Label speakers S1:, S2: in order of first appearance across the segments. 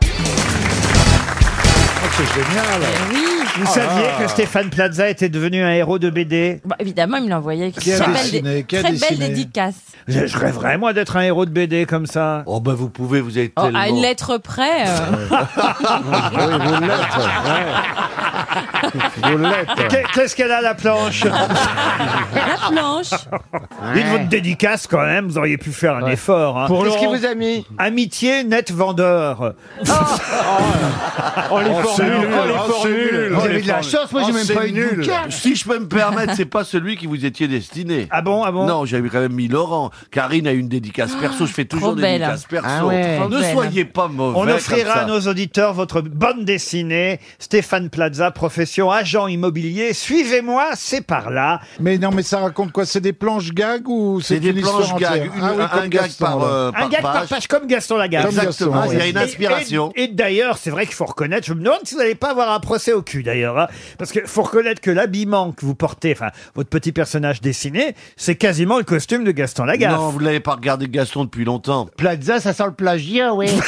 S1: Oh,
S2: c'est génial.
S3: Mais oui.
S2: Vous
S4: Oh
S2: saviez que Stéphane Plaza était devenu un héros de BD
S3: Bah, évidemment, il me l'envoyait.
S2: Qui a
S3: Très belle-
S2: dessiné Qui a
S3: Très
S2: dessiné
S3: belle dédicace.
S2: je, je rêverais, moi, d'être un héros de BD comme ça.
S4: Oh, bah, vous pouvez, vous êtes
S3: Oh, à une lettre près. euh.
S2: Qu'est- Qu'est-ce qu'elle a, la planche
S3: La planche.
S2: Dites votre dédicace, quand même, vous auriez pu faire un effort. hein.
S5: Qu'est-ce qui vous a mis
S2: Amitié net vendeur.
S5: Oh, les
S4: Ah,
S5: formules,
S6: nul,
S5: oh, les
S6: oh,
S5: formules.
S6: nul.
S5: Vous
S6: Oh,
S5: avez
S6: les
S5: de la
S6: formules.
S5: chance, moi, j'ai
S6: Oh,
S5: même
S6: c'est
S5: pas eu de
S6: nul.
S5: bouquin.
S4: Si je peux me permettre, c'est pas celui qui vous étiez destiné.
S2: Ah bon, ah bon
S4: Non, j'avais quand même mis Laurent. Karine a une dédicace perso. Je fais toujours des
S3: belle.
S4: dédicaces perso.
S5: Ah ouais.
S3: Trop
S4: Ne
S3: belle.
S4: soyez pas mauvais.
S2: On
S4: comme
S2: offrira
S4: ça.
S2: à nos auditeurs votre bande dessinée, Stéphane Plaza, profession agent immobilier. Suivez-moi, c'est par là.
S6: Mais non, mais ça raconte quoi C'est des planches gags ou c'est
S4: C'est des
S6: une histoire
S4: planches gags.
S6: entière
S4: Une-
S6: Ah oui,
S4: un
S6: comme
S4: gag
S6: Gaston,
S4: par,
S6: là.
S4: euh,
S2: Un gag par page comme Gaston Lagarde.
S6: Comme
S4: Exactement.
S6: Gaston,
S4: Il y a
S6: oui.
S4: une inspiration.
S2: Et, et- et d'ailleurs, c'est vrai qu'il faut reconnaître, je me demande si vous n'allez pas avoir un procès au cul d'ailleurs, hein, parce qu'il faut reconnaître que l'habillement que vous portez, enfin, votre petit personnage dessiné, c'est quasiment le costume de Gaston Lagarde.
S4: Non, vous l'avez pas regardé Gaston depuis longtemps.
S5: Plaza, ça sent le plagiat, oui.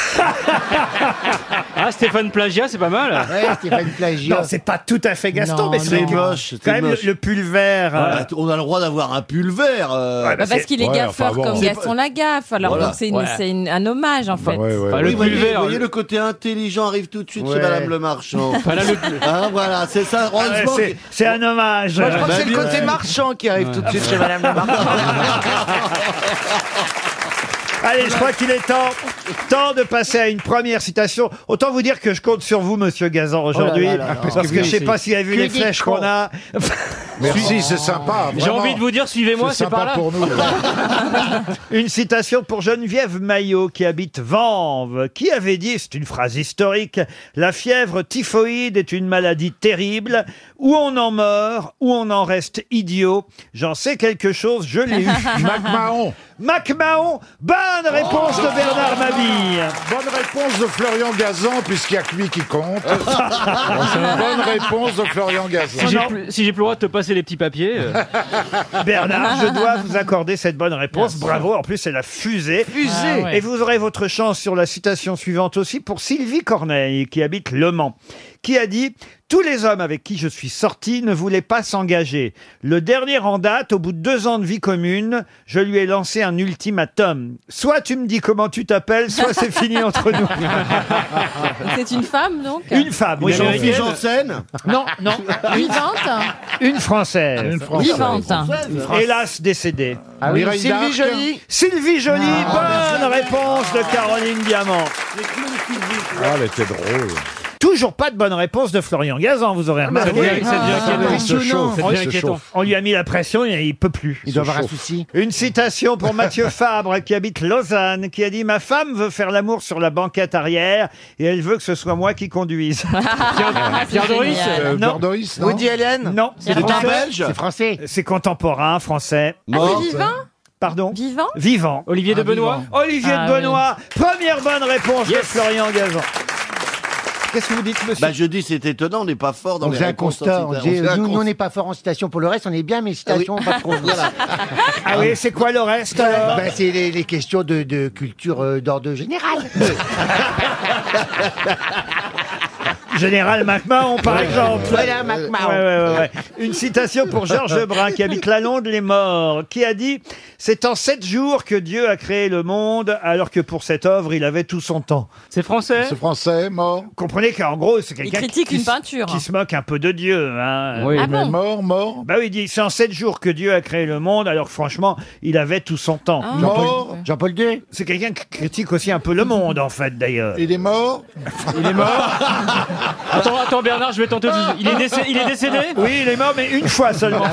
S7: Ah, Stéphane Plagia, c'est pas mal.
S5: Ouais, c'était pas une
S2: Non,
S5: plagiat.
S2: c'est pas tout à fait Gaston,
S3: Non,
S2: mais
S4: C'est
S2: quand
S4: moche. c'est
S2: même le,
S4: moche.
S2: le pull vert. euh,
S4: Ah, On a le droit d'avoir un pull vert. euh,
S2: ouais, bah,
S3: Bah, parce
S2: c'est-
S3: qu'il est
S6: Ouais,
S3: gaffeur
S6: enfin, bon,
S3: comme
S6: c'est
S3: Gaston Lagaffe. Alors,
S4: Voilà.
S3: donc, c'est une-
S7: Ouais.
S3: c'est une- un hommage, en fait.
S6: Ouais, ouais.
S7: Enfin, le
S4: oui,
S7: pull
S4: voyez,
S7: vert.
S4: voyez le côté intelligent arrive tout de suite chez
S5: Ouais.
S4: Madame le Marchand.
S7: Enfin, là, le-
S4: Hein, voilà, c'est ça.
S2: Ah ouais,
S4: heureusement
S2: c'est-
S4: que-
S2: c'est un hommage.
S5: Moi, je crois que c'est le
S4: bien,
S5: côté
S4: ouais.
S5: marchand qui arrive tout de suite chez Madame Lamarchand.
S2: Allez, je crois qu'il est temps, temps de passer à une première citation. Autant vous dire que je compte sur vous, Monsieur Gazan,
S7: Oh
S2: aujourd'hui,
S5: là là là.
S2: parce,
S5: Parce
S2: que, je sais pas s'il a vu les
S5: dites
S2: flèches qu'on a.
S6: Merci, c'est sympa.
S7: J'ai envie de vous dire, suivez-moi, c'est par
S6: sympa
S7: là.
S6: pour nous. là.
S2: Une citation pour Geneviève Maillot qui habite Vanves, qui avait dit, c'est une phrase historique, la fièvre typhoïde est une maladie terrible, où on en meurt, où on en reste idiot. J'en sais quelque chose, je l'ai eu.
S6: Mac Mahon.
S2: Mac Mahon, bonne réponse de Bernard Mabille.
S6: Bonne réponse de Florian Gazan, puisqu'il n'y a que lui qui compte. Bonne réponse de Florian
S7: Si
S6: Gazan.
S7: j'ai plus si j'ai plus le droit de te passer les petits papiers. euh,
S2: Bernard, je dois vous accorder cette bonne réponse. Bravo, en plus c'est la fusée. Ah,
S3: Ah,
S5: Fusée.
S2: Et vous aurez votre chance sur la citation suivante aussi pour Sylvie Corneille, qui habite Le Mans, qui a dit « Tous les hommes avec qui je suis sorti ne voulaient pas s'engager. Le dernier en date, au bout de deux ans de vie commune, je lui ai lancé un ultimatum. Soit tu me dis comment tu t'appelles, soit c'est fini entre nous.
S3: Donc, C'est une femme, donc.
S2: Une femme, oui, j'en
S4: Jean-Philippe
S2: fais-
S4: Janssen.
S2: Non, non,
S3: Vivante.
S2: une Française.
S6: Une Française.
S3: Vivante.
S2: Hélas décédée.
S5: Ah oui,
S6: Mireille
S5: Sylvie
S6: Darc.
S5: Joly.
S2: Sylvie Joly, bonne réponse de Caroline Diamant.
S6: Ah, elle était drôle.
S2: Toujours pas de bonne réponse de Florian Gazan, vous
S5: Ah,
S2: aurez
S7: Ça devient
S2: remarqué. Ah,
S7: ça devient
S6: Il
S7: inquiétant.
S6: se chauffe.
S7: Ça devient
S6: il se
S7: inquiétant.
S6: chauffe.
S2: On lui a mis la pression et il peut plus.
S5: Il doit avoir un souci.
S2: Une citation pour Mathieu Fabre qui habite Lausanne, qui a dit Ma femme veut faire l'amour sur la banquette arrière et elle veut que ce soit moi qui conduise. Ah,
S7: Pierre- Pierre Doris.
S3: génial.
S6: Euh,
S2: Non.
S6: Bordoïs, non
S5: Woody Allen
S2: non, c'est
S4: C'est un
S2: français.
S4: Belge.
S5: C'est français.
S2: C'est contemporain, français.
S3: Ah,
S4: Mort.
S3: c'est vivant
S2: Pardon
S3: Vivant
S2: Vivant.
S7: Olivier de
S5: Ah,
S7: Benoît.
S5: vivant.
S2: Olivier
S3: Ah
S2: de Benoît, première bonne réponse de
S7: Yes.
S2: Florian Gazan. Qu'est-ce que vous dites, monsieur
S4: Bah, je dis, c'est étonnant, on n'est pas fort dans
S5: On
S4: les
S5: faisait un
S4: réponses
S5: constat.
S4: en
S5: On
S4: cita-
S5: dit,
S4: on faisait un
S5: nous, nous, on
S4: constat.
S5: n'est pas fort en citation pour le reste, on est bien, mais citation, pas trop. Voilà.
S2: Ah oui, c'est quoi le reste alors
S5: Bah, c'est les, les questions de, de culture euh, d'ordre général.
S2: Général MacMahon, par exemple.
S5: Voilà, Mac Mahon.
S2: Ouais, ouais, ouais, ouais. Une citation pour Georges Brun, qui habite la Londe, les Morts, qui a dit « C'est en sept jours que Dieu a créé le monde, alors que pour cette œuvre, il avait tout son temps.
S7: C'est français.
S6: Ce français, mort. ».
S2: Comprenez qu'en gros, c'est
S3: Il
S2: quelqu'un qui,
S3: critique une
S2: se-
S3: peinture.
S2: qui se moque un peu de Dieu. Hein.
S7: Oui.
S3: Ah
S6: Mais
S3: bon
S6: mort, mort.
S2: Bah oui, il dit « C'est en sept jours que Dieu a créé le monde, alors que franchement, il avait tout son temps
S3: Ah.
S6: Mort.
S5: Jean-Paul II.
S2: C'est quelqu'un qui critique aussi un peu le monde, en fait, d'ailleurs.
S6: Il est mort.
S7: Attends, attends Bernard, je vais tenter. de- Il est décédé. Il est décédé.
S2: Oui, il est mort, mais une fois seulement.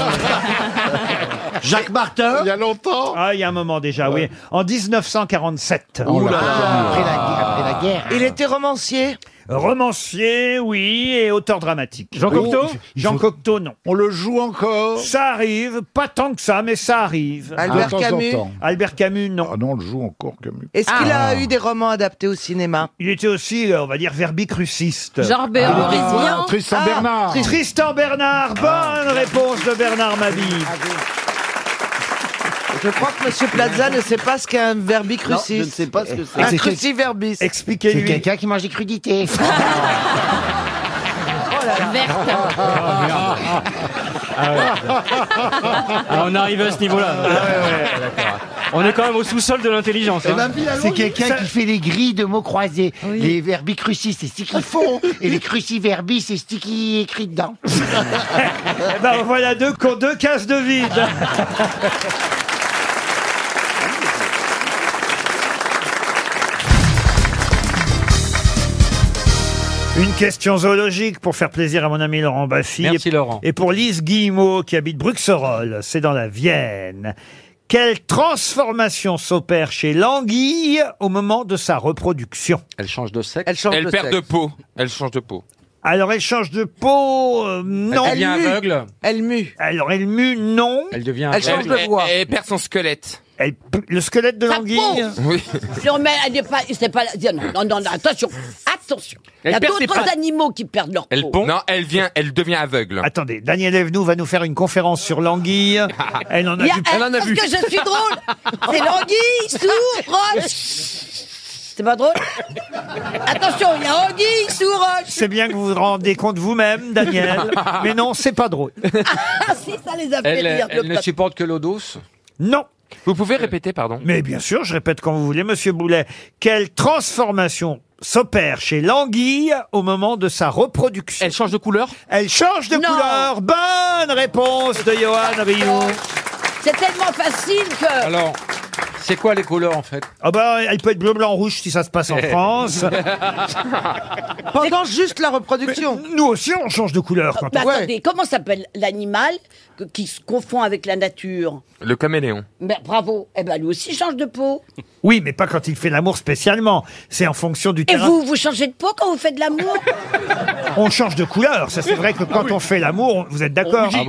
S4: Jacques Martin.
S6: Il y a longtemps.
S2: Ah, il y a un moment déjà, oui. En 1947.
S6: On l'a
S5: Après, la, après la guerre.
S8: Il était romancier.
S2: Romancier, oui, et auteur dramatique.
S7: Jean
S2: Oui.
S7: Cocteau
S2: Jean Cocteau, non.
S6: On le joue encore.
S2: Ça arrive, pas tant que ça, mais ça arrive.
S6: De
S8: Albert
S6: temps en
S8: Camus.
S6: temps.
S2: Albert Camus, non. Ah.
S6: Ah non, on le joue encore Camus.
S8: Est-ce qu'il a eu des romans adaptés au cinéma
S2: Il était aussi, euh, on va dire, verbicruciste.
S3: Genre Béorésien.
S6: Ah, Tristan
S8: Ah,
S6: Bernard. Ah.
S2: Tristan Bernard, bonne réponse de Bernard Mabille.
S8: Je crois que Monsieur Plaza ne sait pas ce qu'est un
S4: Non, je ne
S8: verbicrucis.
S4: sais pas ce que c'est.
S8: Un cruciverbis.
S5: C'est
S2: Expliquez-lui.
S5: quelqu'un qui mange des crudités.
S8: là là.
S3: Verte.
S7: Ah, on arrive à ce niveau-là. Ah, On est quand même au sous-sol de
S2: Eh
S7: l'intelligence.
S2: ben,
S7: hein.
S5: C'est quelqu'un qui fait les grilles de mots croisés. Les verbicrucis, c'est ce qu'ils font. et les cruciverbis, c'est ce qui est écrit dedans.
S2: Eh ben voilà deux, co- deux cases de vide. Une question zoologique pour faire plaisir à mon ami Laurent Baffy.
S7: Merci,
S2: Et-
S7: Laurent.
S2: Et pour Lise Guillemot qui habite Bruxerolles, c'est dans la Vienne. Quelle transformation s'opère chez l'anguille au moment de sa reproduction
S9: Elle change de sexe.
S8: Elle change
S10: Elle
S8: de
S10: perd
S8: sexe.
S10: de peau. Elle change de peau.
S2: Alors elle change de peau euh, Non.
S9: Elle devient
S8: mue.
S9: aveugle.
S8: Elle mue.
S2: Alors elle mue Non.
S9: Elle devient
S8: Elle
S9: aveugle.
S8: change de voix.
S10: Elle, elle perd son squelette.
S2: Elle- le squelette de
S11: Sa
S2: l'anguille
S11: peau.
S10: Oui.
S11: Si on met, elle n'est pas, c'est pas, la- non, non, non, non, attention, attention. Il y a
S9: Elle perd ses
S11: d'autres animaux qui perdent leur
S12: Oh.
S11: peau.
S10: Non, elle vient, elle devient aveugle.
S2: Attendez, Daniel Evenou va nous faire une conférence sur l'anguille. Elle en a
S11: Il y a-
S2: du...
S11: elle- Est-ce que je suis drôle C'est l'anguille sous roche. C'est pas drôle Attention, il y a anguille sous roche.
S2: C'est bien que vous vous rendez compte vous-même, Daniel. Mais non, c'est pas drôle.
S11: Ah si, ça les a fait
S9: Elle,
S11: rire,
S9: elle
S11: le
S9: ne
S11: peuple.
S9: supporte que l'eau douce.
S2: Non.
S10: Vous pouvez répéter, pardon.
S2: Mais bien sûr, je répète quand vous voulez, Monsieur Boulet, quelle transformation s'opère chez l'anguille au moment de sa reproduction
S7: Elle change de couleur
S2: Elle change de
S11: Non.
S2: couleur. Bonne réponse de Johan Rioux.
S11: C'est tellement facile que...
S9: Alors, c'est quoi les couleurs en fait
S2: Ah bah, elle peut être bleu, blanc, rouge si ça se passe en France.
S8: Pendant juste la reproduction.
S2: Nous aussi, on change de couleur quand
S11: Mais
S2: on...
S11: Euh, bah, attendez, comment s'appelle l'animal que- qui se confond avec la nature
S10: Le caméléon.
S11: Ben, Bravo, eh ben lui aussi change de peau.
S2: Oui, mais pas quand il fait l'amour spécialement. C'est en fonction du
S11: Et
S2: terrain.
S11: vous, vous changez de peau quand vous faites de l'amour
S2: On change de couleur. Ça, c'est vrai que quand on fait l'amour, on- vous êtes d'accord Ah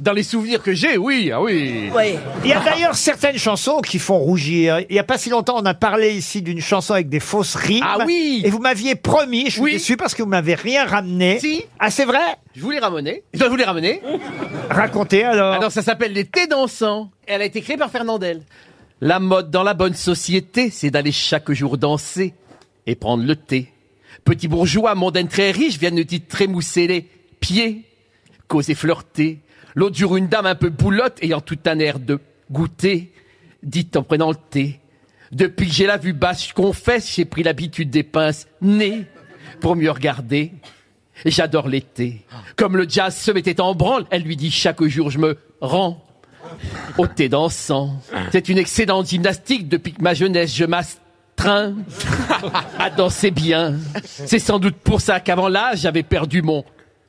S7: Dans les souvenirs que j'ai, oui, ah oui.
S11: Oui.
S2: Il y a d'ailleurs certaines chansons qui font rougir. Il n'y a pas si longtemps, on a parlé ici d'une chanson avec des fausses rimes.
S7: Ah oui
S2: Et vous m'aviez promis, je suis
S7: Oui.
S2: déçu parce que vous m'avez rien ramené.
S7: Si.
S2: Ah, c'est vrai
S7: Je voulais ramener. Je dois vous les ramener.
S2: Racontez alors.
S7: Alors ça s'appelle les thés dansants. Elle a été créée par Fernandel. La mode dans la bonne société, c'est d'aller chaque jour danser et prendre le thé. Petits bourgeois, mondaines très riches, viennent nous titre trémousser les pieds, causer flirter. L'autre jour, une dame un peu boulotte, ayant tout un air de goûter, dit en prenant le thé. Depuis que j'ai la vue basse, je confesse, j'ai pris l'habitude des pinces nées pour mieux regarder. J'adore l'été. Comme le jazz se mettait en branle, elle lui dit chaque jour je me rends au thé dansant. C'est une excellente gymnastique depuis que ma jeunesse je m'astreins à danser bien. C'est sans doute pour ça qu'avant l'âge j'avais perdu mon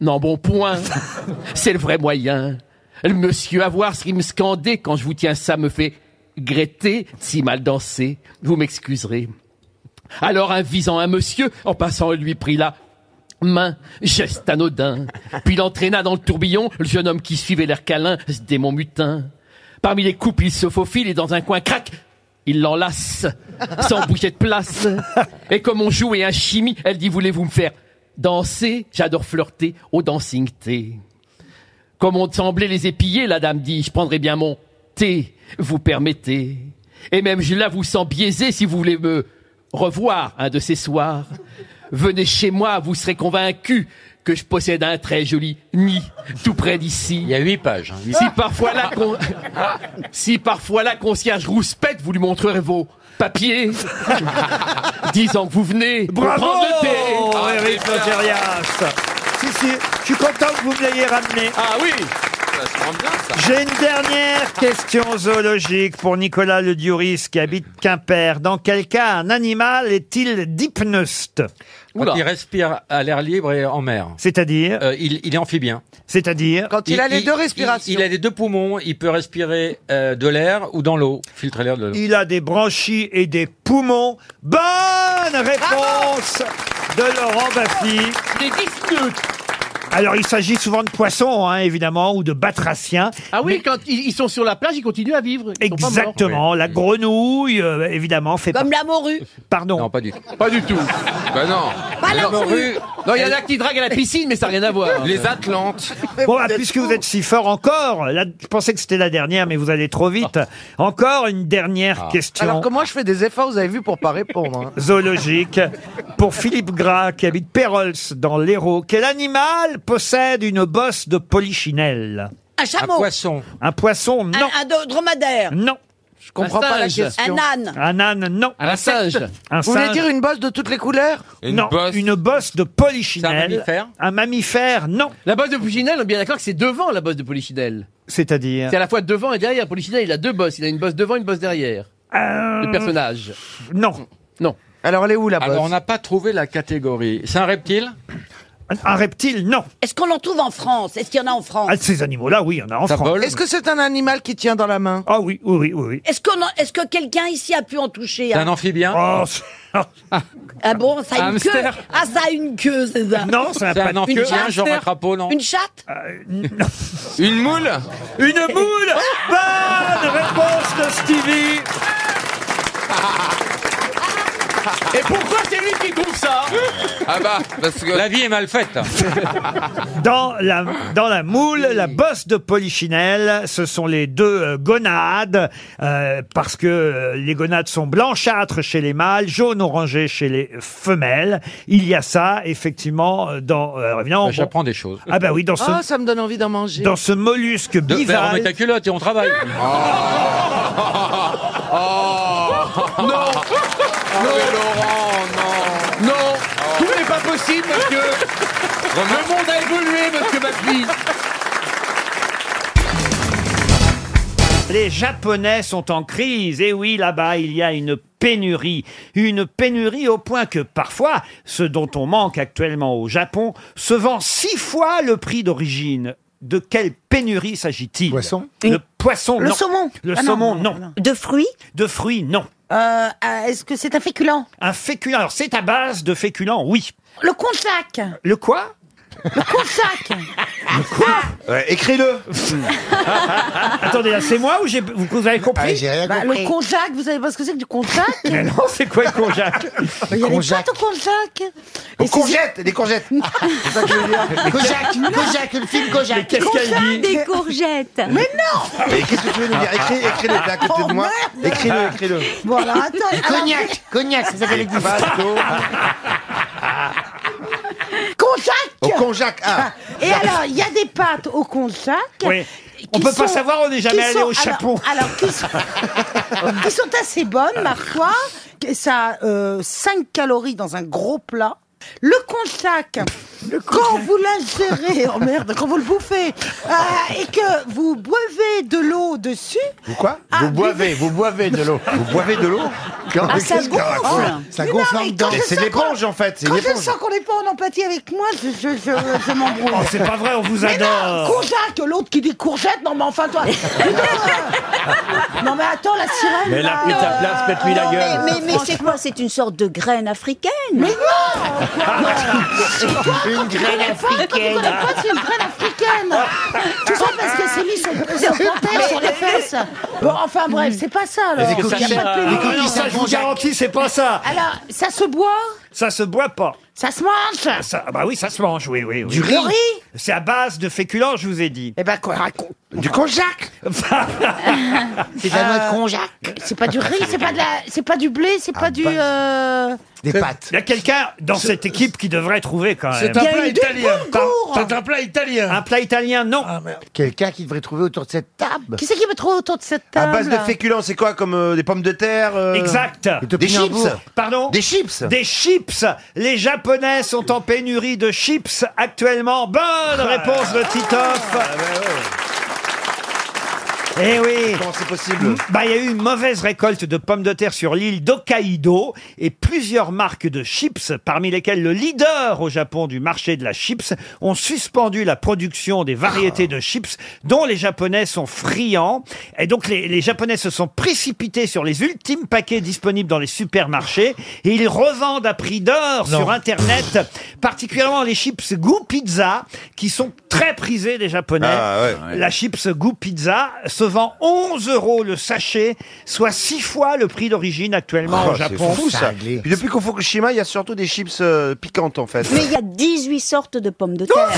S7: embonpoint. C'est le vrai moyen. Le monsieur à voir ce qui me scandait quand je vous tiens ça me fait gretter si mal danser. Vous m'excuserez. Alors, un visant un monsieur, en passant, il lui prit la main, geste anodin. Puis l'entraîna dans le tourbillon, le jeune homme qui suivait l'air câlin, ce démon mutin. Parmi les coupes, il se faufile et dans un coin, crac il l'enlace, sans bouger de place. Et comme on jouait un chimie, elle dit, voulez-vous me faire danser? J'adore flirter au dancing thé. Comme on semblait les épiller, la dame dit, je prendrai bien mon thé, vous permettez. Et même je la vous sens biaisé si vous voulez me revoir un de ces soirs. Venez chez moi, vous serez convaincu que je possède un très joli nid tout près d'ici.
S9: Il y a huit pages. hein.
S7: Si parfois la con- si parfois la concierge rouspète, vous lui montrerez vos papiers, disant que vous venez pour
S2: Bravo
S7: prendre le thé.
S2: Oh, Eric
S10: super.
S2: Logérias. Si, si, je suis content que vous me l'ayez ramené.
S7: Ah oui,
S10: Ça se rend bien, ça.
S2: J'ai une dernière question zoologique pour Nicolas Le Dioris qui habite Quimper. Dans quel cas un animal est-il dipneuste
S9: Quand
S7: Oula.
S9: il respire à l'air libre et en mer.
S2: C'est-à-dire
S9: Euh, il, il est amphibien.
S2: C'est-à-dire
S8: Quand il, a les deux respirations.
S9: Il, il a les deux poumons. Il peut respirer euh, de l'air ou dans l'eau. Filtrer l'air de l'eau.
S2: Il a des branchies et des poumons. Bonne réponse de Laurent Baffy.
S7: des disputes.
S2: Alors, il s'agit souvent de poissons, hein, évidemment, ou de batraciens.
S7: Ah oui, quand ils ils sont sur la plage, ils continuent à vivre. Ils sont pas morts.
S2: Exactement. La grenouille, euh, évidemment, fait...
S11: Comme la morue.
S2: Pardon.
S9: Non, pas du tout.
S10: Pas du tout. Bah non.
S11: Pas la morue.
S9: morue.
S7: Non, il y en a qui draguent à la piscine, mais ça n'a rien à voir.
S11: Les Atlantes.
S2: Bon, bah, puisque vous êtes si fort encore, là, je pensais que c'était la dernière, mais vous allez trop vite.
S9: Ah.
S2: Encore une dernière question.
S13: Alors que moi, je fais des efforts, vous avez vu, pour pas répondre. hein.
S2: zoologique pour Philippe Gras qui habite Pérols dans l'Hérault. Quel animal possède une bosse de polichinelle
S14: Un chameau. Un
S2: poisson. Un poisson, non.
S14: Un, un do- dromadaire.
S2: Non. Je
S14: comprends pas la question. Un âne.
S2: Un âne, non. Un singe. Un
S13: Vous voulez
S2: singe.
S13: dire une bosse de toutes les couleurs
S2: Une non, une bosse de polichinelle.
S7: C'est un mammifère
S2: Un mammifère, non.
S7: La bosse de polichinelle, on est bien d'accord que c'est devant la bosse de polichinelle.
S2: C'est-à-dire
S7: C'est à la fois devant et derrière. Polichinelle, il a deux bosses. Il a une bosse devant et une bosse derrière. Le personnage.
S2: Euh, Non.
S7: Non.
S13: Alors elle est où la bosse
S15: Alors, on n'a pas trouvé la catégorie. C'est un reptile
S2: Un- Un reptile, non.
S14: Est-ce qu'on en trouve en France Est-ce qu'il y en a en France
S2: Ah, ces animaux-là, oui, il y en a en
S15: Ça
S2: France.
S15: vole
S13: Est-ce que c'est un animal qui tient dans la main
S2: Ah oui, oui, oui, oui. oui.
S14: Est-ce qu'on en- est-ce que quelqu'un ici a pu en toucher
S15: C'est
S14: hein
S15: un amphibien
S2: Oh, c'est-
S14: Ah bon, ça a
S15: Un
S14: une queue.
S15: hamster
S14: Ah ça a une queue, c'est ça.
S2: non, ça
S15: C'est
S2: n'a pas
S15: un
S2: de-
S15: amphibien,
S14: chatte
S15: genre un crapaud, non
S14: Une chatte
S11: Une moule
S2: Une boule Bonne réponse de Stevie
S7: Et pourquoi c'est lui qui trouve ça
S11: Ah bah, parce que...
S15: La vie est mal faite.
S2: Dans la, dans la moule, la bosse de polichinelle, ce sont les deux euh, gonades, euh, parce que euh, les gonades sont blanchâtres chez les mâles, jaune-orangé chez les femelles. Il y a ça, effectivement, euh, dans... euh, évidemment, bon-
S15: J'apprends des choses.
S2: ah bah oui, dans ce,
S13: Oh, ça me donne envie d'en manger.
S2: dans ce mollusque
S15: De, ben, remets
S2: bivalve.
S15: ta culotte et on travaille.
S7: Ah.
S11: Ah mais Laurent, non
S7: Non, tout n'est pas possible parce que le monde a évolué, monsieur Macri.
S2: Les Japonais sont en crise. Et oui, là-bas, il y a une pénurie. Une pénurie au point que parfois, ce dont on manque actuellement au Japon se vend six fois le prix d'origine. De quelle pénurie s'agit-il
S16: Poisson
S2: Le poisson,
S12: Le
S2: non.
S12: saumon
S2: Le
S12: Ah non,
S2: saumon, non.
S12: non, De fruits
S2: De fruits, non.
S12: Euh, euh, Est-ce que c'est un féculent
S2: Un féculent. Alors, c'est à base de féculents, oui.
S12: Le conchac
S2: Le quoi
S12: Le conchac
S16: Écris-le
S2: Attendez, là, c'est moi ou j'ai- vous, vous avez
S17: Ah,
S2: compris
S17: j'ai rien
S12: Bah, Le
S17: compris.
S12: conchac, vous savez pas ce que c'est que du conchac
S2: Mais non, c'est quoi le konjac
S12: Il y a des
S17: konjac.
S12: pâtes au conchac
S17: Aux courgettes, les courgettes. C'est ça que je veux dire. Kojak, Kojak, le film
S2: Mais
S17: Kojak.
S2: qu'est-ce qu'elle dit
S12: des courgettes Mais
S16: Mais qu'est-ce que tu veux nous dire Écris- Écris-le,
S13: Ah,
S16: t'es à côté
S13: oh,
S16: de moi. Écris-le,
S2: Ah.
S16: écris-le.
S12: bon alors attends, alors,
S17: Cognac, cognac, ça s'appelle les
S16: Pasto.
S12: conchac
S16: Au Conjac, ah
S12: Et alors, il y a des pâtes au conchac
S2: Oui.
S12: qui
S2: On peut
S12: sont-
S2: pas savoir, on n'est jamais
S12: qui
S2: allé
S12: sont-
S2: au Japon.
S12: Alors, alors, qui, sont, qui sont assez bonnes, ma foi. que Ça a 5 calories dans un gros plat. Le conchac, quand vous l'ingérez, oh merde, quand vous le bouffez, euh, et que vous buvez de l'eau dessus,
S16: Vous quoi
S12: Ah,
S16: Vous boivez, vous boivez de l'eau. Vous boivez de l'eau
S12: Ah, ça
S16: Qu'est-ce qu'elle
S12: gonfle.
S16: raconte Ça
S12: Mais
S16: gonfle
S12: non,
S16: en
S12: mais
S16: dedans.
S12: quand je
S16: C'est
S12: sens
S16: l'éponge, en fait. C'est
S12: quand je
S16: l'éponge.
S12: sens qu'on n'est pas en empathie avec moi, je, je, je, je m'embrouille.
S2: Oh, c'est pas vrai, on vous
S12: Mais non,
S2: adore.
S12: courgette, l'autre qui dit courgette, non mais enfin toi. dis donc, euh, non mais attends, la sirène.
S2: Mais là,
S12: là,
S2: plus ta
S12: euh,
S2: place, pète-lui la
S12: non,
S2: gueule.
S12: mais- mais- mais c'est-
S14: c'est quoi C'est une sorte de graine africaine. Mais
S17: Une graine
S12: Tu connais
S17: africaine.
S12: pas, c'est une graine africaine. Tout ça parce que c'est mis son, son panthère sur les fesses. Bon, enfin bref, c'est pas ça alors.
S7: que ça
S12: Il y a pas de
S7: sert à-
S2: Ah,
S12: plaisir.
S2: non, ça, je vous garantis, c'est pas ça.
S12: Alors, ça se boit,
S2: Ça se boit pas.
S12: ça se mange.
S2: Ça- ah bah oui, ça se mange, oui, oui. oui.
S12: Le riz,
S2: C'est à base de féculents, je vous ai dit.
S12: eh ben quoi, raconte.
S17: Du Kojak. C'est de la noix de Conjac.
S12: Euh, C'est pas du riz, c'est pas de la, c'est pas du blé, c'est pas du.
S17: bah.
S12: euh,
S17: Des pâtes.
S2: Il y a quelqu'un dans cette équipe qui devrait trouver quand même.
S12: un- Il y a eu deux concours.
S18: C'est un plat italien.
S2: Un plat italien, non.
S12: Ah,
S17: Quelqu'un qui devrait trouver autour de cette table.
S12: Qui c'est qui me trouve autour de cette
S16: À
S12: table
S16: base de féculents, c'est quoi Comme euh, des pommes de terre euh,
S2: exact.
S17: de
S16: Des chips
S17: Pénimbourg.
S2: Pardon
S16: Des chips
S2: Des chips. Les Japonais sont en pénurie de chips actuellement. Bonne réponse de Titoff. Eh oui.
S16: Comment c'est possible
S2: Bah, il y a eu une mauvaise récolte de pommes de terre sur l'île d'Hokkaido et plusieurs marques de chips, parmi lesquelles le leader au Japon du marché de la chips, ont suspendu la production des variétés de chips dont les Japonais sont friands. Et donc, les, les Japonais se sont précipités sur les ultimes paquets disponibles dans les supermarchés et ils revendent à prix d'or sur Internet, particulièrement les chips goût pizza qui sont très prisés des Japonais.
S16: Ah, ouais.
S2: La chips goût pizza se devant 11 euros le sachet, soit 6 fois le prix d'origine actuellement
S19: Oh,
S2: au
S19: c'est
S2: Japon.
S19: fou, ça. Puis depuis qu'on Fukushima, il y a surtout des chips euh, piquantes en fait.
S14: Mais il y a 18 sortes de pommes de terre.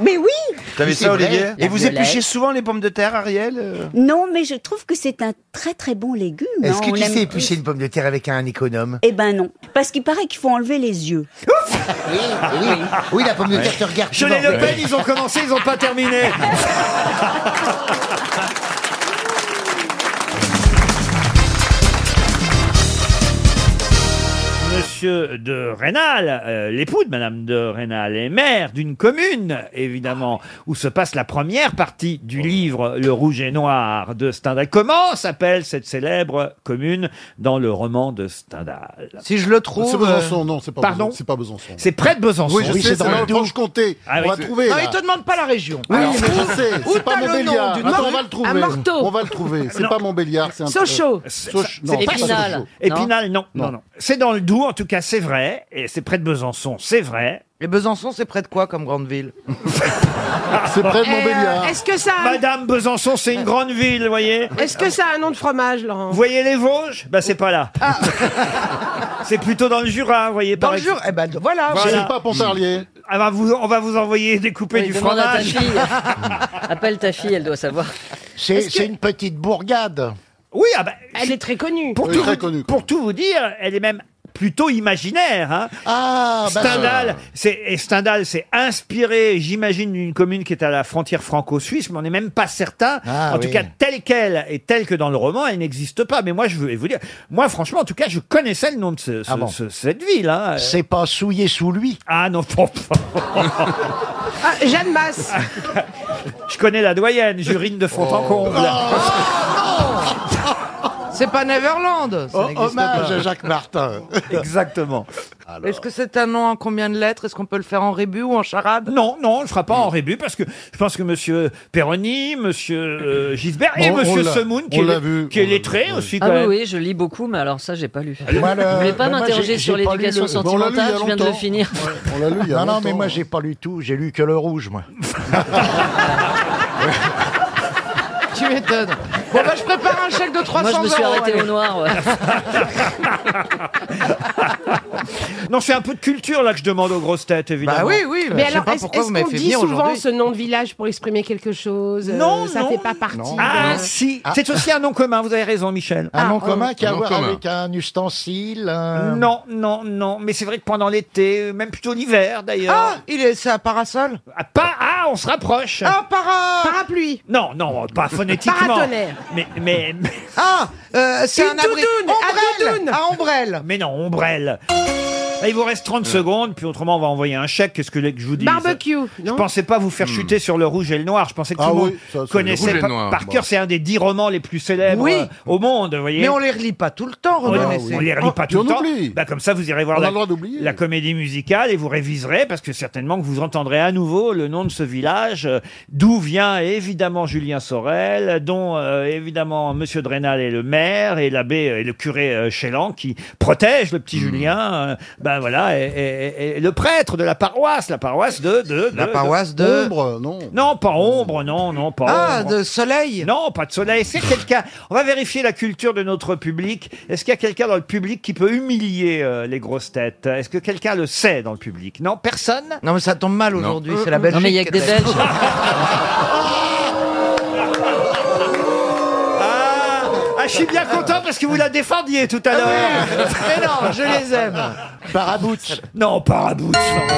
S14: mais oui
S19: T'avais ça, Olivier Et vous épluchez
S14: épluchez
S19: souvent les pommes de terre, Ariel euh
S14: Non, mais je trouve que c'est un très très bon légume.
S5: Est-ce que
S14: hein, on
S5: tu
S14: l'aime
S5: sais
S14: tous.
S5: éplucher une pomme de terre avec un économe
S14: Eh ben non, parce qu'il paraît qu'il faut enlever les yeux.
S5: oui, oui, oui, la pomme de terre te regarde.
S14: Je les Le Pen,
S2: ils ont commencé, ils n'ont pas terminé. Monsieur de Rênal, euh, l'époux de Madame de Rênal, est maire d'une commune, évidemment, où se passe la première partie du livre Le Rouge et Noir de Stendhal. Comment s'appelle cette célèbre commune dans le roman de Stendhal
S6: Si je le trouve, euh, C'est Besançon,
S2: non, c'est pas Pardon
S6: C'est pas Besançon.
S2: C'est près de Besançon.
S6: Oui, je sais, c'est dans le Franche-Comté.
S2: Ah
S6: On
S2: oui.
S6: va trouver.
S8: Non,
S6: là.
S8: il te demande pas la région.
S6: Oui,
S8: Alors,
S6: mais je sais,
S8: où
S6: c'est pas
S8: t'as le nom
S6: Montbéliard.
S8: d'une
S6: Attends, on
S8: rue
S6: va le trouver.
S8: À Morteau.
S6: On va le trouver. C'est pas Montbéliard, c'est un
S8: Sochaux.
S6: euh,
S2: C'est-
S6: Soch-
S2: ça-
S6: non,
S2: c'est
S6: pas
S2: Épinal.
S6: Sochaux.
S2: Épinal, non. Non, non. C'est dans le Doubs, en tout cas, c'est vrai. Et c'est près de Besançon, c'est vrai.
S8: Et Besançon, c'est près de quoi comme grande ville
S2: C'est près de
S12: Et, euh,
S2: Montbéliard.
S12: Est-ce que ça a...
S2: Madame Besançon, c'est une grande ville, vous voyez.
S12: Est-ce que ça a un nom de fromage, Laurent
S2: Vous voyez les Vosges Bah, c'est pas là. c'est plutôt dans le Jura, vous voyez. Dans le Jura,
S8: eh ben voilà.
S12: Voilà.
S6: C'est pas Pontarlier.
S2: Ah, bah, vous, on va vous envoyer découper
S20: Oui,
S2: du
S20: demande à ta
S2: fromage.
S20: fille. Appelle ta fille, elle doit savoir.
S2: C'est une petite bourgade. Oui, ah bah,
S12: Elle est très connue.
S2: pour, tout, vous- pour tout vous dire, elle est même plutôt imaginaire. hein.
S16: Ah,
S8: Ah,
S5: bah
S2: Stendhal,
S5: ça.
S2: c'est et Stendhal, c'est inspiré, j'imagine, d'une commune qui est à la frontière franco-suisse, mais on n'est même pas certain. en tout
S5: oui.
S2: cas, telle qu'elle et telle que dans le roman, elle n'existe pas. Mais moi, je veux vous dire, moi, franchement, en tout cas, je connaissais le nom de ce- ce-
S5: Ah bon.
S2: ce- cette ville. hein.
S5: C'est pas souillé sous lui.
S2: Ah non,
S12: Ah, Jeanne Masse.
S2: je connais la doyenne, Jurine de Fontencomble.
S8: C'est pas Neverland. ça
S2: Oh,
S8: n'existe
S2: hommage
S8: pas.
S2: à Jacques Martin. Exactement.
S8: Est-ce que c'est un nom en combien de lettres Est-ce qu'on peut le faire en rébus ou en charade
S2: Non, non, on ne le fera pas en rébut parce que je pense que Monsieur Perroni, Monsieur euh, Gisbert et
S6: Bon, on
S2: Monsieur
S6: l'a-
S2: Semoun, qui
S6: on
S2: est,
S6: l'a vu,
S2: qui est
S6: on l'a
S2: lettré
S6: vu, oui.
S2: aussi quand
S20: Ah oui,
S2: même.
S20: oui, je lis beaucoup, mais alors ça, j'ai pas lu.
S6: Moi, le-
S20: Vous voulez pas
S6: mais moi,
S20: m'interroger
S6: j'ai-
S20: sur
S6: j'ai pas lu
S20: l'éducation
S6: le- Bon, on l'a lu il y a
S20: sentimentale Je viens de le
S6: longtemps.
S20: finir.
S6: On l'a lu il y a
S19: Non, non,
S6: longtemps.
S19: mais moi j'ai pas lu tout, j'ai lu que le rouge, moi.
S8: Tu m'étonnes. Bon, bah, je prépare un chèque de 300
S20: Moi, je me suis
S8: euros,
S20: arrêté
S8: allez.
S20: au noir. ouais.
S2: Non, c'est un peu de culture là que je demande aux grosses têtes, évidemment.
S8: Bah oui, oui,
S12: Mais alors, est-ce est-ce qu'on dit souvent ce nom de village pour exprimer quelque chose euh,
S2: Non,
S12: ça
S2: non.
S12: fait pas partie. de-
S2: Ah si, c'est aussi un nom commun, vous avez raison Michel.
S19: Un
S8: Ah,
S19: nom
S8: oh.
S19: commun qui a
S2: un
S19: à
S2: nom
S19: voir
S2: commun.
S19: avec un ustensile. un-
S2: Non, non, non, mais c'est vrai que pendant l'été, même plutôt l'hiver d'ailleurs.
S8: Ah, il est, c'est un parasol
S2: Ah, pas, ah, on se rapproche.
S8: Ah, para...
S12: parapluie
S2: Non, non, pas Ah, phonétiquement.
S8: Paratonnerre.
S2: Mais, mais, mais,
S8: Ah, euh, c'est un
S2: Une
S8: abri... Ombrelle À Ombrelle
S2: mais non, ombrelle. Ah, Il vous reste 30 secondes, puis autrement on va envoyer un chèque. Qu'est-ce que vous voulez que je vous dise
S12: Barbecue,
S2: Je
S12: non
S2: pensais pas vous faire chuter sur le rouge et le noir. Je pensais que
S6: Hmm. Ah
S2: tout le monde
S6: oui, ça, c'est- Le
S2: connaissait
S6: Rouge et
S2: par,
S6: le Noir,
S2: par
S6: bon.
S2: cœur. C'est un des dix romans les plus célèbres
S8: Oui.
S2: euh, au monde, vous voyez.
S8: Mais on les relit pas tout le temps,
S2: On,
S8: Renan
S2: on les relit pas tout le temps. Bah, comme ça, vous irez voir
S6: On a
S2: la,
S6: le droit d'oublier.
S2: la comédie musicale et vous réviserez parce que certainement que vous entendrez à nouveau le nom de ce village, euh, d'où vient évidemment Julien Sorel, dont euh, évidemment Monsieur Drenal est le maire et l'abbé euh, et le curé euh, Chélan qui protège le
S6: Hmm.
S2: petit Julien. euh, ben voilà, et, et- et- et le prêtre de la paroisse, la paroisse de, de,
S8: La paroisse de- Ombre,
S2: non. Non, pas ombre, non, non, pas.
S8: Ah,
S2: Ombre.
S8: de soleil
S2: Non, pas de soleil. C'est quelqu'un. On va vérifier la culture de notre public. Est-ce qu'il y a quelqu'un dans le public qui peut humilier euh, les grosses têtes Est-ce que quelqu'un le sait dans le public Non, personne.
S8: Non, mais ça tombe mal aujourd'hui, c'est la Belgique.
S20: Non, mais il y a que des
S8: qui est-
S20: Belges.
S2: Ah, ah, je suis bien content parce que vous la défendiez tout
S8: Ah
S2: à l'heure.
S8: Mais
S2: Oh
S8: non, je les aime.
S2: Parabouch. Non, Parabouch. non.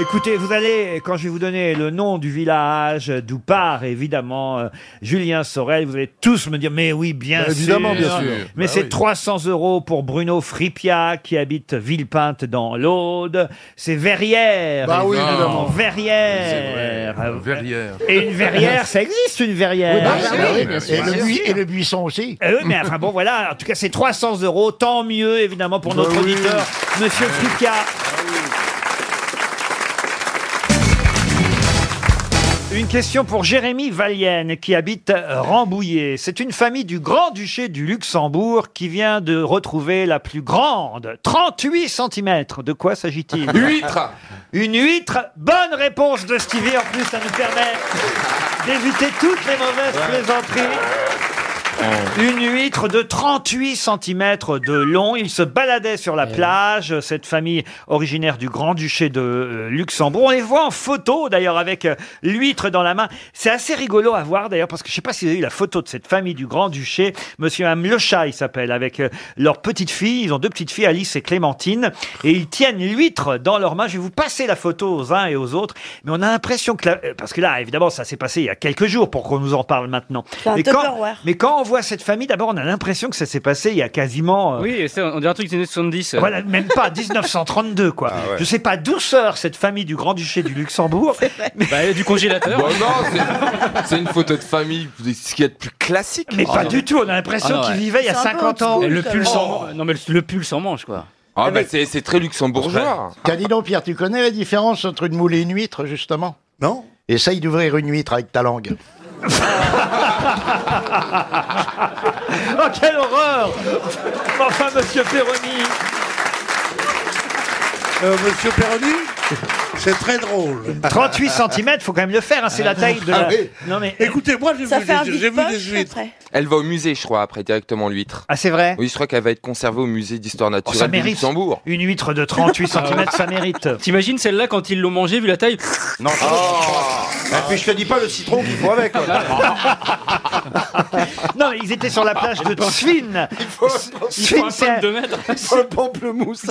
S2: Écoutez, vous allez, quand je vais vous donner le nom du village, euh, d'où part évidemment euh, Julien Sorel, vous allez tous me dire, mais oui, bien
S6: Bah,
S2: sûr.
S6: évidemment, bien sûr.
S2: Mais
S6: Bah
S2: c'est
S6: oui.
S2: 300 euros pour Bruno Fripia, qui habite Villepinte dans l'Aude. C'est Verrières.
S6: Bah oui,
S2: Ah, évidemment.
S6: évidemment.
S2: Verrières. Euh,
S10: Verrière.
S2: Et une verrière, ça existe une verrière. Ah,
S19: Oui, bah, bah, oui,
S2: Et
S19: bien sûr. Et le bui- et le
S2: buisson aussi. Eh oui, mais enfin bon, voilà. En tout cas, c'est 300 euros. Tant mieux, évidemment, pour
S6: Bah
S2: notre
S6: oui. Bah
S2: auditeur, Monsieur Fouca. Une question pour Jérémy Valienne qui habite Rambouillet. C'est une famille du Grand-Duché du Luxembourg qui vient de retrouver la plus grande, 38 cm. De quoi s'agit-il
S15: Huître.
S2: Une huître. Bonne réponse de Stevie. En plus, ça nous permet d'éviter toutes les mauvaises plaisanteries. Une huître de 38 cm de long. Il se baladait sur la plage, cette famille originaire du Grand-Duché de euh, Luxembourg. On les voit en photo, d'ailleurs, avec euh, l'huître dans la main. C'est assez rigolo à voir, d'ailleurs, parce que je sais pas si vous avez eu la photo de cette famille du Grand-Duché. Monsieur Ham Le Chat, il s'appelle, avec euh, leur petite fille. Ils ont deux petites filles, Alice et Clémentine. Et ils tiennent l'huître dans leurs mains. Je vais vous passer la photo aux uns et aux autres. Mais on a l'impression que... la- euh, Parce que là, évidemment, ça s'est passé il y a quelques jours pour qu'on nous en parle maintenant.
S21: C'est un
S2: Mais quand,
S21: Tupperware.
S2: mais quand on voit cette famille, d'abord, on a l'impression que ça s'est passé il y a quasiment... euh,
S21: Oui, c'est- on dirait un truc des années 70.
S2: Voilà, même pas 1932, quoi.
S9: Ah
S2: Je sais pas, douceur, cette famille du Grand-Duché du Luxembourg.
S21: Bah, du congélateur.
S15: Bon, non, c'est- c'est une photo de famille, c'est ce qu'il y a de plus classique.
S2: Mais pas du tout, on a l'impression
S21: Ah non,
S2: qu'il
S21: ouais.
S2: vivait il y a
S21: C'est un euh, peu
S2: 50
S21: old
S2: ans.
S21: school, Le pull quand sans-
S2: Oh.
S21: Non, mais le, le pull sans manche, quoi.
S15: Ah, bah, c'est c'est très luxembourgeois.
S16: Tiens, dis donc, Pierre, tu connais la différence entre une moule et une huître, justement Non. Essaye d'ouvrir une huître avec ta langue.
S2: Oh, quelle horreur Enfin, monsieur Perroni
S1: Euh, Monsieur Perroni, c'est très drôle.
S2: 38 cm, faut quand même le faire, hein, c'est la taille de la...
S15: Ah oui.
S2: Non mais...
S1: Écoutez-moi, j'ai
S15: Ça
S1: vu,
S15: fait un
S1: des- j'ai vu
S15: vide-poche,
S1: des huîtres.
S15: Elle va au musée, je crois, après, directement, l'huître.
S2: Ah, c'est vrai
S15: Oui, je crois qu'elle va être conservée au musée d'histoire
S2: Oh, ça
S15: naturelle du
S2: mérite
S15: Luxembourg.
S2: Une huître de 38
S1: Ah
S2: cm, ça mérite.
S21: T'imagines celle-là quand ils l'ont mangée, vu la taille Non.
S15: Ah.
S6: Et puis je te dis pas le citron qu'il faut avec.
S2: Non, mais ils étaient sur la
S1: Ah,
S2: plage de Svin. Svin, c'est un-
S6: le pamplemousse.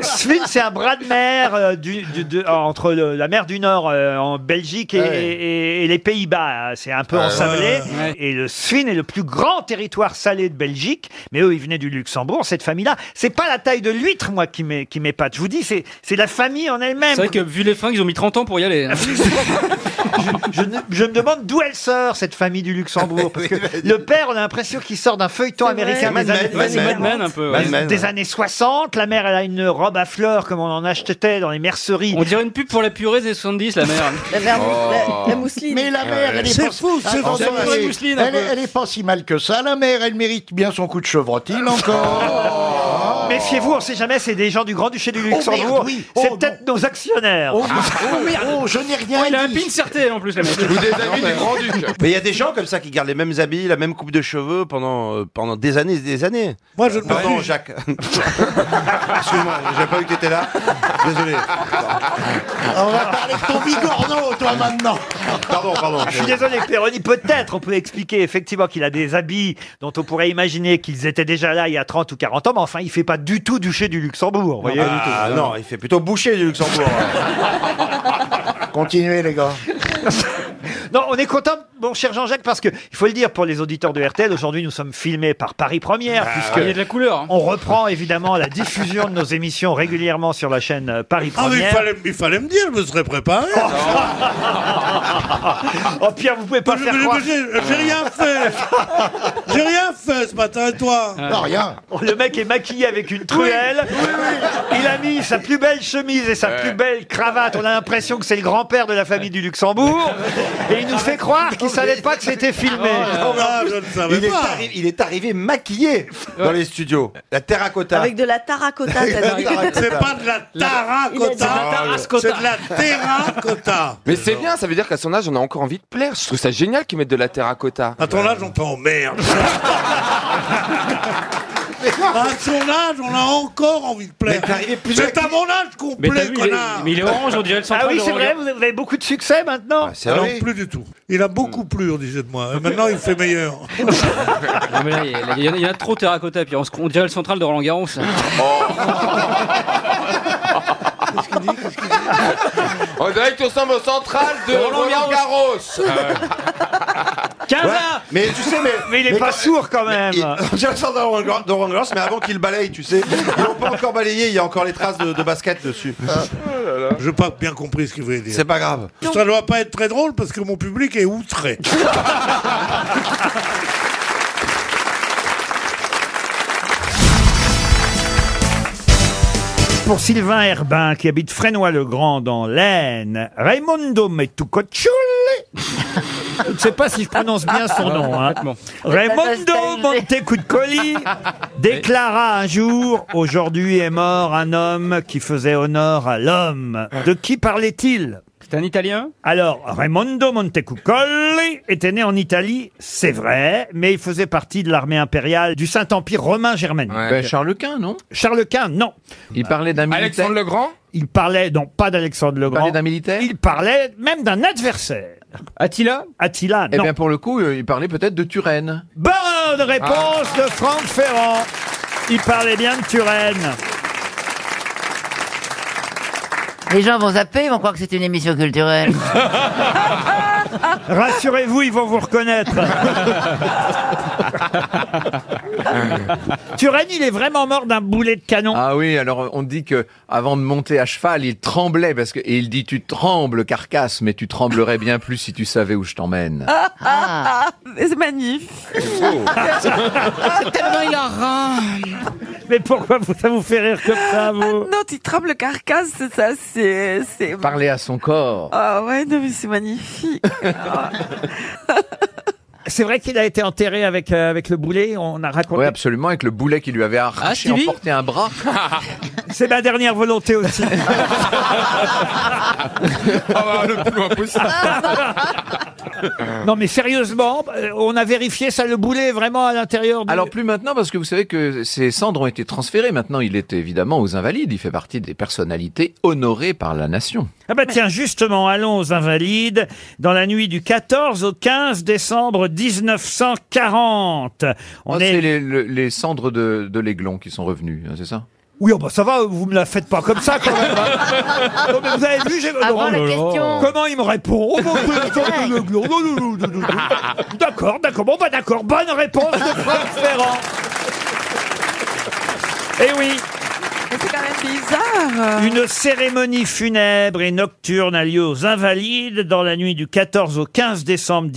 S2: Svin, c'est un bras de mer euh, du- du- de- euh, entre le- la mer du Nord euh, en Belgique et,
S16: Ouais.
S2: et- et les Pays-Bas. hein. C'est un peu
S16: Ouais.
S2: ensablé.
S16: Ouais.
S2: Et le Svin est le plus grand territoire salé de Belgique. Mais eux, ils venaient du Luxembourg, cette famille-là. C'est pas la taille de l'huître, moi, qui m'é- qui m'épate. Je vous dis, c'est c'est la famille en elle-même.
S21: C'est vrai que vu les fringues, ils ont mis 30 ans pour y aller. hein.
S2: je, ne- Ah, je me demande d'où elle sort, cette famille du Luxembourg. Parce que le père, on a l'impression qu'il sort d'un feuilleton américain
S21: C'est
S2: des
S21: Mad
S2: années,
S21: Men, c'est Mad Men un peu, ouais.
S2: des-
S21: Mad Men,
S2: des
S21: ouais.
S2: années 60. La mère, elle a une robe à fleurs comme on en achetait dans les merceries.
S21: On dirait une pub pour la purée des 70, la mère.
S2: La mère- Oh. la- la
S21: mousseline.
S16: Mais la mère, elle est pas... Attends,
S21: la
S16: elle, est-
S21: mousseline.
S16: elle est- elle est pas si mal que ça, la mère. Elle mérite bien son coup de chevrotine encore.
S2: Méfiez-vous, on sait jamais, c'est des gens du Grand-Duché
S21: Oh,
S2: du Luxembourg. c'est peut-être nos actionnaires. Oh,
S16: je n'ai rien
S21: Oh, Il a un pin certé en plus, la mec.
S6: Mais il y a des gens comme ça qui gardent les mêmes habits, la même coupe de cheveux pendant, euh, pendant des années et des années.
S1: Moi, je ne
S6: Pardon,
S1: peux-
S6: Jacques. Excuse-moi, j'ai pas vu que t'étais là. Désolé.
S16: On va parler de ton bigorneau, toi, maintenant.
S6: Pardon, pardon.
S2: Je suis désolé, Péroni, peut-être on peut expliquer effectivement qu'il a des habits dont on pourrait imaginer qu'ils étaient déjà là il y a 30 ou 40 ans, mais enfin, il fait pas du tout duché du Luxembourg. vous voyez.
S6: Ah, non, il fait plutôt boucher du Luxembourg.
S16: Continuez, les gars.
S2: Non, on est content, mon cher Jean-Jacques, parce que il faut le dire pour les auditeurs de RTL, aujourd'hui nous sommes filmés par Paris Première, puisque
S21: Il y a de la couleur. hein.
S2: on reprend évidemment la diffusion de nos émissions régulièrement sur la chaîne euh, Paris
S1: Ah, mais il,
S2: Première.
S1: fallait, il fallait me dire, je me serais préparé.
S2: oh Pierre, vous pouvez pas faire croire.
S1: J'ai rien fait. J'ai rien fait ce matin, et toi
S16: Ah. Non, rien.
S2: Oh, Le mec est maquillé avec une truelle. Il a mis sa plus belle chemise et sa plus belle cravate. On a l'impression que c'est le grand-père de la famille du Luxembourg. Et il nous fait croire qu'il savait pas que c'était filmé.
S1: Oh, là, je ne savais
S6: Il est,
S1: pas.
S6: arri- il est arrivé maquillé dans les studios. La terracotta.
S22: Avec de la terracotta, t'as dit.
S1: C'est pas de la taracota, c'est de la terracotta.
S15: Mais c'est bien, ça veut dire qu'à son âge, on a encore envie de plaire. Je trouve ça génial qu'ils mettent de la terracotta.
S1: À ton âge, on t'emmerde. Ah, À son âge, on a encore envie de plaire. C'est à mon âge qu'on
S21: Mais t'as
S1: plaît,
S21: vu, il est-
S1: connard.
S21: mais il est orange, on dirait le central
S2: Ah oui,
S21: de
S2: c'est vrai,
S21: Roland-Garros.
S2: vous avez beaucoup de succès maintenant.
S6: Ah, c'est
S1: Ah non,
S6: vrai. Mm.
S1: plus du tout. Il a beaucoup plu, on disait de moi. Et Maintenant, il fait meilleur.
S21: Non, mais là, il y a- il y, en a- il y en a trop terracotta. Puis on, se- on dirait le central de Roland Garros.
S6: Oh.
S15: On dirait que tu ressembles au central de Roland Garros.
S21: Ah
S6: Ouais, Mais tu sais, mais.
S2: Mais il est pas sourd quand même.
S6: J'ai le sens dans Roland Gar- dans Roland Garros, mais avant qu'il balaye, tu sais. Ils l'ont pas encore balayé, il y a encore les traces de, de basket dessus. Oh
S1: Je n'ai pas bien compris ce qu'il voulait dire.
S6: C'est pas grave.
S1: Ça ne doit pas être très drôle parce que mon public est outré.
S2: pour Sylvain Herbin, qui habite Frénois-le-Grand dans l'Aisne. Raimundo Metucoccioli. Je ne sais pas si je prononce bien son nom. hein. Raimundo Montecuccoli déclara un jour Aujourd'hui est mort un homme qui faisait honneur à l'homme. De qui parlait-il c'est un Italien Alors, Raimondo Montecuccoli était né en Italie, c'est vrai, mais il faisait partie de l'armée impériale du Saint-Empire romain germanique.
S23: Ben, Charles Quint, non
S2: Charles Quint, non. Il parlait d'un
S23: militaire Alexandre
S2: le Grand Il parlait, non, pas d'Alexandre le Grand. Il parlait d'un militaire Il parlait même d'un adversaire. Attila Attila, non.
S23: Eh bien, pour le coup, euh, il parlait peut-être de Turenne.
S2: Bonne réponse de Franck Ferrand. Il parlait bien de Turenne.
S12: Les gens vont zapper, ils vont croire que c'est une émission culturelle.
S2: Rassurez-vous, ils vont vous reconnaître. Bah, Turenne, il est vraiment mort d'un boulet de canon.
S23: Ah oui, alors on dit que avant de monter à cheval, il tremblait parce que et il dit tu trembles carcasse, mais tu tremblerais bien plus si tu savais où je t'emmène.
S11: Ah, ah, ah, c'est magnifique.
S2: C'est
S11: tellement hilarant.
S2: Mais pourquoi vous- ça vous fait rire comme ça, vous
S11: Ah, Non, tu trembles carcasse, c'est ça, c'est... c'est-
S23: Parler à son corps.
S11: Ah ouais, non mais c'est magnifique.
S2: C'est vrai qu'il a été enterré avec, euh, avec le boulet, on a raconté.
S23: Oui, absolument, avec le boulet qui lui avait arraché,
S2: Ah, Stevie
S23: emporté un bras.
S2: C'est ma dernière volonté aussi.
S23: Ah bah, le plus loin possible.
S2: non mais sérieusement, euh, on a vérifié ça, le boulet est vraiment à l'intérieur du...
S23: Alors plus maintenant parce que vous savez que ses cendres ont été transférées. Maintenant, il est évidemment aux invalides. Il fait partie des personnalités honorées par la nation.
S2: Ah bah tiens, justement, allons aux Invalides. Dans la nuit du 14 au 15 décembre 1940. On
S23: Ah,
S2: est...
S23: C'est les, le- les cendres de, de l'aiglon qui sont revenus, hein, c'est ça
S2: Oui, oh bah ça va, vous me la faites pas comme ça quand même. hein. Non, mais vous avez vu, j'ai...
S23: Avant
S2: Oh
S23: la
S2: là là.
S23: question.
S2: Comment il me répond Oh, bah, vous avez entendu le glon. Non, non, non, non, non, non. D'accord, d'accord, bon bah d'accord, bonne réponse de Franck Ferrand. Eh oui
S11: c'est quand même bizarre.
S2: Une cérémonie funèbre et nocturne a lieu aux Invalides dans la nuit du 14 au 15 décembre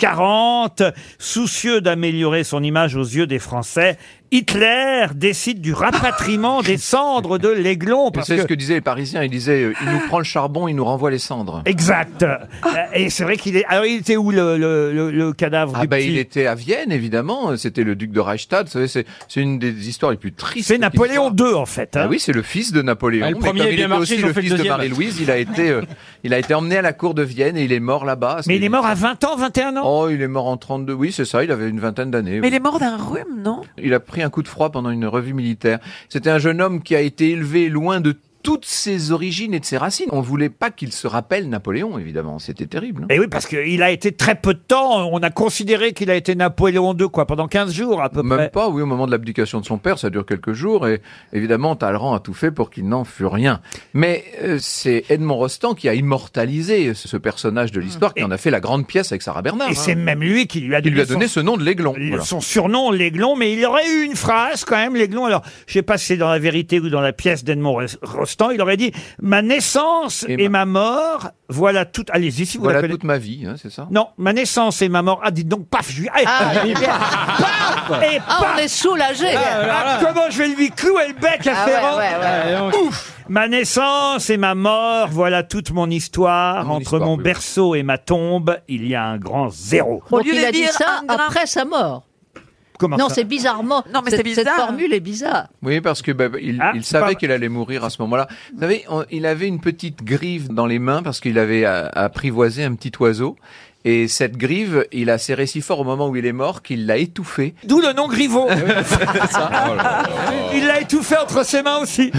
S2: 1940. Soucieux d'améliorer son image aux yeux des Français, Hitler décide du rapatriement Oh, des cendres de l'aiglon.
S23: Vous
S2: parce
S23: savez ce que
S2: que-
S23: disaient les Parisiens Ils disaient euh, il nous prend le charbon, il nous renvoie les cendres.
S2: Exact. Euh,
S11: Ah.
S2: Et c'est vrai qu'il est. Alors, il était où le, le- le- le cadavre
S23: Ah
S2: du
S23: bah,
S2: petit
S23: il était à Vienne évidemment, c'était le duc de Reichstadt, vous savez, c'est c'est une des histoires les plus tristes.
S2: C'est Napoléon II en fait. hein.
S23: Ah oui, c'est le fils de Napoléon.
S2: Ah, le
S23: mais
S2: premier
S23: comme
S2: est
S23: il
S2: bien
S23: était
S2: marché,
S23: aussi
S2: ils ont
S23: le
S2: fait le
S23: fils de
S2: deuxième.
S23: Marie-Louise, il a été, euh, il a été emmené à la cour de Vienne et il est mort là-bas.
S2: Mais il est mort à 20 ans, 21 ans
S23: Oh, il est mort en 32, oui, c'est ça, il avait une vingtaine d'années.
S11: Mais
S23: oui.
S11: il est mort d'un rhume, non
S23: Il a pris un coup de froid pendant une revue militaire. C'était un jeune homme qui a été élevé loin de toutes ses origines et de ses racines. On voulait pas qu'il se rappelle Napoléon, évidemment. C'était terrible. hein.
S2: Et Eh oui, parce qu'il a été très peu de temps. On a considéré qu'il a été Napoléon II, quoi, pendant 15 jours à peu près.
S23: Même pas, oui, au moment de l'abdication de son père, ça dure quelques jours, et évidemment, Talleyrand a tout fait pour qu'il n'en fût rien. Mais euh, c'est Edmond Rostand qui a immortalisé ce personnage de l'histoire, qui en a fait la grande pièce avec Sarah Bernard.
S2: Et
S23: hein.
S2: c'est même lui qui lui a
S23: Qui
S2: donné,
S23: lui a donné
S2: son,
S23: ce nom de l'aiglon. voilà.
S2: son surnom, l'aiglon, mais il aurait eu une phrase quand même, l'aiglon. Alors, je sais pas si c'est dans la vérité ou dans la pièce d'Edmond Ros- Rostand, il aurait dit Ma naissance et, ma... mort, voilà tout. Allez-y si vous la
S23: Voilà
S2: connaissez.
S23: toute ma vie, hein, c'est ça
S2: Non, ma naissance et ma mort. Ah, dites donc, paf, je lui. Eh,
S23: Ah,
S2: paf,
S23: bien.
S2: paf, et
S12: Ah,
S2: paf.
S12: on est soulagé.
S2: Ah, comment je vais lui clouer le bec à
S12: Ah ouais,
S2: Ferrand Ah,
S12: ouais, ouais, ouais.
S2: Ouf Ma naissance et ma mort, voilà toute mon histoire. Entre mon berceau et ma tombe, il y a un grand zéro.
S11: Au
S12: Donc
S11: lieu
S12: il
S11: de
S12: a dit
S11: dire
S12: ça
S11: un grain.
S12: après sa mort.
S2: Comment
S12: non,
S2: ça
S12: c'est bizarrement.
S11: Non, mais c'est
S12: cette-
S11: bizarre.
S12: Cette formule est bizarre.
S23: Oui, parce que bah, il, il savait qu'il allait mourir à ce moment-là. Vous savez, on- il avait une petite grive dans les mains parce qu'il avait euh, apprivoisé un petit oiseau. Et cette grive, il a serré si fort au moment où il est mort qu'il l'a étouffé.
S2: D'où le nom Griveau. Il l'a étouffé entre ses mains aussi.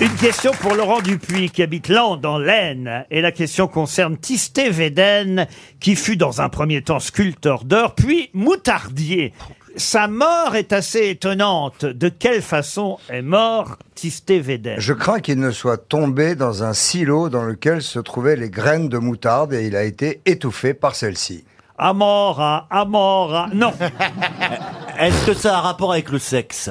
S2: Une question pour Laurent Dupuis qui habite Lan dans l'Aisne et la question concerne Tisté Védène qui fut dans un premier temps sculpteur d'or puis moutardier. Sa mort est assez étonnante. De quelle façon est mort Tisté Védène
S16: Je crains qu'il ne soit tombé dans un silo dans lequel se trouvaient les graines de moutarde et il a été étouffé par celle-ci.
S2: Amora, Amora, non.
S24: Est-ce que ça a un rapport avec le sexe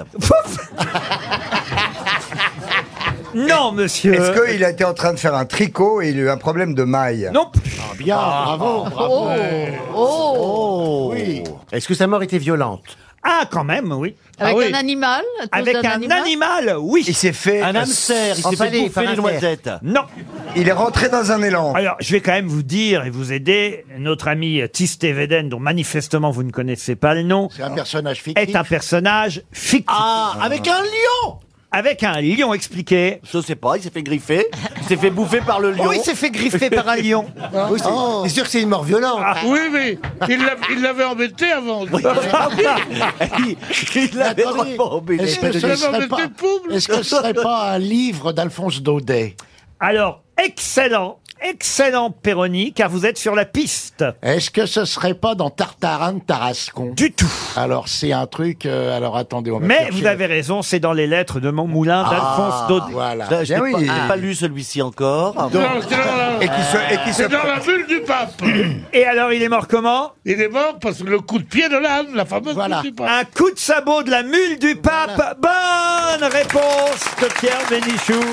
S2: Non, monsieur.
S23: Est-ce qu'il a été en train de faire un tricot et il a eu un problème de maille
S2: Non.
S16: Ah,
S2: Ah,
S23: bien, bravo, bravo.
S25: Oh Oui
S2: Est-ce que sa mort était violente Ah, quand même, oui.
S25: Avec
S2: Ah oui.
S25: un animal à cause
S2: Avec
S25: d'un
S2: un animal, oui. Il s'est fait
S25: Un hamster, il s'est fait Empalé bouffer par un les noisettes.
S2: Non. Il est rentré dans un élan. Alors, je vais quand même vous dire et vous aider. Notre ami Veden, dont manifestement vous ne connaissez pas le nom,
S26: C'est un personnage fictif.
S2: est un personnage fictif. Ah,
S26: avec un
S2: lion Avec un lion, expliquez.
S25: Je sais pas, il s'est fait griffer, il s'est fait bouffer par le lion.
S2: Oh, il s'est fait griffer par un lion.
S25: Oui, c'est- c'est sûr que c'est une mort violente.
S1: Oui, oui, il l'a- il l'avait embêté avant.
S25: il l'avait
S1: Attendez,
S25: vraiment embêté.
S1: est-ce que ce Il l'avait serait embêté, pas- pauvre.
S26: Est-ce que ce serait pas un livre d'Alphonse Daudet
S2: Alors, excellent, excellent Péroni, car vous êtes sur la piste.
S26: Est-ce que ce serait pas dans Tartarin de Tarascon
S2: Du tout.
S26: Alors c'est un truc. euh, alors attendez, on va
S2: Mais
S26: chercher.
S2: vous avez raison, c'est dans les lettres de mon moulin
S26: Ah,
S2: d'Alphonse Daudet.
S26: voilà. Je l'ai- je l'ai Bien pas- oui. Ah, je l'ai pas
S25: lu celui-ci encore.
S2: Donc-
S1: Eh Non, c'est dans la-
S2: Et qui se- et qui se-
S1: C'est dans la bulle du pape.
S2: Et alors, il est mort comment
S1: Il est mort parce que le coup de pied de l'âne, la fameuse
S2: Voilà.
S1: coup de pied.
S10: Ah.
S2: Un coup de sabot de la mule du pape. Bonne réponse de Pierre Bénichou.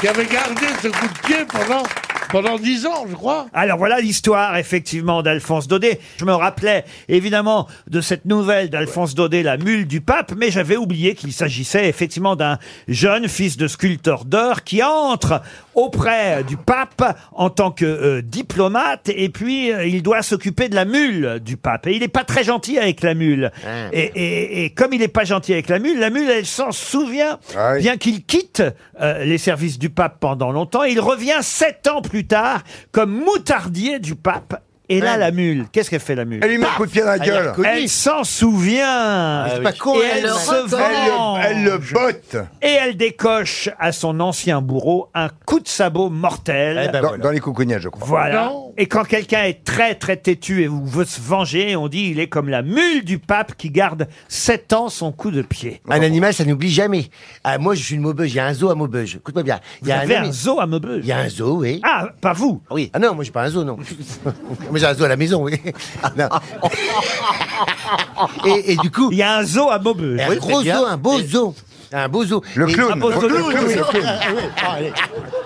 S1: Qui avait gardé ce coup de pied pendant, pendant 10 ans, je crois.
S2: Alors voilà l'histoire effectivement d'Alphonse Daudet. Je me rappelais évidemment de cette nouvelle d'Alphonse Daudet, la mule du pape, mais j'avais oublié qu'il s'agissait effectivement d'un jeune fils de sculpteur d'or qui entre auprès du pape en tant que euh, diplomate et puis euh, il doit s'occuper de la mule du pape. Et il n'est pas très gentil avec la mule.
S23: Ah.
S2: Et, et- et comme il n'est pas gentil avec la mule, la mule elle s'en souvient.
S23: Ah
S2: Bien qu'il quitte euh, les services du pape pendant longtemps, il revient sept ans plus tard comme moutardier du pape. Et là,
S23: Ouais.
S2: la mule, qu'est-ce qu'elle fait la mule
S23: Elle lui met un
S2: Paf
S23: coup de pied dans la
S2: Elle
S23: gueule.
S2: l'a reconnu. Elle s'en souvient.
S23: C'est pas con,
S2: et
S23: elle
S2: elle,
S23: le
S2: se
S23: reconnaît.
S2: venge.
S23: Elle le- elle le botte.
S2: Et elle décoche à son ancien bourreau un coup de sabot
S10: Eh
S2: mortel.
S10: ben
S23: dans, dans les coucougnages, je crois.
S2: Voilà. Et quand quelqu'un est très très têtu et ou veut se venger, on dit il est comme la mule du pape qui garde 7 ans son coup de pied.
S16: Un animal, ça n'oublie jamais. Ah, moi, je suis de Maubeuge, il y a un zoo à Maubeuge. Écoute-moi bien. Il y a
S2: Vous avez
S16: ami-
S2: un zoo à Maubeuge
S16: Il y a un zoo, oui.
S2: Ah, pas vous
S16: Oui. Ah non, moi, j'ai pas un zoo, non. moi, j'ai un zoo à la maison, oui. Ah, non. et, et du coup...
S2: Il y a un zoo à Maubeuge.
S16: Un
S2: Oui,
S16: gros
S2: c'est bien.
S16: zoo, un beau zoo. Un beau zoo.
S2: Le
S16: Et-
S2: clown. Un beau zoo, le clown, le clown.
S16: Ah, oui. Ah, allez.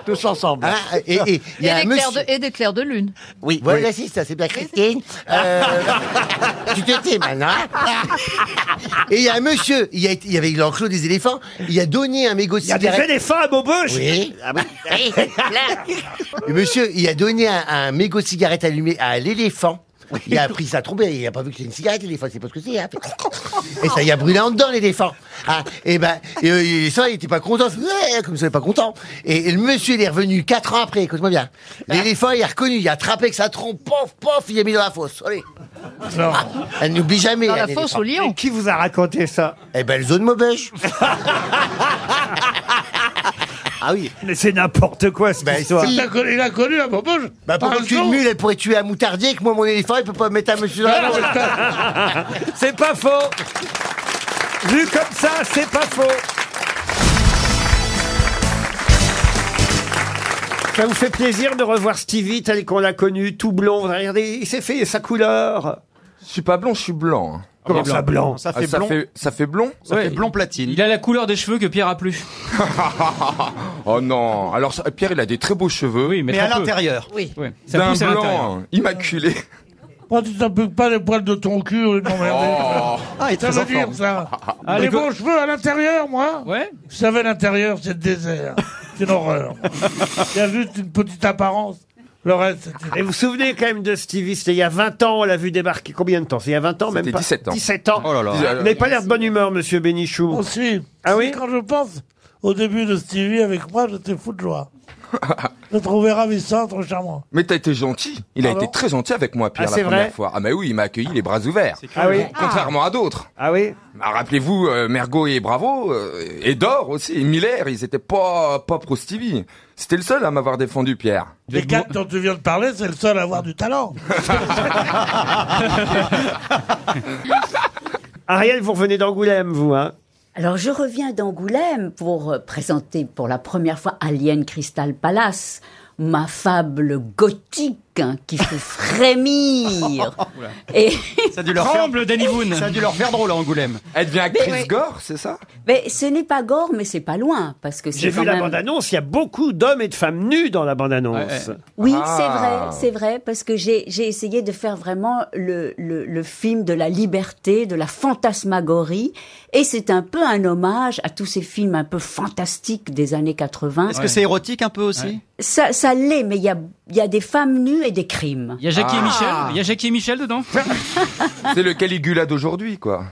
S16: Tous ensemble. Ah, et et- il y
S25: Et,
S16: a un
S25: des
S16: monsieur...
S25: clairs de, et des clairs de lune.
S16: Oui, voilà, si, ça, c'est bien, Christine. Euh, tu te tais maintenant. hein Et il y a un monsieur, il y, a- il y avait l'enclos des éléphants, il a donné un mégot de
S2: Il y a des
S16: cigarette.
S2: éléphants à Ah Maubeuge
S16: Oui. Le monsieur, il a donné un, un mégot de cigarette allumé à l'éléphant. Il a pris sa trompette, il a pas vu que c'était une cigarette, l'éléphant, c'est pas ce que c'est. hein. Et ça y a brûlé en dedans, l'éléphant. Ah, et ben, et, euh, ça, il était pas content. Ouais, Comme ça, il est pas content. Et, et le monsieur, il est revenu quatre ans après, écoute-moi bien.
S2: Bah.
S16: L'éléphant, il a reconnu, il a attrapé avec sa trompe, pof, pof, il a mis dans la fosse. Allez. Ah, elle n'oublie jamais.
S25: Dans la
S16: un
S25: fosse
S16: éléphant.
S25: au lion.
S2: Qui vous a raconté ça
S16: Eh ben, le zoo de Maubeuge. ah oui.
S2: Mais c'est n'importe quoi, cette
S10: Ben,
S2: histoire.
S16: si.
S1: Il a connu, il a connu à Maubeuge.
S16: Bah,
S1: par
S16: pendant
S1: un
S16: qu'une
S1: zoo.
S16: mule, elle pourrait tuer un moutardier, que moi, mon éléphant, il peut pas mettre un monsieur dans la fosse.
S2: C'est pas faux. Vu comme ça, c'est pas faux. Ça vous fait plaisir de revoir Stevie tel qu'on l'a connu, tout blond. Vous Regardez, il s'est fait sa couleur.
S10: Je suis pas blond, je suis blanc.
S2: Comment ça, blanc
S10: Ah, ça, fait, ça fait blond
S27: Ouais.
S10: platine.
S27: Il a la couleur des cheveux que Pierre a plus.
S10: oh non Alors ça- Pierre, il a des très beaux cheveux. Oui,
S27: Mais à très peu. l'intérieur.
S10: Oui.
S27: Ça
S10: D'un
S27: pousse à
S10: blanc
S27: l'intérieur.
S10: hein, immaculé.
S1: Oh, tu t'appuies pas les poils de ton cul, euh, non, merde.
S10: Oh. Ah, il est
S1: Ça
S10: très
S1: veut
S10: en
S1: dire
S10: forme.
S1: ça.
S10: Ah,
S1: les
S10: les go-
S1: bons cheveux à l'intérieur, moi.
S27: Ouais.
S1: Vous savez, l'intérieur, c'est le désert. C'est une horreur. Il y a juste une petite apparence. Le reste,
S2: Et vous vous souvenez quand même de Stevie, c'était il y a 20 ans, on l'a vu débarquer combien de temps C'est il y a 20 ans, même
S10: C'était
S2: pas
S10: 17 ans.
S2: 17 ans.
S10: Oh là là.
S2: Vous n'avez pas l'air de bonne humeur, monsieur Bénichou.
S1: Aussi.
S2: Ah oui
S1: Oh, Quand je pense au début de Stevie avec moi, j'étais fou de joie. je le trouvais ravissant, trop charmant.
S10: Mais t'as été gentil. Il a
S1: Ah
S10: été
S1: bon
S10: très gentil avec moi, Pierre,
S1: Ah,
S10: la
S1: c'est
S10: première
S1: vrai
S10: fois. Ah mais oui, il m'a accueilli les bras ouverts.
S2: Ah oui.
S10: Contrairement à d'autres.
S2: Ah oui
S10: Bah, Rappelez-vous, euh, Mergot et Bravo, euh, et Dor aussi, et Miller, ils étaient pas, pas pro Stevie. C'était le seul à m'avoir défendu, Pierre.
S1: Les quatre dont tu viens de parler, c'est le seul à avoir du talent.
S2: Ariel, vous revenez d'Angoulême, vous, hein
S14: Alors je reviens d'Angoulême pour euh, présenter pour la première fois Alien Crystal Palace, ma fable gothique bouquin qui fait frémir. Et
S10: Ça a dû leur Tremble,
S14: Danny Boone.
S10: Ça a dû leur faire drôle à Angoulême. Elle devient actrice gore, c'est ça
S14: Mais ce n'est pas gore, mais c'est pas loin parce que
S2: J'ai
S14: c'est
S2: vu
S14: quand
S2: la
S14: même.
S2: bande-annonce, il y a beaucoup d'hommes et de femmes nus dans la bande-annonce.
S14: Oui,
S10: Ah.
S3: Ah.
S14: c'est vrai, c'est vrai, parce que j'ai j'ai essayé de faire vraiment le, le, le film de la liberté, de la fantasmagorie, et c'est un peu un hommage à tous ces films un peu fantastiques des années 80.
S3: Est-ce que c'est érotique un peu aussi
S14: Ça, ça l'est, mais il y a, il y a des femmes nues et des crimes.
S27: Il y a Jackie
S10: Ah.
S27: et Michel Il y a Jackie et Michel dedans
S10: C'est le Caligula d'aujourd'hui, quoi.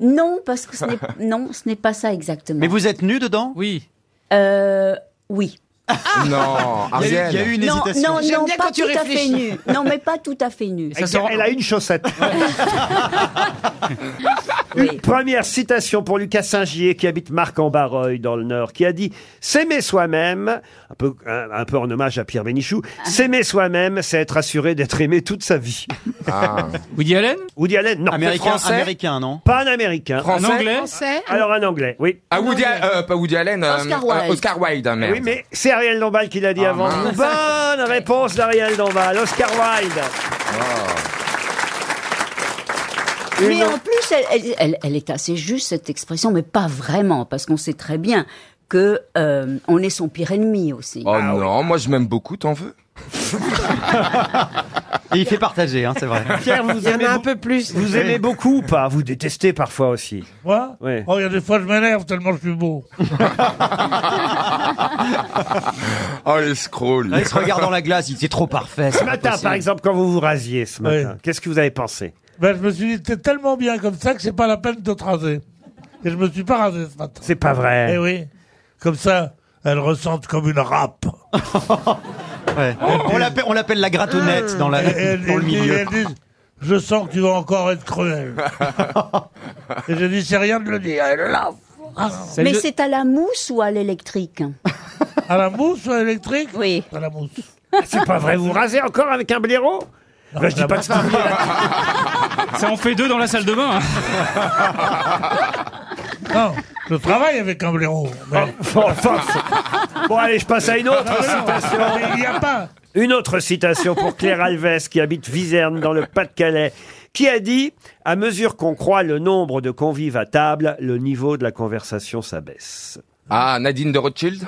S14: Non, parce que ce n'est non, ce n'est pas ça exactement.
S3: Mais vous êtes nu dedans Oui.
S14: Euh, oui.
S2: Ah.
S10: Non,
S3: Il y a eu-
S10: Ariel.
S3: il y a eu une
S14: Ah. non,
S3: hésitation.
S14: non,
S3: J'aime
S14: non,
S3: bien
S14: pas
S3: quand tu
S14: tout à fait
S3: réfléchis.
S14: nu. Non, mais pas tout à fait nu.
S2: Elle- Elle a une chaussette. Une première citation pour Lucas Singier, qui habite Marc-en-Barreuil, dans le Nord, qui a dit « S'aimer soi-même, un peu, un, un peu en hommage à Pierre Bénichou,
S10: Ah.
S2: s'aimer soi-même, c'est être assuré d'être aimé toute sa vie.
S10: Ah.
S27: Woody Allen
S2: Woody Allen, non.
S3: Américain,
S2: Français
S3: américain, non
S2: Pas un Américain.
S10: Français Un Anglais
S3: Français
S2: Alors un Anglais, oui.
S10: Ah, Woody, euh, pas Woody Allen, euh,
S2: Oscar
S10: euh,
S2: Wilde.
S10: Oscar Wilde, hein, merde.
S2: Oui, mais c'est Ariel Dombal qui l'a dit
S10: Ah,
S2: avant.
S10: mince.
S2: Bonne réponse d'Ariel Dombal. Oscar Wilde.
S10: Oh.
S14: Mais en plus, elle, elle- elle- elle est assez juste cette expression, mais pas vraiment, parce qu'on sait très bien que euh, on est son pire ennemi aussi.
S15: Ah,
S10: Oh non, moi je m'aime beaucoup, t'en veux
S3: Et il fait partager, hein, c'est vrai.
S2: Pierre, vous aimez beau- Vous aimez beaucoup ou pas Vous détestez parfois aussi.
S1: Moi
S2: Ouais.
S1: Oh, il y a des fois, je m'énerve tellement je suis beau.
S10: Oh l'escroc, lui.
S3: Là, il se regarde dans la glace, il dit c'est trop parfait.
S2: Ce matin, par exemple, quand vous vous rasiez ce matin, qu'est-ce que vous avez pensé
S1: Ben, je me suis dit, t'es tellement bien comme ça que c'est pas la peine de te raser. Et je me suis pas rasé ce matin.
S2: C'est pas vrai.
S1: Eh oui. Comme ça, elle ressentent comme une râpe.
S3: On l'appelle, on l'appelle la gratonnette dans, la,
S1: Et elle-
S3: dans le
S1: elle dit-
S3: milieu.
S1: elle dit, je sens que tu vas encore être cruel. Et j'ai dit, c'est rien de le dire. Elle est là.
S3: Ah.
S14: Mais c'est à la mousse ou à l'électrique
S1: À la mousse ou à l'électrique
S14: Oui.
S1: À la mousse.
S2: Ah, C'est pas vrai, vous vous rasez encore avec un blaireau Bah, je dis pas que c'est
S27: Ça en fait deux dans la salle de bain. hein.
S1: Non, je travaille avec un blaireau. mais-
S2: Bon, allez, je passe à une autre
S1: Oh. Non, non, non,
S2: citation.
S1: mais il y a pas.
S2: Une autre citation pour Claire Alves, qui habite Viserne, dans le Pas-de-Calais, qui a dit « À mesure qu'on croit le nombre de convives à table, le niveau de la conversation s'abaisse.
S10: Ah, Nadine de Rothschild »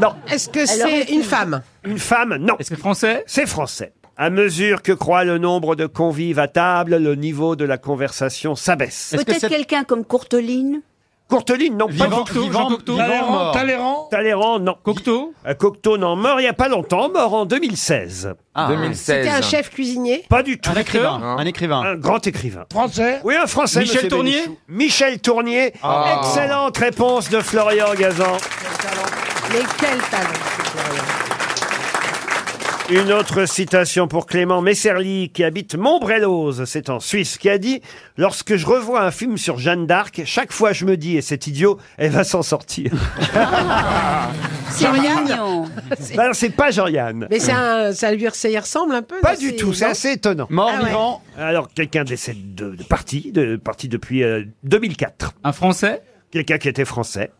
S2: Non.
S12: Est-ce que c'est une femme
S2: Une femme, non. Est-ce
S27: que français
S2: C'est français. À mesure que croît le nombre de convives à table, le niveau de la conversation s'abaisse.
S14: Peut-être quelqu'un comme Courteline
S2: Courteline, non,
S27: Vivant,
S2: pas du tout.
S27: Cocteau, Jean Cocteau. Talleyrand, mort.
S2: Talleyrand. Talleyrand, non.
S27: Cocteau
S2: Cocteau, non, mort il n'y a pas longtemps, mort en 2016.
S27: Ah.
S12: C'était un chef cuisinier
S2: Pas du tout.
S3: Un écrivain, un écrivain.
S2: Un grand écrivain.
S1: Français
S2: Oui, un français.
S3: Michel
S2: monsieur
S3: Tournier
S2: Bénichou. Michel Tournier.
S3: Ah.
S2: Excellente réponse de Florian Gazan.
S12: Mais quel talent
S2: Une autre citation pour Clément Messerly, qui habite Montbrelloz, c'est en Suisse, qui a dit « Lorsque je revois un film sur Jeanne d'Arc, chaque fois je me dis, et cet idiot, elle va s'en sortir.
S12: C'est
S14: mignon. »
S2: Alors, c'est pas Jean-Yann.
S12: Mais c'est un- ça lui ça y ressemble un peu
S2: Pas
S12: non,
S2: du tout, c'est
S12: non
S2: assez étonnant.
S12: Mort, Ah ouais. vivant.
S2: Alors, quelqu'un décède de, de parti, de parti depuis euh, 2004.
S27: Un Français
S2: Quelqu'un qui était français.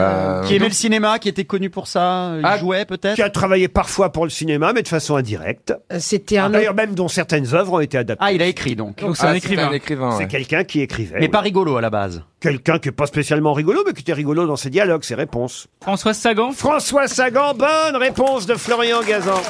S19: Euh,
S2: Euh,
S3: Qui aimait le cinéma, qui était connu pour ça, euh,
S2: Ah,
S3: il jouait peut-être.
S2: Qui a travaillé parfois pour le cinéma, mais de façon indirecte.
S12: Euh,
S2: Ah,
S12: C'était un
S2: D'ailleurs, même dont certaines œuvres ont été adaptées.
S3: Ah, il a écrit donc.
S2: Donc, c'est un
S3: Ah,
S2: écrivain.
S3: ouais.
S2: C'est quelqu'un qui écrivait.
S3: Mais
S2: oui.
S3: pas rigolo à la base.
S2: Quelqu'un qui est pas spécialement rigolo, mais qui était rigolo dans ses dialogues, ses réponses.
S27: François Sagan
S2: François Sagan, bonne réponse de Florian Gazan.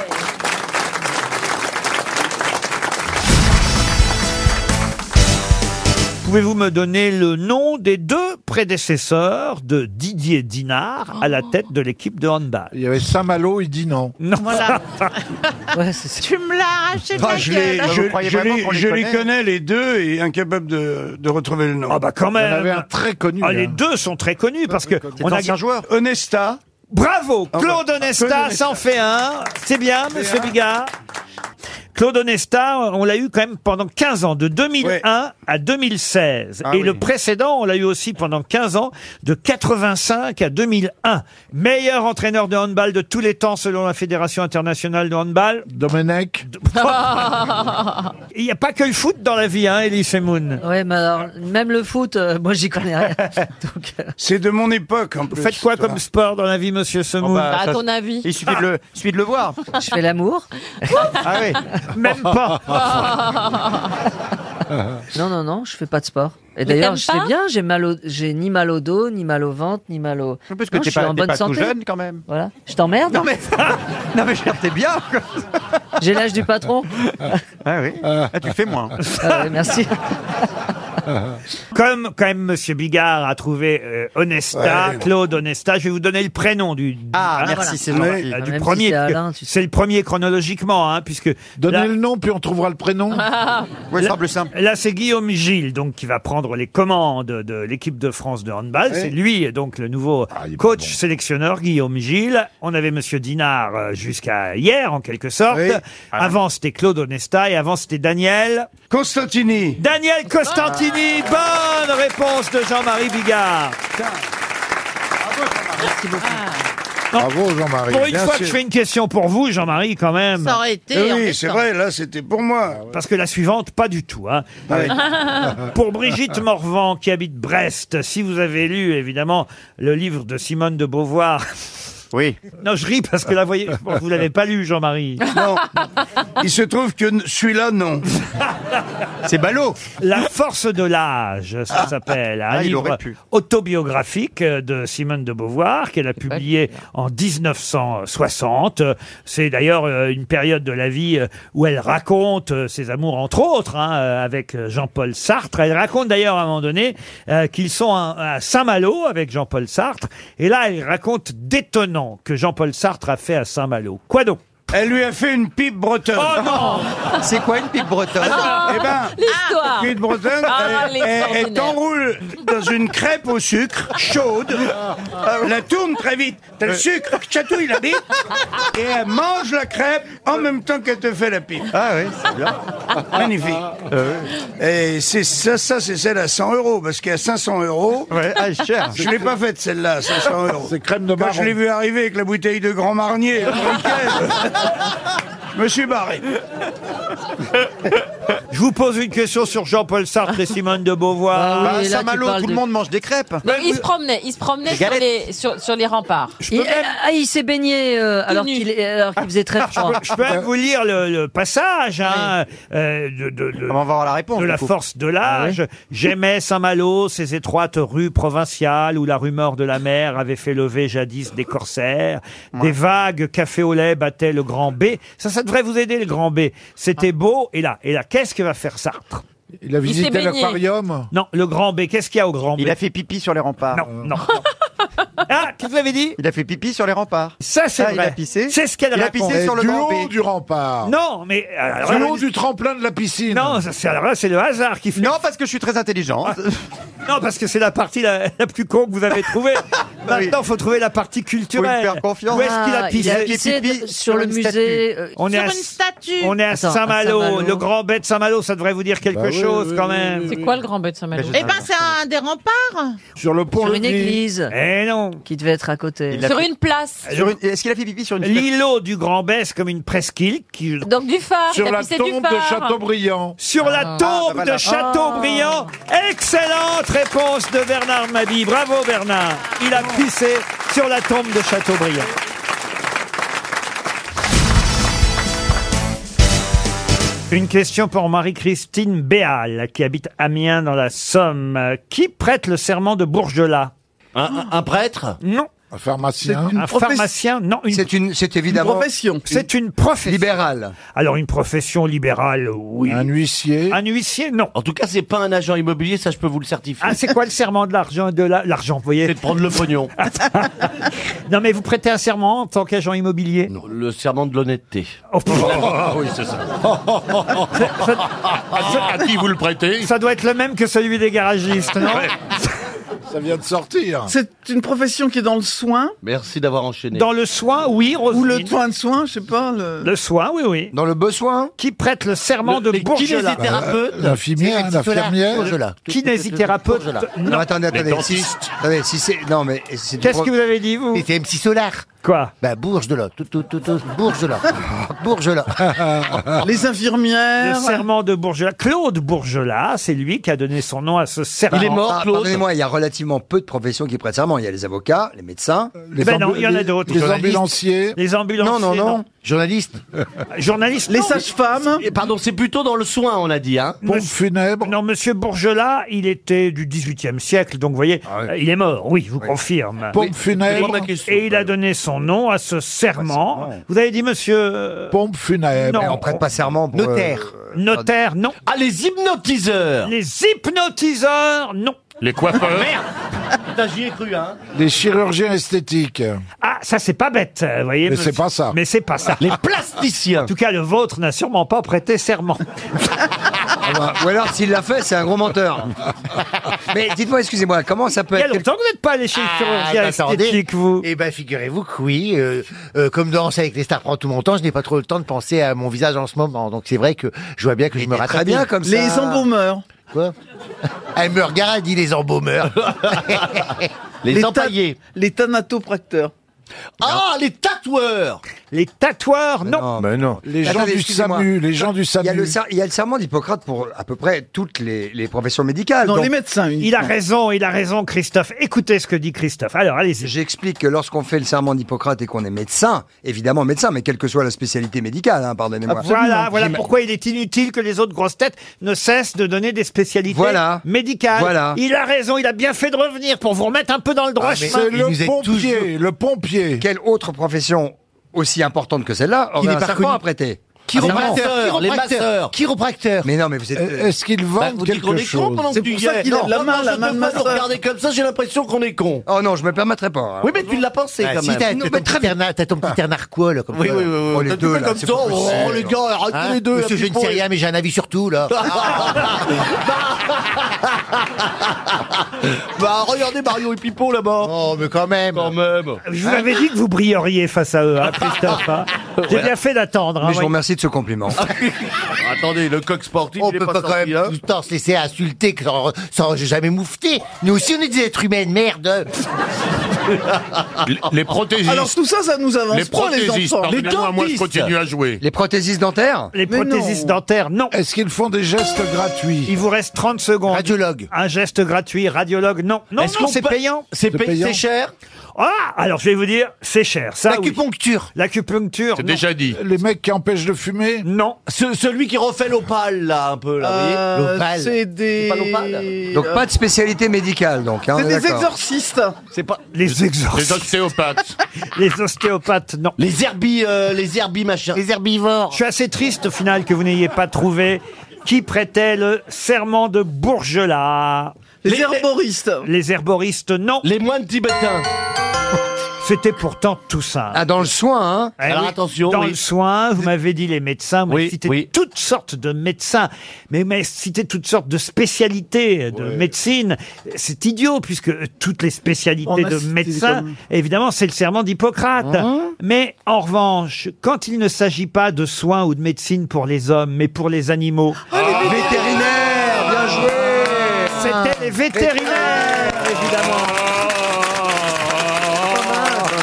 S2: Pouvez-vous me donner le nom des deux prédécesseurs de Didier Dinard à
S12: Oh.
S2: la tête de l'équipe de handball
S6: Il y avait Saint-Malo, il dit non.
S2: Non.
S12: Tu me l'as arraché de
S10: Bah,
S6: Ah,
S12: la
S6: je
S12: gueule.
S6: l'ai- je-
S4: Je, les,
S6: qu'on les
S4: je les
S6: connaît
S4: connais les deux et incapable de, de retrouver le nom.
S2: Ah bah quand
S6: Il y en
S2: même.
S6: avait un très connu,
S2: Ah,
S6: là.
S2: les deux sont très connus parce que
S6: C'est ancien joueur.
S4: Honesta.
S2: Bravo,
S4: Ah ouais.
S2: Claude
S4: Claude
S2: Onesta
S4: Onesta.
S2: s'en fait un. C'est bien, Monsieur Bigard. Claude Onesta, on l'a eu quand même pendant 15 ans, de 2001 à 2016. Et le précédent, on l'a eu aussi pendant 15 ans, de 85 à 2001. Meilleur entraîneur de handball de tous les temps selon la Fédération internationale de handball. Domenech. Il n'y a pas que le foot dans la vie, hein, Elie Semoun.
S20: Ouais, mais alors, même le foot, euh, moi j'y connais rien. Donc, euh,
S2: C'est de mon époque, en Ah.
S4: plus,
S2: Faites quoi
S4: toi.
S2: comme sport dans la vie, monsieur Semoun
S4: bah,
S20: Bah, à ça- ton avis. il suffit de
S2: le, de le voir.
S20: je fais l'amour.
S2: Ah oui. Même pas.
S20: non, non, non, je fais pas de sport. Et
S5: Mais
S20: d'ailleurs,
S5: t'aimes
S20: je sais
S5: pas
S20: bien, j'ai mal au- j'ai ni mal au dos, ni mal au ventre, ni mal au.
S3: Parce que
S20: Non,
S3: t'es
S20: je suis
S3: pas,
S20: en
S3: t'es
S20: bonne
S3: pas tout
S20: santé.
S3: jeune quand même.
S20: Voilà. Je t'emmerde
S3: Non mais, non mais je veux dire, t'es bien. quoi.
S20: J'ai l'âge du patron.
S3: Ah oui. Ah, tu le fais moins.
S20: Ah ouais, merci.
S2: Comme quand même Monsieur Bigard a trouvé euh, Onesta,
S3: Ouais.
S2: Claude Onesta, je vais vous donner le prénom du
S3: Ah,
S2: hein,
S3: merci, c'est
S2: voilà.
S3: gentil.
S2: Euh, du
S3: Même si
S2: premier.
S3: c'est
S2: parce que
S3: Alain,
S2: C'est le premier chronologiquement, hein, puisque donnez le nom puis on trouvera le prénom.
S3: Ouais, simple, simple.
S2: Là, c'est Guillaume Gilles donc qui va prendre les commandes de l'équipe de France de handball.
S3: Ouais.
S2: C'est lui donc le nouveau coach sélectionneur Guillaume Gilles. On avait Monsieur Dinard euh, jusqu'à hier en quelque sorte. Avant c'était Claude Onesta et avant c'était Daniel Constantini. Daniel Costantini. Bonne réponse de Jean-Marie Bigard.
S7: Ah.
S6: Bravo, Jean-Marie.
S2: Pour une
S6: bien
S2: fois que
S6: sûr.
S2: je fais une question pour vous, Jean-Marie, quand même.
S6: Ça aurait été Eh oui, en fait, c'est ça. vrai,
S2: là, c'était pour moi. Parce que la suivante, pas du tout. hein.
S6: Ah oui.
S2: Euh, pour Brigitte Morvan, qui habite Brest, si vous avez lu, évidemment, le livre de Simone de Beauvoir. Oui. Non, je ris parce que là, vous voyez, bon, vous l'avez pas lu, Jean-Marie. Non. Il se trouve que celui-là, non. C'est ballot. La force de l'âge, ça s'appelle. hein, Un
S3: Ah, il
S2: livre
S3: aurait pu.
S2: autobiographique euh, de Simone de Beauvoir qu'elle a publié en 1960. C'est d'ailleurs euh, une période de la vie euh, où elle raconte euh, ses amours, entre autres, hein, euh, avec Jean-Paul Sartre. Elle raconte d'ailleurs à un moment donné euh, qu'ils sont à, à Saint-Malo avec Jean-Paul Sartre. Et là, elle raconte d'étonnant que Jean-Paul Sartre a fait à Saint-Malo. Quoi donc elle lui a fait une pipe bretonne. Oh non
S3: C'est quoi une pipe bretonne
S11: Ah.
S16: Ah.
S4: Eh ben,
S5: L'histoire.
S4: Cuite bretonne,
S5: Ah,
S4: elle- elle- elle
S5: l'extraordinaire.
S4: t'enroule dans une crêpe au sucre, chaude, la tourne très vite, t'as le sucre qui chatouille la bite, et elle mange la crêpe en même temps qu'elle te fait la pipe. Ah oui, c'est bien. Magnifique.
S2: Euh,
S4: Et c'est ça, ça c'est celle à 100 euros, parce qu'à 500 euros,
S3: Ouais, ah, cher.
S4: je l'ai pas faite celle-là à 500 euros.
S6: C'est crème de
S4: Quand
S6: marron.
S4: je l'ai vu arriver avec la bouteille de Grand Marnier, le briquet, je me suis barré.
S2: Je vous pose une question sur Jean-Paul Sartre et Simone de Beauvoir.
S3: Bah, à Saint-Malo, tout le monde mange des crêpes.
S5: Donc, il se promenait, il se promenait
S2: Des
S5: sur
S2: galettes.
S5: les, sur, sur les remparts.
S20: Il, ah, il s'est baigné euh, alors qu'il est- alors qu'il faisait très froid.
S2: Je peux même vous lire le, le passage hein, euh, de, de-
S3: Ah,
S2: de- de
S3: du
S2: la
S3: coup.
S2: force de l'âge. J'aimais Saint-Malo, ses étroites rues provinciales où la rumeur de la mer avait fait lever jadis des corsaires. Des vagues café au lait battaient le grand B. Ça, ça devrait vous aider, le grand B. C'était beau. Et là, et là qu'est-ce que va faire Sartre
S6: Il a
S2: Il s'est
S6: visité
S2: baigné.
S6: l'aquarium
S2: Non, le grand B. Qu'est-ce qu'il y a au grand B
S3: Il a fait pipi sur les remparts.
S2: Non, non. ah, qu'est-ce que vous avez dit
S3: Il a fait pipi sur les remparts.
S2: Ça, c'est
S3: Il a
S2: vrai.
S3: pissé.
S2: C'est ce qu'elle
S3: Il a
S2: raconte.
S3: pissé sur le
S6: du
S3: grand
S6: haut
S3: B.
S6: Oh, du rempart.
S2: Non, mais... alors
S6: du
S2: là,
S6: haut du tremplin de la piscine.
S2: Non, ça, c'est alors là, c'est le hasard qui fait. Ah.
S3: Non, parce que je suis très intelligent.
S2: Non, parce que c'est la partie la, la plus con que vous avez trouvée. Maintenant, il faut trouver la partie culturelle.
S3: Faut lui faire confiance.
S2: Où est-ce qu'il a
S20: Ah,
S2: pissé
S20: il a pissé de- sur le musée. euh,
S2: On est à-
S5: statue.
S2: On est à
S20: Attends, à
S2: Saint-Malo,
S20: Saint-Malo.
S2: le grand bête Saint-Malo, ça devrait vous dire quelque
S6: Bah oui,
S2: chose
S6: oui,
S2: quand
S6: oui,
S2: même.
S5: C'est quoi le grand bête Saint-Malo
S2: Ben, je sais Eh ben, pas.
S5: c'est un des remparts.
S6: Sur le pont
S20: Sur une
S6: Levis.
S20: église.
S2: Eh non.
S20: Qui devait être à côté.
S5: Sur une place.
S2: Ah,
S3: Sur une- Est-ce qu'il a fait pipi sur une
S2: L'îlot du grand bête, c'est comme une presqu'île qui.
S5: Donc du phare.
S6: Sur
S5: t'as
S6: la
S5: pissé du
S6: tombe de
S5: phare.
S6: Chateaubriand.
S2: Sur la
S6: Ah,
S2: tombe
S6: bah voilà.
S2: de Chateaubriand. Excellente réponse de Bernard Mabie. Bravo Bernard. Il a pissé sur la tombe de Chateaubriand. Une question pour Marie-Christine Béal, qui habite Amiens dans la Somme. Euh, Qui prête le serment de Bourgelat un, prêtre Non.
S6: Un pharmacien.
S2: Un pharmacien Non. C'est une, c'est
S3: évidemment- profession.
S2: C'est une profession. Libérale. Alors une profession libérale, oui.
S6: Un huissier.
S2: Un huissier, non.
S9: En tout cas, c'est pas un agent immobilier, ça je peux vous le certifier.
S2: Ah, c'est quoi le serment de l'argent de la- l'argent, vous voyez
S9: C'est de prendre le pognon.
S2: Non, mais vous prêtez un serment en tant qu'agent immobilier Non.
S9: Le serment de l'honnêteté.
S2: Oh,
S9: Ah oui, c'est ça. À qui vous le prêtez
S2: Ça doit être le même que celui des garagistes, non
S9: Ouais.
S12: Ça vient de sortir.
S19: C'est une profession qui est dans le soin.
S11: Merci d'avoir enchaîné.
S2: Dans le soin, oui,
S19: Ou le soin de soin, je sais pas. Le...
S2: Le soin, oui, oui.
S12: Dans le besoin
S2: Qui prête le serment
S19: Le-
S2: de
S19: les
S2: Bourgelat
S19: kinésithérapeutes.
S12: Euh, l'infirmière,
S2: C'est-
S12: l'infirmière.
S2: Bourgelat. Kinésithérapeute.
S12: Bourgelat.
S2: Non.
S12: Non, attendez,
S2: Les
S12: attendez. Si,
S2: dentistes.
S12: attendez, si c'est. Non, mais. c'est du
S2: Qu'est-ce
S12: pro-
S2: que vous avez dit, vous
S12: C'était MC Solar.
S2: Quoi
S12: Bah, Bourges de là. Tout, tout, tout, tout. Bourges de là. Bourges de là.
S2: Les infirmières. Le serment de Bourgelat. Claude Bourgelat, c'est lui qui a donné son nom à ce serment.
S16: Ah, Pardonnez-moi, il y a relativement peu de professions qui prêtent serment. Il y a les avocats, les médecins.
S2: Eh ben non, il y en a d'autres. Journalistes. Les ambulanciers.
S16: Non, non, non.
S2: Journalistes. Journalistes.
S11: Les
S2: sages-femmes.
S11: Pardon, c'est plutôt dans le soin, on a dit. Hein.
S2: funèbre. Non, monsieur Bourgelat, il était du 18e siècle, donc vous voyez, euh, il est mort, oui, je vous confirme.
S12: Pompe Oui. funèbre.
S2: Et- Et il a donné son nom à ce serment. Vous avez dit, monsieur.
S12: Pompe funèbre.
S2: Non.
S16: On prête pas serment pour.
S2: Notaire.
S19: euh,
S2: Notaire, non.
S11: Ah, les hypnotiseurs
S2: Les hypnotiseurs, non. Ah,
S11: Les coiffeurs Merde Putain, j'y ai cru, hein
S12: Des chirurgiens esthétiques.
S2: Ah, ça, c'est pas bête, euh, vous voyez.
S12: Mais c'est
S2: monsieur-
S12: pas ça.
S2: Mais c'est pas ça.
S12: Les plasticiens.
S2: En tout cas, le vôtre n'a sûrement pas prêté serment.
S16: Ah bah, Ou alors, s'il l'a fait, c'est un gros menteur. Mais dites-moi, excusez-moi, comment ça peut
S2: Il y a
S16: être. Ah, bah,
S2: longtemps que vous n'êtes pas allé chez le
S6: Ah,
S2: chirurgien
S6: ben,
S2: esthétique. vous
S6: Eh ben, figurez-vous que oui. euh, euh, comme danser avec les stars prend tout mon temps, je n'ai pas trop le temps de penser à mon visage en ce moment. Donc c'est vrai que je vois bien que je me rattrape.
S19: bien comme ça. Les embaumeurs.
S6: Quoi Elle me regarde, elle dit les embaumeurs.
S19: ta- Les thanatopracteurs.
S11: Ah, les tatoueurs
S2: Les tatoueurs,
S16: non.
S12: Mais non. Les gens
S16: Attendez,
S12: du
S16: excusez-moi.
S12: SAMU, les gens du
S16: Il y, a
S12: SAMU.
S16: le ser- il y a le serment d'Hippocrate pour à peu près toutes les, les professions médicales.
S19: Non,
S16: Donc,
S19: les médecins uniquement.
S2: Il a raison, il a raison, Christophe. Écoutez ce que dit Christophe. Alors, allez-y.
S16: J'explique que lorsqu'on fait le serment d'Hippocrate et qu'on est médecin, évidemment médecin, mais quelle que soit la spécialité médicale, hein, pardonnez-moi.
S2: Voilà, voilà pourquoi il est inutile que les autres grosses têtes ne cessent de donner des spécialités
S16: Voilà.
S2: médicales.
S16: Voilà. Ah,
S2: Il a raison, il a bien fait de revenir pour vous remettre un peu dans le droit chemin.
S12: C'est le pompier, le pompier.
S16: Quelle autre profession aussi importante que celle-là
S12: Qui
S16: aurait
S12: n'est
S16: un
S12: pas
S16: serment
S12: connue.
S16: à prêter
S11: Chiropracteur, les masseurs.
S16: Chiropracteur. Mais non, mais vous êtes.
S12: Euh, Est-ce qu'ils vendent quelque chose
S16: C'est pour ça qu'il a la main, la main de ma sœur.
S11: regarder comme ça, j'ai l'impression qu'on est con.
S16: Oh non, je me permettrai pas.
S11: Oui, mais tu l'as pensé
S6: Ah,
S11: quand
S6: si,
S11: même.
S6: t'as-
S11: Non,
S6: t'as
S11: mais
S6: ton,
S11: très
S6: petit terna- t'as ton petit ternac quoi, là, comme
S11: Oui,
S6: ça.
S11: oui, oui, oui.
S6: Oh, les
S11: T'as
S6: deux,
S11: fait
S6: là,
S11: comme
S6: c'est
S11: ça,
S6: pas
S11: oh,
S6: possible.
S11: les gars, arrêtez les deux,
S6: Monsieur, je ne sais
S11: appliquons-les.
S6: rien, mais j'ai un avis sur tout,
S11: Ah,
S6: là.
S11: Bah, regardez Mario et Pipo là-bas.
S6: Oh, mais quand même.
S11: Quand même.
S2: Je
S16: Hein
S2: vous avais dit que vous brilleriez face à eux, hein, Christophe. hein. J'ai bien fait d'attendre. hein,
S16: Mais je vous
S2: oui.
S16: remercie de ce compliment.
S11: Attendez, le coq sportif,
S6: On
S11: il est
S6: peut pas,
S11: pas
S6: quand même
S11: sorti, hein.
S6: tout le temps se laisser insulter que sans, sans jamais moufter. Nous aussi, on est des êtres humains, merde.
S12: Les prothésistes.
S19: Alors tout ça, ça nous avance pas, les enfants. Les dentistes.
S12: à jouer.
S16: Les prothésistes dentaires
S2: Les
S19: Mais
S2: prothésistes
S19: non.
S2: dentaires, non.
S12: Est-ce qu'ils font des gestes gratuits
S2: Il vous reste 30 secondes.
S6: Radiologue.
S2: Un geste gratuit, radiologue, non. Non,
S11: Est-ce
S2: non,
S11: qu'on
S2: c'est
S11: pa-
S2: payant.
S11: C'est
S12: C'est
S11: payé,
S12: payant.
S11: c'est cher.
S2: Ah, alors je vais vous dire, c'est cher. Ça, oui.
S6: L'acupuncture.
S2: L'acupuncture, non.
S11: dit.
S12: Les mecs qui empêchent de fumer
S2: Non.
S11: celui qui refait l'opale, là, un peu, là, vous voyez
S19: Euh,
S6: L'opale.
S19: c'est
S11: C'est pas l'opale
S19: des.
S16: Donc pas de spécialité médicale, donc. hein,
S19: C'est
S16: on est
S19: des
S16: d'accord.
S19: exorcistes.
S11: C'est pas...
S2: Les exorcistes.
S11: ostéopathes.
S2: Les ostéopathes, non.
S11: les herbies, euh, les herbies, machin.
S6: Les herbivores.
S2: Je suis assez triste au final que vous n'ayez pas trouvé qui prêtait le serment de Bourgelat.
S19: Les herboristes.
S2: Les herboristes, non.
S11: Les moines tibétains.
S2: C'était pourtant tout ça. Eh
S16: Ah, dans le soin, hein
S11: Alors attention,
S2: Dans
S11: oui.
S2: le soin, vous m'avez dit les médecins, vous m'avez
S11: Oui,
S2: cité
S11: oui.
S2: toutes sortes de médecins, mais vous m'avez cité toutes sortes de spécialités de médecine. C'est idiot, puisque toutes les
S19: On
S2: spécialités
S19: a
S2: de
S19: cité
S2: médecins,
S19: comme-
S2: évidemment, c'est le serment d'Hippocrate.
S16: Hein
S2: Mais en revanche, quand il ne s'agit pas de soins ou de médecine pour les hommes, mais pour les animaux,
S16: Vétérinaire, Ah, bien joué Ah,
S2: c'était les vétérinaires, évidemment.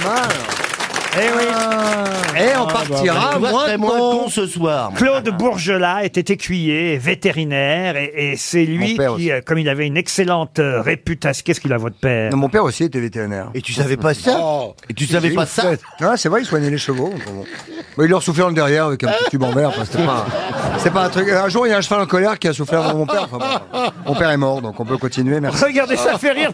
S16: ah,
S2: Eh oui. Eh,
S16: Et on
S11: Ah,
S16: partira bah, moins
S11: moi, serais
S16: de
S11: moins
S16: con.
S11: con ce soir.
S2: Claude Bourgelat était écuyer, vétérinaire, et, et c'est lui
S16: Mon père
S2: qui, euh, comme il avait une excellente euh, réputation, qu'est-ce qu'il a votre père
S16: Non, mon père aussi était vétérinaire. Oh.
S6: Et tu savais pas ça
S11: Et tu savais pas ça
S16: Ah, c'est vrai, il soignait les chevaux. Enfin bon. Bon, il leur soufflait dans le derrière avec un petit tube en verre. Enfin, c'était pas un- c'est pas un truc. Un jour, il y a un cheval en colère qui a soufflé avant mon père. Enfin, bon, mon père est mort, donc on peut continuer. Merci.
S2: Regardez, ça fait rire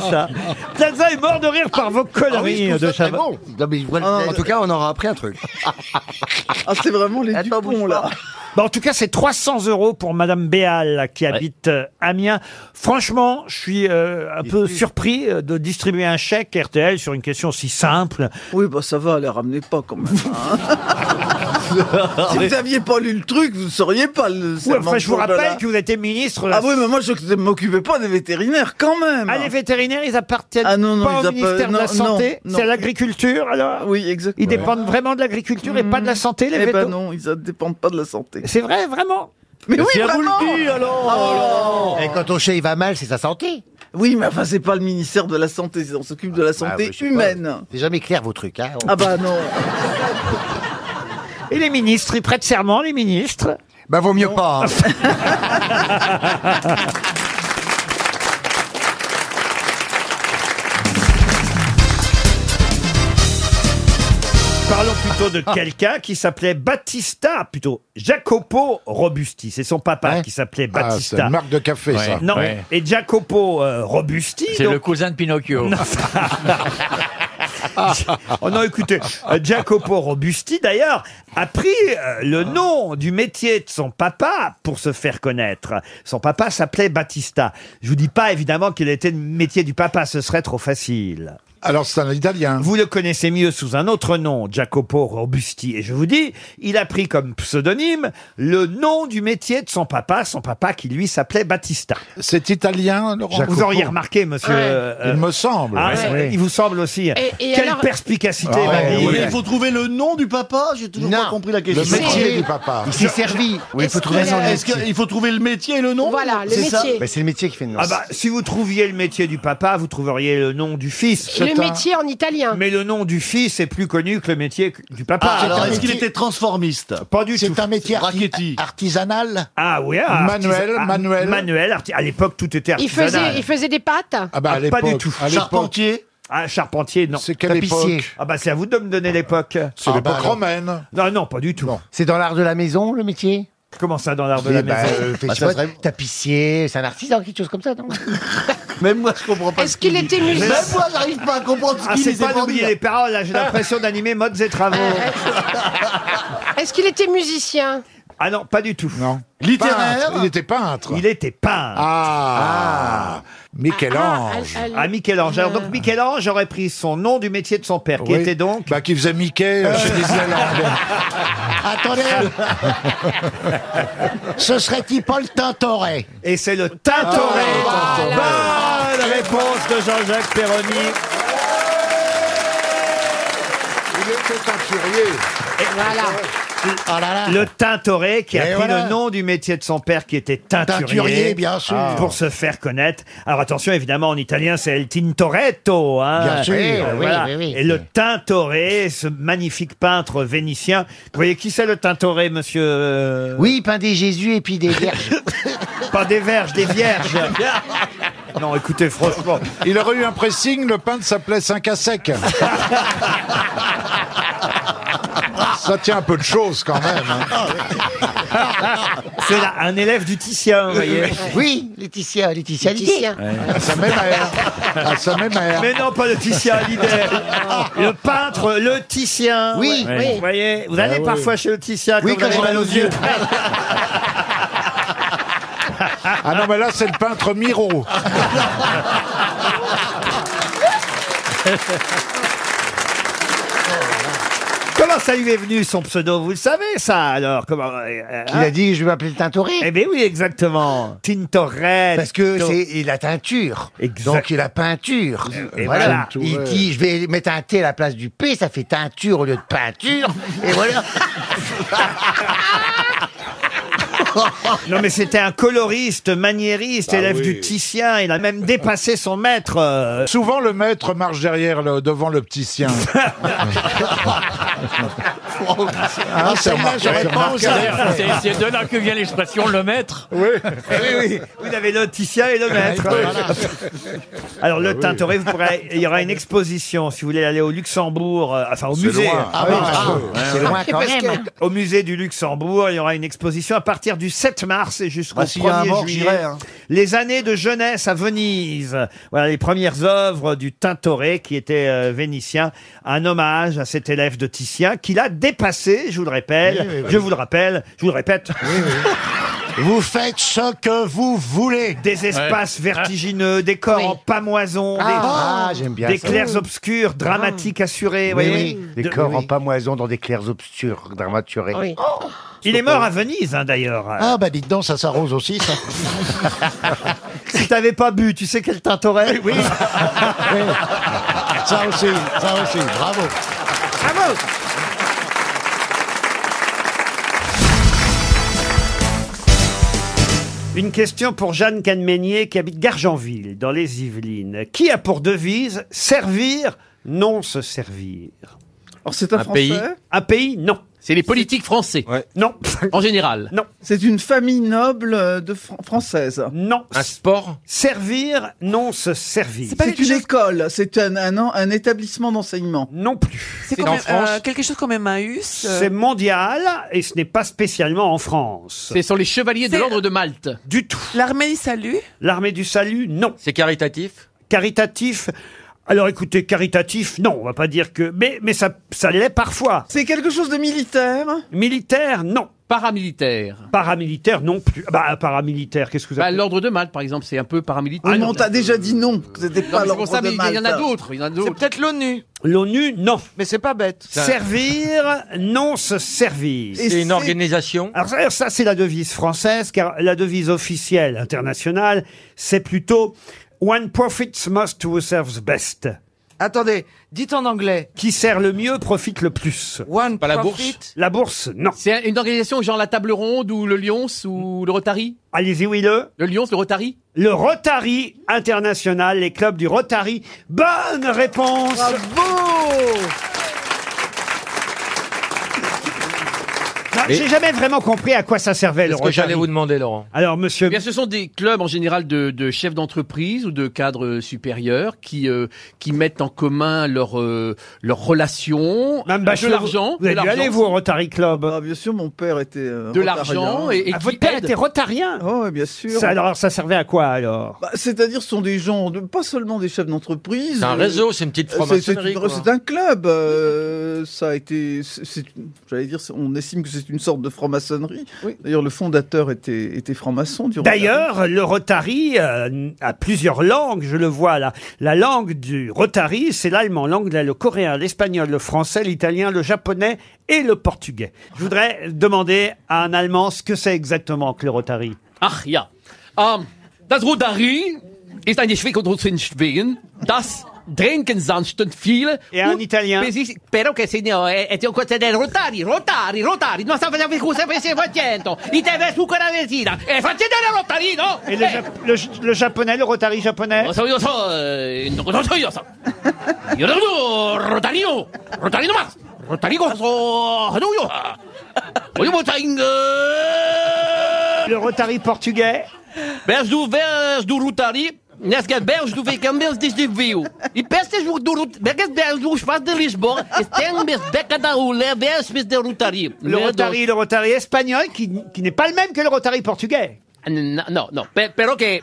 S2: ça. Plaza est mort de rire par
S16: Ah
S2: vos
S8: Ah
S2: conneries de Chaval.
S6: Non, mais je vois le-
S16: En tout cas, on aura appris un truc.
S19: Ah, c'est vraiment les Dupont, là.
S2: Bah, en tout cas, c'est 300 euros pour Madame Béal qui habite euh, Amiens. Franchement, je suis euh, un peu surpris euh, de distribuer un chèque RTL sur une question si simple. Oui, bah ça va, la ramenez pas quand même.
S8: Si vous aviez pas lu le truc, vous ne sauriez pas le.
S2: Ouais, enfin, je vous rappelle que vous étiez ministre.
S8: Ah oui, mais moi je ne m'occupais pas des vétérinaires quand même. Ah, les
S2: vétérinaires, ils appartiennent
S8: ah, non, non,
S2: pas
S8: ils
S2: au
S8: app-
S2: ministère de la
S8: non, non,
S2: Santé,
S8: non.
S2: c'est à l'agriculture alors
S8: Oui, exactement.
S2: Ils dépendent vraiment de l'agriculture et pas de la santé, les
S8: Eh ben
S2: vétos
S8: non, ils ne dépendent pas de la santé.
S2: C'est vrai, vraiment
S8: Mais
S2: Mais
S8: oui,
S2: c'est à vous le
S8: vraiment
S2: dire, alors.
S8: Et quand ton chien il va mal, c'est sa santé Oui, mais enfin, c'est pas le ministère de la Santé, on s'occupe de la santé
S2: ouais, je sais pas.
S8: humaine.
S2: C'est jamais clair vos trucs, hein
S8: Ah bah non
S2: Et les ministres, ils prêtent serment, les ministres Bah vaut mieux
S16: Ah,
S2: pas.
S6: hein.
S2: Parlons plutôt de quelqu'un qui s'appelait Battista, plutôt Jacopo Robusti. C'est son papa qui s'appelait
S6: Ah,
S2: Battista.
S6: c'est une marque de café, ça.
S2: Non,
S6: Ouais.
S2: et Jacopo euh, Robusti.
S28: C'est
S2: donc-
S28: le cousin de Pinocchio.
S2: Oh non, écoutez, euh, Jacopo Robusti, d'ailleurs, a pris euh, le
S6: Ah.
S2: nom du métier de son papa pour se faire connaître. Son papa s'appelait Battista. Je vous dis pas, évidemment, qu'il était le métier du papa, ce serait trop facile.
S6: Alors, c'est un Italien.
S2: Vous le connaissez mieux sous un autre nom, Jacopo Robusti. Et je vous dis, il a pris comme pseudonyme le nom du métier de son papa, son papa qui lui s'appelait Battista.
S6: C'est italien, Laurent
S2: Vous auriez remarqué, monsieur.
S6: Ouais.
S2: euh,
S6: Il me semble.
S2: Ah,
S6: Ouais.
S2: ouais,
S6: Oui.
S2: Il vous semble aussi.
S6: et
S2: Quelle
S6: alors-
S2: perspicacité,
S6: Ah ouais,
S2: ma vie.
S6: oui. Mais il faut
S8: trouver le nom du papa J'ai toujours
S6: pas compris la question. le métier du papa. Il s'est servi. Oui, il faut Est-ce trouver que- son est-ce métier. que- il
S8: faut trouver le métier et le nom
S12: Voilà, le
S8: C'est ça.
S12: métier.
S8: Mais
S6: c'est le métier qui fait le nom.
S2: Ah bah, si vous trouviez le métier du papa, vous trouveriez le nom du fils.
S12: Et le métier en italien.
S2: Mais le nom du fils est plus connu que le métier du papa.
S28: Ah, alors, est-ce qu'il
S2: était transformiste Pas du tout.
S28: C'est un métier arti-
S2: artisanal Ah oui, ah,
S6: Manuel,
S2: artisan- ah,
S6: manuel.
S2: Manuel, arti- à l'époque tout était
S12: Il
S2: artisanal.
S12: faisait, il faisait des pâtes
S6: Ah bah, à
S2: pas
S6: l'époque,
S2: du tout.
S6: à l'époque. Charpentier
S2: Ah, charpentier, non. C'est
S6: quelle Tapissier. époque
S2: Ah bah c'est à vous de me donner l'époque.
S6: C'est Ah l'époque bah alors. romaine.
S2: Non, non, pas du tout.
S16: C'est dans l'art de la maison, le métier
S2: Comment ça, dans l'art de la
S16: Eh ben,
S2: maison
S16: euh, fais- je sais pas, Tapissier, c'est un artisan, quelque chose comme ça, non
S8: Même moi, je comprends
S16: pas.
S12: Est-ce qu'il était musicien
S16: Même moi, j'arrive pas à comprendre
S2: Ah, c'est pas d'oublier les paroles, là, j'ai
S6: Ah.
S2: l'impression d'animer modes et travaux.
S12: Est-ce qu'il était musicien
S2: Ah non, pas du tout. Non.
S6: Littéraire Peintre. Il était
S2: peintre. Il était peintre.
S6: Ah, Michel-Ange.
S2: Ah, Michel-Ange. Alors donc Michel-Ange aurait pris son nom du métier de son père, qui
S6: Oui.
S2: était donc...
S6: Bah, qui faisait Mickey euh, chez les Zélandais.
S16: Attendez Ce serait-il Paul Tintoret Ah,
S2: Et c'est le Tintoret
S11: Ah,
S2: Bonne réponse de Jean-Jacques Perroni.
S6: Il était un furieux.
S12: Voilà.
S2: Le Tintoret qui a
S6: Et
S2: pris
S6: voilà.
S2: le nom du métier de son père qui était teinturier.
S6: Teinturier, bien sûr.
S2: Ah. Pour se faire connaître. Alors attention, évidemment, en italien, c'est El Tintoretto. hein.
S6: Bien sûr, Ah
S2: Et,
S6: oui, oui, oui.
S2: Et le Tintoret, ce magnifique peintre vénitien. Vous voyez qui c'est le Tintoret, monsieur euh,
S16: Oui, il peint des Jésus et puis des vierges.
S2: Pas des verges, des vierges. non, écoutez, franchement.
S6: Il aurait eu un pressing, le peintre s'appelait 5 à sec. Ça tient un peu de choses quand même. hein.
S2: C'est là un élève du Titien,
S6: Eh
S2: vous voyez.
S16: Oui, Laetitia, Laetitia Hallyday.
S6: À sa même mère. À sa même mère.
S2: Mais non, pas le Titien Hallyday.
S16: Ah.
S2: Le peintre, le Titien.
S16: Oui.
S2: Ouais.
S16: Oui.
S2: Vous voyez, vous
S16: Ah
S2: allez
S16: oui.
S2: parfois chez le Titien.
S16: Oui, quand
S2: vous avez
S16: j'ai mal aux yeux.
S6: Ah non, mais là, c'est le peintre Miro.
S2: Comment ça lui est venu son pseudo Vous le savez ça alors Comment euh, hein?
S16: Il a dit, je vais m'appeler Tintoret.
S2: Eh bien oui, exactement. Tintoret.
S16: Parce que c'est et la teinture. Donc, et la peinture.
S2: Et voilà.
S16: voilà. Il dit, je vais mettre un T à la place du P, ça fait teinture au lieu de peinture. Et voilà.
S2: Non mais c'était un coloriste, maniériste, élève du Titien. Il a même dépassé son maître. euh,
S6: Souvent, le maître marche derrière, le- devant le petit sien.
S16: Ah,
S6: c'est
S16: celle-là,
S6: remarqué,
S16: j'aurais
S6: c'est
S16: pas osé.
S6: remarqué.
S28: C'est c'est de là que vient l'expression le maître.
S2: Eh oui, oui. Vous avez le Titien et le maître. Alors le Tintoret, vous pourrez- il y aura une exposition si vous voulez aller au Luxembourg, euh, enfin au
S6: C'est
S2: musée.
S6: loin. Ah oui,
S2: oui.
S6: ah, c'est loin quand même.
S2: Au musée du Luxembourg, il y aura une exposition à partir du 7 mars et jusqu'au
S23: Bah, s'il y a un
S2: 1er
S23: mort,
S2: juillet.
S23: j'irai, hein.
S2: Les années de jeunesse à Venise. Voilà les premières œuvres du Tintoret qui était euh, vénitien. Un hommage à cet élève de Titien qui l'a dépassé, je vous le rappelle.
S11: Oui, oui, oui.
S2: Je vous le rappelle, je vous le répète.
S11: Vous faites ce que vous voulez.
S2: Des espaces vertigineux, des corps en pamoison,
S11: Ah.
S2: des,
S11: Ah, j'aime bien
S2: des
S11: ça. Ah.
S2: clairs obscurs, dramatiques assurés. vous voyez
S11: Des
S2: De-
S11: corps
S2: oui,
S11: en
S2: oui.
S11: pamoison dans des clairs obscurs, dramaturés.
S2: Oh. Il est mort à Venise, hein, d'ailleurs.
S26: Ah bah dites donc, ça s'arrose aussi, ça.
S2: si t'avais pas bu, tu sais quel Tintoret Oui.
S26: ça aussi, ça aussi, bravo.
S2: Bravo Une question pour Jeanne Canmenier qui habite Gargenville, dans les Yvelines. Qui a pour devise servir, non se servir c'est
S7: un Un Français pays
S2: Un pays, non.
S7: C'est les politiques français.
S2: Non.
S7: En général.
S2: Non.
S19: C'est une famille noble euh, de Fran- française.
S2: Non.
S7: Un sport
S2: Servir, non se servir.
S19: C'est une école, c'est un, un, en- un établissement d'enseignement.
S2: Non plus.
S19: C'est
S2: comme- en France euh,
S19: quelque chose comme Emmaüs. euh.
S2: C'est mondial et ce n'est pas spécialement en France.
S7: Ce sont les chevaliers de l'ordre de Malte.
S2: Du tout. L'armée du salut L'armée du salut, non. C'est caritatif Caritatif alors écoutez, caritatif, non, on va pas dire que... Mais, mais ça, ça l'est parfois. C'est quelque chose de militaire Militaire, non.
S7: Paramilitaire.
S2: Paramilitaire, non plus. Ah Bah, paramilitaire, qu'est-ce que vous
S7: Bah,
S2: appelez
S7: l'ordre de Malte, par exemple, c'est un peu paramilitaire.
S2: Ah non, t'as
S7: déjà dit
S19: non.
S7: C'était
S19: pas l'ordre de
S7: mais Il y en a
S19: Malte.
S7: d'autres. Il y en a d'autres.
S19: peut-être l'ONU.
S2: L'ONU, non.
S19: Mais c'est pas bête.
S2: Servir, non se servir.
S19: Et C'est une c'est-
S2: organisation. Alors ça, ça, c'est la devise française, car la devise officielle internationale, c'est plutôt One profits most who serves best.
S19: Attendez, dites en anglais.
S2: Qui sert le mieux profite le plus.
S19: One
S2: Pas
S7: la profit- bourse
S2: La bourse, non.
S7: C'est une organisation genre la Table Ronde ou le Lions ou le Rotary
S2: Allez-y, oui, le
S7: Le Lions, le Rotary
S2: Le Rotary International, les clubs du Rotary. Bonne réponse
S19: Bravo
S2: Non,
S7: Et-
S2: J'ai jamais vraiment compris à quoi ça servait le Rotary.
S7: demander, Laurent.
S2: Alors, monsieur.
S7: Eh bien, ce sont des clubs en général de, de chefs d'entreprise ou de cadres euh, supérieurs qui, euh, qui mettent en commun leurs euh, leurs relations,
S2: Mme
S7: de
S2: Bachelot,
S7: l'argent.
S2: Bah, Vous
S7: de
S2: avez dû aller,
S7: l'argent.
S2: vous, au Rotary Club
S19: Ah, Bien sûr, mon père était. euh,
S7: De
S19: rotarien.
S7: l'argent et- et Ah, qui votre père aide. était
S2: rotarien
S19: Oh, ouais, bien sûr.
S2: Ça, alors, ça servait à quoi, alors
S19: Bah, C'est-à-dire, ce sont des gens, de- pas seulement des chefs d'entreprise.
S22: C'est un
S19: euh,
S22: réseau, c'est une petite
S19: euh, c'est- c'est une-
S22: franc-maçonnerie, quoi.
S19: C'est un club. euh, ça a été. c'est- c'est- J'allais dire, c'est- on estime que c'est une sorte de franc-maçonnerie. D'ailleurs, le fondateur était, était franc-maçon. du
S2: D'ailleurs, le Rotary euh, a plusieurs langues, je le vois là. La langue du Rotary, c'est l'allemand, l'anglais, le coréen, l'espagnol, le français, l'italien, le japonais et le portugais. Je voudrais demander à un Allemand ce que c'est exactement que le Rotary.
S7: Ach ja. Ähm, Ah, das Rotary ist eine Schwiegertochter in Schweden. Das trinken sanften viele.
S2: Et un Italien.
S7: Precis, però che eh, signore è un cosa del Rotary, Rotary, Rotary. Non sapete che cosa stai facendo. I te vedo con la vesina. E facete la Eh. Rotary, no?
S2: Et le, Jap- le J- le japonais, le Rotary japonais
S7: Lo so io so, eh, non lo so io so. Io lo so, Rotarino, Rotarino más. Rotarino so, no io. Voglio eh.
S2: Le Rotary portugais.
S7: Berge do Berge do Rotary. Nes que berge do Vicambens diz de Vio. E pestes do Rotary. Berges berge do Espaço de Lisboa. Estén mes década ou les berges de Rotary.
S2: Le Rotary, le Rotary espagnol qui, qui n'est pas le même que le Rotary portugais.
S7: No, no, no. Pe- Pero que.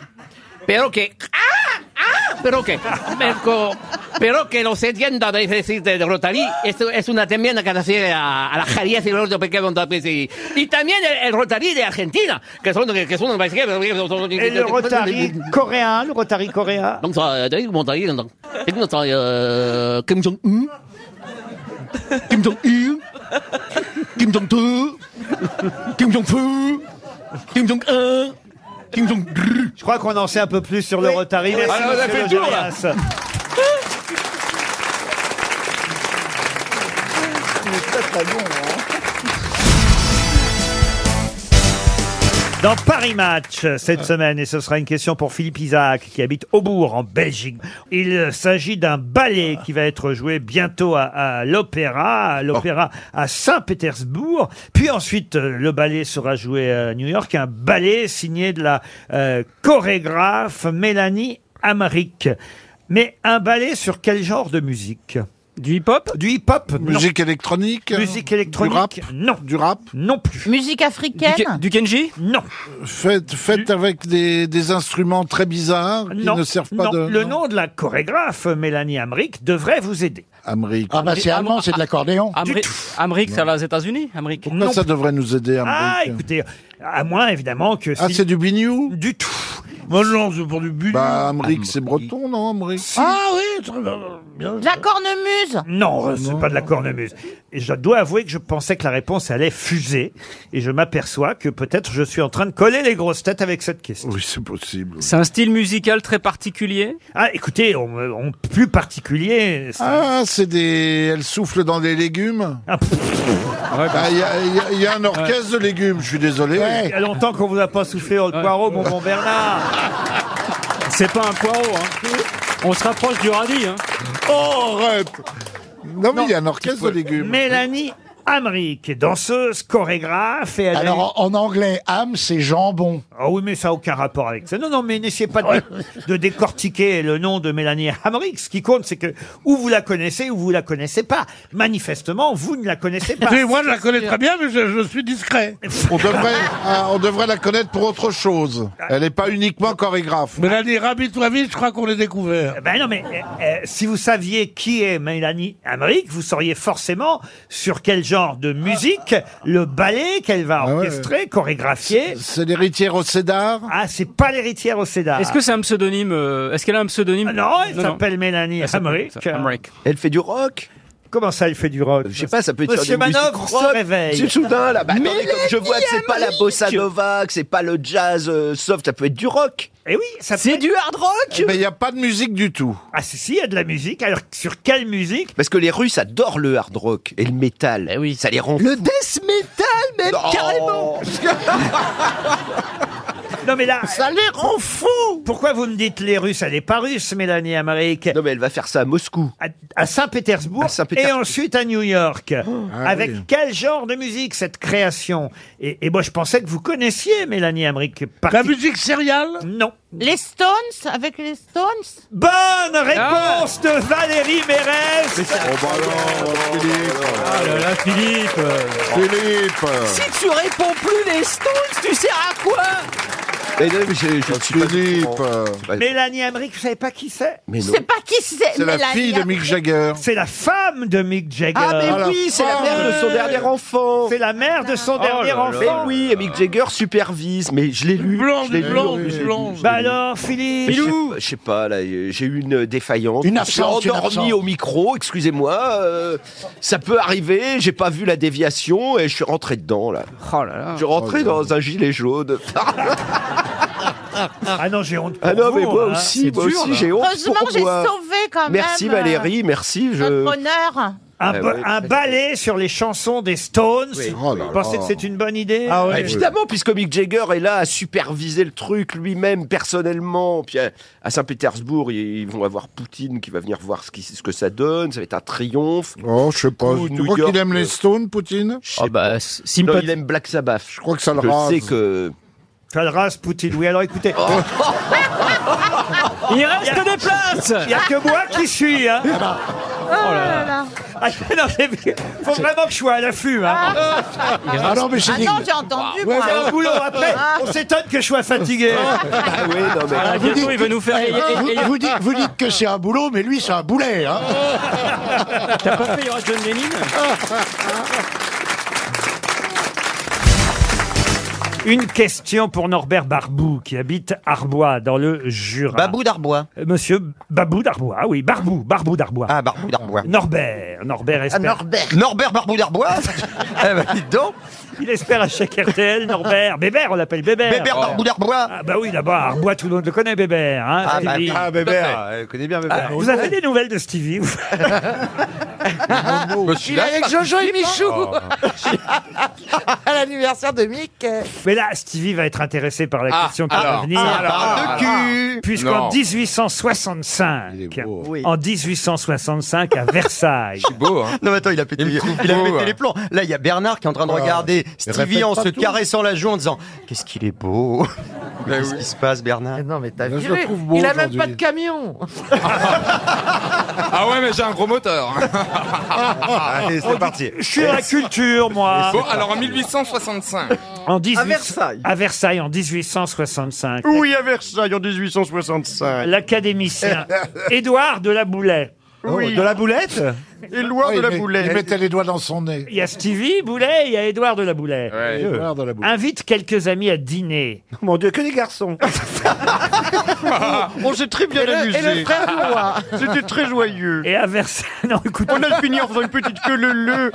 S7: Pero que. ¡Ah! ¡Ah! Pero que. Pero, pero que no se entienda de decir de Rotary. Esto es una enmienda que hace a, a las jarías y los pequeños. Y, y también el, el Rotary de Argentina. Que son. Que son
S2: Et le Rotary coréen, le Rotary coréen.
S7: Donc ça, euh, d'ailleurs, bon, d'ailleurs, donc, donc, ça, euh, Kim Jong-un, Kim Jong-il, Kim Jong-deux, Kim Jong-feu, Kim Jong-un, Kim jong
S2: Je crois qu'on en sait un peu plus sur le Rotary. Merci,
S7: Alors, on a
S2: monsieur
S7: Ah, fait le tour, là.
S2: Logérias.
S19: hein.
S2: Dans Paris Match cette semaine, et ce sera une question pour Philippe Isaac qui habite Aubourg en Belgique. Il s'agit d'un ballet qui va être joué bientôt à, à l'opéra, à l'opéra à Saint-Pétersbourg. Puis ensuite, euh, le ballet sera joué à New York, un ballet signé de la euh, chorégraphe Mélanie Amric. Mais un ballet sur quel genre de musique Du hip-hop Du hip-hop. Musique électronique Musique électronique.
S6: rap
S2: Non. Du rap Non plus. Musique
S6: africaine
S2: Kenji Non.
S6: Faites, faites avec des, des instruments très bizarres qui
S2: non.
S6: ne servent pas
S2: non.
S6: de.
S2: Le nom de la chorégraphe, Mélanie Amric, devrait vous aider.
S6: Amric.
S2: Ah bah, c'est allemand, c'est de l'accordéon. Du tout.
S11: Amérique, c'est aux États-Unis Amérique.
S6: Pourquoi ça devrait nous aider, Amric
S2: Ah, écoutez, à moins évidemment que.
S6: Ah, c'est du
S2: biniou Du tout.
S6: Moi, non, c'est pour du but. Bah, Amric, c'est breton, non, Amric
S2: Ah oui, très bien.
S12: La cornemuse
S2: Non, euh, c'est pas de la cornemuse. Et je dois avouer que je pensais que la réponse allait fuser. Et je m'aperçois que peut-être je suis en train de coller les grosses têtes avec cette question.
S6: Oui, c'est possible.
S11: C'est un style musical très particulier
S2: Ah, écoutez, on, on- plus particulier.
S6: Ah, c'est des. Elle souffle dans des légumes
S2: Ah,
S6: Ah, Il y, a- y a- y a un orchestre de légumes, je suis désolé.
S2: Il y a longtemps qu'on vous a pas soufflé dans le poireau, mon bon Bernard.
S11: C'est pas un poireau, hein. On se rapproche du radis, hein.
S6: Oh, arrête Non, mais il y a un orchestre de légumes.
S2: Mélanie Amric est danseuse, chorégraphe et elle
S16: Alors,
S2: en anglais, âme, c'est jambon. Ah oui, mais ça n'a aucun rapport avec ça. Non, non, mais n'essayez pas de, de décortiquer le nom de Mélanie Amric. Ce qui compte, c'est que ou vous la connaissez ou vous la connaissez pas. Manifestement, vous ne la connaissez pas.
S1: Oui, moi, je la connais très bien, mais je, je suis discret.
S6: On devrait, ah, on devrait la connaître pour autre chose. Elle n'est pas uniquement
S15: Oh,
S6: chorégraphe.
S1: Mélanie, rabis-toi vite, je crois qu'on l'a découvert.
S2: Ben non, mais euh, euh, si vous saviez qui est Mélanie Amric, vous sauriez forcément sur quel genre de musique, le ballet qu'elle
S15: Ah
S2: va orchestrer, chorégraphier.
S6: C'est l'héritière au Cédar
S2: Ah, c'est pas l'héritière au
S3: Ah.
S2: Cédar.
S11: Est-ce que c'est un pseudonyme euh, Est-ce qu'elle a un pseudonyme
S2: Non, elle s'appelle Mélanie
S11: Elle s'appelle
S2: Amric.
S11: ça,
S15: Ah.
S11: Amric.
S2: Elle fait du rock Comment ça, elle fait du rock Je sais
S15: pas, ça peut être
S2: Monsieur
S15: sur des musiques
S2: Manœuvre
S15: rock.
S2: se réveille.
S15: C'est soudain, là. Bah, attendez, comme je vois que c'est pas la
S2: Mélanie
S15: bossa nova, que c'est pas le jazz euh, soft, ça peut être du rock.
S2: Eh oui, ça
S15: C'est du hard rock
S6: Mais il n'y a pas de musique du tout.
S2: Ah si, si, il y a de la musique. Alors, sur quelle musique
S15: Parce que les Russes adorent le hard rock et le métal. oui. Ça les rend... Le death metal, même,
S2: carrément. Non mais là,
S15: Ça les rend fous
S2: pourquoi vous me dites les Russes Elle n'est pas russe, Mélanie Amric.
S15: Non, mais elle va faire ça à Moscou.
S2: À, à Saint-Pétersbourg et ensuite à New York.
S15: ah
S2: Avec
S15: oui.
S2: quel genre de musique cette création et, et moi, je pensais que vous connaissiez Mélanie Amric.
S1: La musique sériale
S2: Non.
S12: Les Stones Avec les Stones
S2: Bonne
S15: Ah.
S2: réponse de Valérie Mérez.
S15: bah
S11: Ah là là, Philippe
S6: Philippe
S15: Si tu réponds plus les Stones, tu sers à quoi Mais Eh, non, mais je, je suis pas-
S6: Oh, Philippe
S2: Mélanie Amric, vous savez pas qui c'est
S15: Mais non.
S12: C'est pas qui c'est
S6: C'est la
S12: Mélanie
S6: fille de Mick Jagger.
S2: C'est la femme de Mick Jagger.
S15: Ah, mais oui, c'est la mère de son dernier enfant.
S2: C'est la mère de son dernier enfant.
S15: Mais oui, et Mick Jagger supervise, mais je l'ai lu.
S1: Blanche,
S15: je l'ai lu.
S1: blanche,
S15: Je l'ai lu.
S1: blanche.
S2: Bah alors,
S15: Mais je sais
S2: Philippe.
S15: pas- Je sais pas, là, euh, j'ai eu une défaillance.
S16: Une
S15: Je me suis
S16: absence, une
S15: endormi
S16: absence.
S15: au micro, excusez-moi. euh, ça peut arriver, j'ai pas vu la déviation et je suis rentré dedans, là.
S6: Oh
S15: Je suis rentré dans un gilet jaune.
S2: Ah non, j'ai honte.
S15: Ah
S2: pour
S15: non,
S2: vous,
S15: mais moi
S2: hein.
S15: aussi, moi aussi, j'ai honte.
S12: Heureusement,
S15: pour
S12: j'ai
S15: moi.
S12: sauvé quand
S15: Merci
S12: même. euh,
S15: Valérie, merci. Je...
S12: Notre honneur.
S2: Un,
S15: Ah
S2: ba-
S15: ouais.
S2: un ballet sur les chansons des Stones.
S15: Oui.
S2: Vous
S15: Oh là
S2: pensez
S15: là.
S2: que c'est une bonne idée
S15: Ah, Évidemment, puisque Mick Jagger est là à superviser le truc lui-même personnellement. Puis à, à Saint-Pétersbourg, ils, ils vont avoir Poutine qui va venir voir ce, qui- ce que ça donne. Ça va être un triomphe.
S6: Oh, je sais pas.
S15: Ou
S6: Tu
S15: New
S6: crois
S15: York,
S6: qu'il aime
S15: euh,
S6: les Stones, Poutine
S15: Ah bah, non, il aime Black Sabbath. Je
S6: crois que ça le
S15: Je
S6: rase.
S15: sais que.
S2: Ça le rase, Poutine. Oui, alors écoutez.
S11: Il reste des places
S2: Il n'y a que moi qui suis, hein
S12: Oh là là.
S2: Ah, non, j'ai vu. Faut vraiment que je sois à l'affût, hein
S16: Ah non, mais j'ai
S12: Ah
S16: dit-
S12: non, j'ai entendu.
S2: Ouais,
S12: moi.
S2: c'est un boulot après. On s'étonne que je sois fatigué.
S15: Ah oui, non, mais.
S11: Ah, bientôt, il va nous faire-
S16: Eh,
S11: et-
S16: vous,
S11: et-
S16: vous dites, vous dites que c'est un boulot, mais lui, c'est un boulet. Hein.
S11: T'as pas fait, il y aura John Lennon
S2: Ah. Une question pour Norbert Barbou, qui habite Arbois, dans le Jura. Babou
S15: d'Arbois.
S2: Monsieur Babou d'Arbois, oui, Barbou, Barbou d'Arbois.
S15: Ah, Barbou d'Arbois. Ah,
S2: Norbert, Norbert espère.
S15: Norbert Barbou d'Arbois Eh ben, dites donc.
S2: Il espère à chaque RTL, Norbert. Bébert, on l'appelle Bébert.
S15: Bébert Barbou d'Arbois.
S2: Ah bah oui, là-bas, à Arbois, tout le monde le connaît, Bébert. Hein,
S15: Ah, bah,
S2: Stevie.
S15: ah, Bébert, elle connaît bien Bébert.
S2: Vous avez des nouvelles de Stevie vous
S16: Bah, Il Oh. est Oh. avec Jojo et Michou à l'anniversaire de Mick.
S2: Mais là, Stevie va être intéressé par la
S16: Ah,
S2: question qui va
S16: alors,
S2: venir.
S16: ah, alors, ah, ah.
S2: Puisqu'en
S16: Non.
S2: 1865,
S11: Oui.
S2: en 1865 à Versailles. C'est
S11: beau, hein Non, mais attends, il a pété, il a
S2: beau,
S11: pété
S2: hein.
S11: les plombs. Là, il y a Bernard qui est en train de
S16: Oh.
S2: Ouais.
S11: regarder
S2: Oh. Il
S11: Stevie
S2: répète
S11: en
S2: pas
S11: se
S2: tout.
S11: caressant la joue en disant Qu'est-ce qu'il est beau Qu'est-ce qui se passe, Bernard
S16: Eh Non, mais
S15: Ben,
S16: t'as
S11: vu.
S16: Il a
S11: même
S16: même pas de camion.
S15: Ah ouais, mais j'ai un gros moteur.
S11: Allez, c'est parti.
S2: Je suis à la culture, moi. Euh,
S15: Bon, alors en 1865.
S2: En 18...
S15: À Versailles.
S2: À Versailles, en 1865.
S15: Oui, à Versailles en 1865.
S2: L'académicien Édouard de la Boulette.
S6: Oui. Oh, de la
S2: Boulette
S16: Ah,
S6: Édouard de la Boulette. Il mettait les doigts dans son nez.
S2: Il y a Stevie Boulet, et il y a Édouard de la Boulette.
S6: Ouais. Édouard de la Boulette.
S2: Invite quelques amis à dîner. Mon Dieu, que des garçons
S16: Ah,
S29: On s'est très bien
S2: Et le-
S29: amusé.
S2: et le frère du roi.
S29: C'était très joyeux.
S2: Et à Versailles, non, écoute.
S29: On a fini en faisant une petite queue le le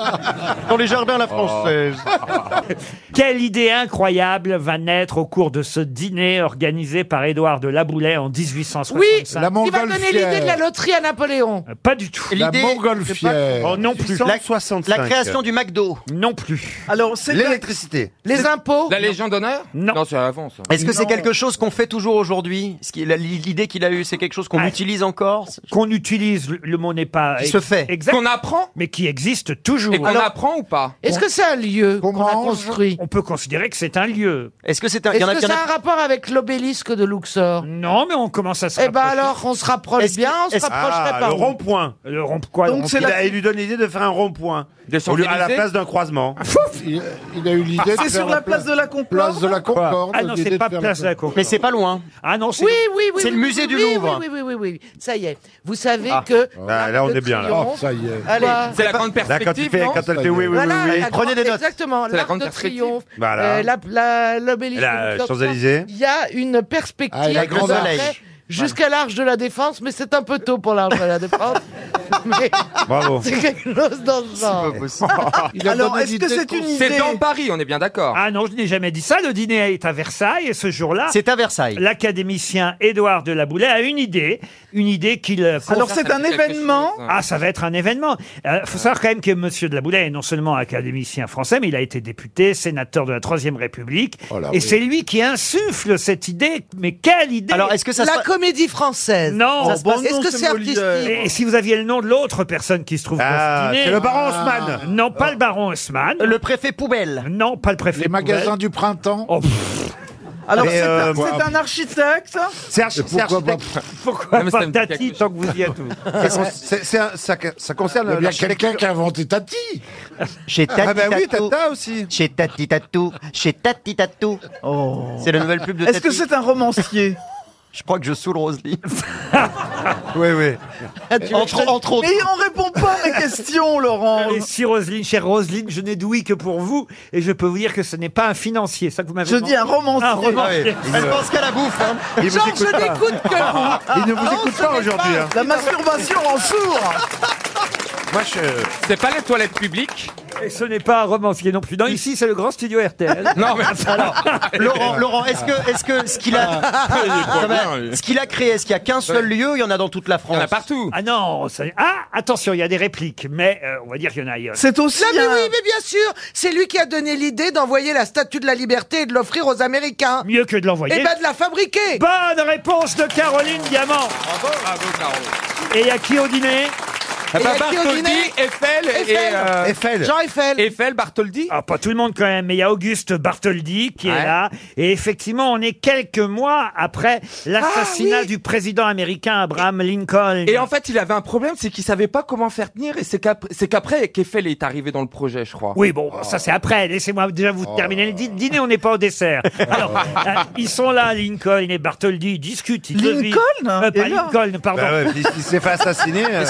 S29: dans les jardins à la française.
S2: Quelle idée incroyable va naître au cours de ce dîner organisé par Édouard de la Boulette en 1865
S16: Oui, il va donner l'idée de la loterie à Napoléon.
S2: Pas du tout.
S16: La L'idée- montgolfière.
S2: Oh non plus.
S16: La- 65. la création du
S11: McDo.
S2: Non plus.
S16: Alors, c'est
S11: L'électricité.
S16: les impôts.
S15: La Légion d'honneur
S2: Non.
S15: Non, c'est avant ça.
S11: Est-ce que c'est
S15: Non.
S11: quelque chose qu'on fait toujours aujourd'hui Ce qui- la- L'idée qu'il a eue, c'est quelque chose qu'on utilise encore
S2: Ah, Qu'on utilise, le- le mot n'est pas.
S11: Qui se fait.
S2: Exact.
S11: Qu'on
S15: apprend.
S2: Mais qui existe toujours.
S15: Et qu'on apprend ou pas
S16: Est-ce que c'est un lieu qu'on a construit
S2: On peut considérer que c'est un lieu.
S11: Est-ce que c'est
S16: Est-ce que ça a un rapport avec l'obélisque de Luxor
S2: Non, mais on commence à se
S16: Eh ben
S2: rapprocher. Ah,
S16: alors, on se rapproche bien, on se rapprocherait pas.
S12: rond-point.
S2: Le rond quoi
S12: Donc c'est la... Il lui donne l'idée de faire un rond-point. Au lieu- À la
S2: Champs-Élysées
S12: place d'un croisement.
S6: Il, il a eu l'idée. de
S16: Ah, C'est
S6: faire
S16: sur la place de la Concorde
S6: Place de la Concorde.
S2: Ah non,
S6: l'idée
S2: c'est
S6: de
S2: pas
S6: faire
S2: place de la Concorde.
S11: Mais c'est pas loin.
S2: Ah non, c'est.
S16: Oui, oui, oui.
S2: C'est
S16: oui,
S2: le
S16: oui,
S2: musée du
S16: oui,
S2: Louvre.
S16: Oui, oui, oui, oui, oui. Ça y est. Vous savez
S12: Ah.
S16: que.
S12: Ah, là, on est bien, là.
S16: Triomphe-
S12: Oh, ça y est.
S16: Allez.
S12: Quoi C'est la grande
S16: Là, quand tu
S12: perspective,
S16: fais-
S12: non
S16: quand elle fait
S12: Ça y est.
S16: oui, oui, oui, Voilà,
S12: oui, oui.
S16: la
S12: Prenez des
S16: grande-
S12: notes.
S16: Exactement.
S12: C'est la
S16: L'arc
S12: grande
S16: de
S12: perspective.
S16: triomphe.
S12: Voilà.
S16: euh, la- la- L'obélisque.
S12: La,
S16: de Luxor.
S12: Champs-Élysées.
S16: Il y a une perspective.
S12: Ah, et la
S16: de
S12: Grande
S16: après
S12: Arche.
S16: Jusqu'à l'Arche de la Défense, mais c'est un peu tôt pour l'Arche de la Défense. Mais
S15: Bravo.
S16: C'est quelque chose dans ce genre.
S15: C'est dans Paris, on est bien d'accord.
S2: Ah non, je n'ai jamais dit ça. Le dîner est à Versailles et ce jour-là.
S11: C'est à Versailles.
S2: L'académicien Édouard de la Boulaye a une idée. Une idée qu'il. euh,
S19: Alors, c'est un événement
S2: Ah, ça va être un événement. Il faut savoir quand même que Monsieur de la Boulaye est non seulement académicien français, mais il a été député, sénateur de la Troisième République. et
S11: Oh oui.
S2: c'est lui qui insuffle cette idée. Mais quelle idée
S11: Alors, est-ce que ça se
S16: La
S11: pa-
S16: comédie française.
S11: Oh,
S2: Non.
S16: Ça se passe- Est-ce que c'est artistique
S2: Et si vous aviez le nom de l'autre personne qui se trouve
S12: Ah,
S2: destinée-
S12: c'est le baron Haussmann.
S2: Ah. Non, pas le baron Haussmann.
S11: Le préfet poubelle.
S2: Non, pas le préfet.
S6: Les magasins du printemps.
S2: Oh,
S19: Alors,
S6: Mais,
S19: c'est
S6: euh,
S19: un- c'est
S6: moi-
S19: un architecte hein
S6: C'est archi- c'est architecte.
S2: Pourquoi
S6: Non, mais ça
S2: pas
S6: me dit quelque
S2: Tati tant que vous y êtes vous
S12: ça, concerne
S6: Il y a bien quelqu'un qui a inventé Tati.
S11: Chez Tati
S12: Ah bah oui,
S11: Tatou.
S12: Tata aussi.
S11: Chez Tati Tatou. Chez Tati Tatou.
S12: Oh.
S11: C'est la nouvelle pub de
S19: Est-ce que
S11: Tati.
S19: c'est un romancier
S11: Je crois que je saoule Rosely. oui, oui. entre, entre autres.
S19: Eh, Mais on répond pas à mes questions, Laurent.
S2: Et si Roselyne, chère Roselyne, je n'ai d'ouïe que pour vous, et je peux vous dire que ce n'est pas un financier, ça que vous m'avez
S19: Je
S2: demandé.
S19: dis un romancier.
S2: Un romancier.
S11: Elle pense qu'à la bouffe. Hein.
S2: Il vous écoute pas.
S12: Il ne vous
S19: Ah,
S12: écoute pas aujourd'hui. hein.
S19: La masturbation en sourd.
S12: Moi, je.
S15: C'est pas les toilettes publiques
S2: Et ce n'est pas un romancier non plus. Non, ici, c'est le grand studio RTL.
S15: Non, mais alors.
S11: Laurent, Laurent est-ce que, est-ce que ce qu'il a,
S15: Il est pas
S11: Non, mais
S15: bien, lui.
S11: ce qu'il a créé, est-ce qu'il y a qu'un seul lieu ou Il y en a dans toute la France. Il y en a
S15: partout.
S2: Ah non, ça- ah, attention, il y a des répliques, mais euh, on va dire qu'il y en a ailleurs.
S16: Non, mais oui, mais bien sûr, c'est lui qui a donné l'idée d'envoyer la Statue de la Liberté et de l'offrir aux Américains.
S2: Mieux que de l'envoyer.
S16: Et ben de la fabriquer.
S2: Bonne réponse de Caroline Diamant.
S15: Bravo, bravo, Ah Caro.
S2: Et il y a qui au dîner
S15: Ah bah, Bartholdi, Eiffel et. euh,
S16: Eiffel.
S15: Eiffel, Bartholdi
S2: Ah, pas tout le monde quand même, mais il y a Auguste Bartholdi qui est
S15: Ouais.
S2: là. Et effectivement, on est quelques mois après l'assassinat
S15: Ah, oui.
S2: du président américain Abraham Lincoln.
S15: Et en fait, il avait un problème, c'est qu'il savait pas comment faire tenir, et c'est qu'ap- c'est qu'après qu'Eiffel est arrivé dans le projet, je crois.
S2: Oui, bon, ça c'est après. Laissez-moi déjà vous
S11: Oh.
S15: Oh.
S2: terminer le di- dîner, on n'est pas au dessert. Alors, euh, ils sont là, Lincoln et Bartholdi, ils discutent. Ils devinent.
S19: Lincoln
S2: Euh,
S19: Et
S2: Pas
S19: là
S2: Lincoln, pardon.
S12: Bah ouais, puis s'il s'est fait assassiner. euh,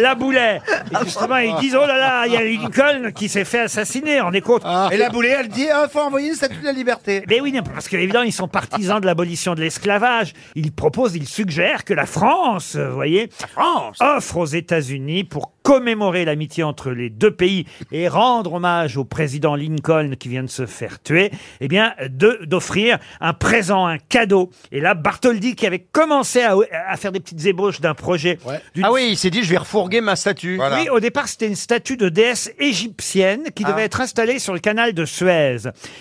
S2: La boulet. Et justement, ils disent, oh là là, il y a Lincoln qui s'est fait assassiner, on est contre.
S12: Et la boulée, elle dit ah, faut envoyer une statue de la liberté.
S2: Mais oui, non, parce que évidemment, ils sont partisans de l'abolition de l'esclavage. Ils proposent, ils suggèrent que la France, euh, vous voyez, offre aux États-Unis pour commémorer l'amitié entre les deux pays et rendre hommage au président Lincoln qui vient de se faire tuer, eh bien, de- d'offrir un présent, un cadeau. Et là, Bartholdi, qui avait commencé à, à faire des petites ébauches d'un projet, d'une
S11: Ah oui, il s'est dit, je vais refourguer
S2: même un statut. Oui, au départ, c'était une statue de déesse égyptienne qui
S11: Ah.
S2: devait être installée sur le canal de Suez.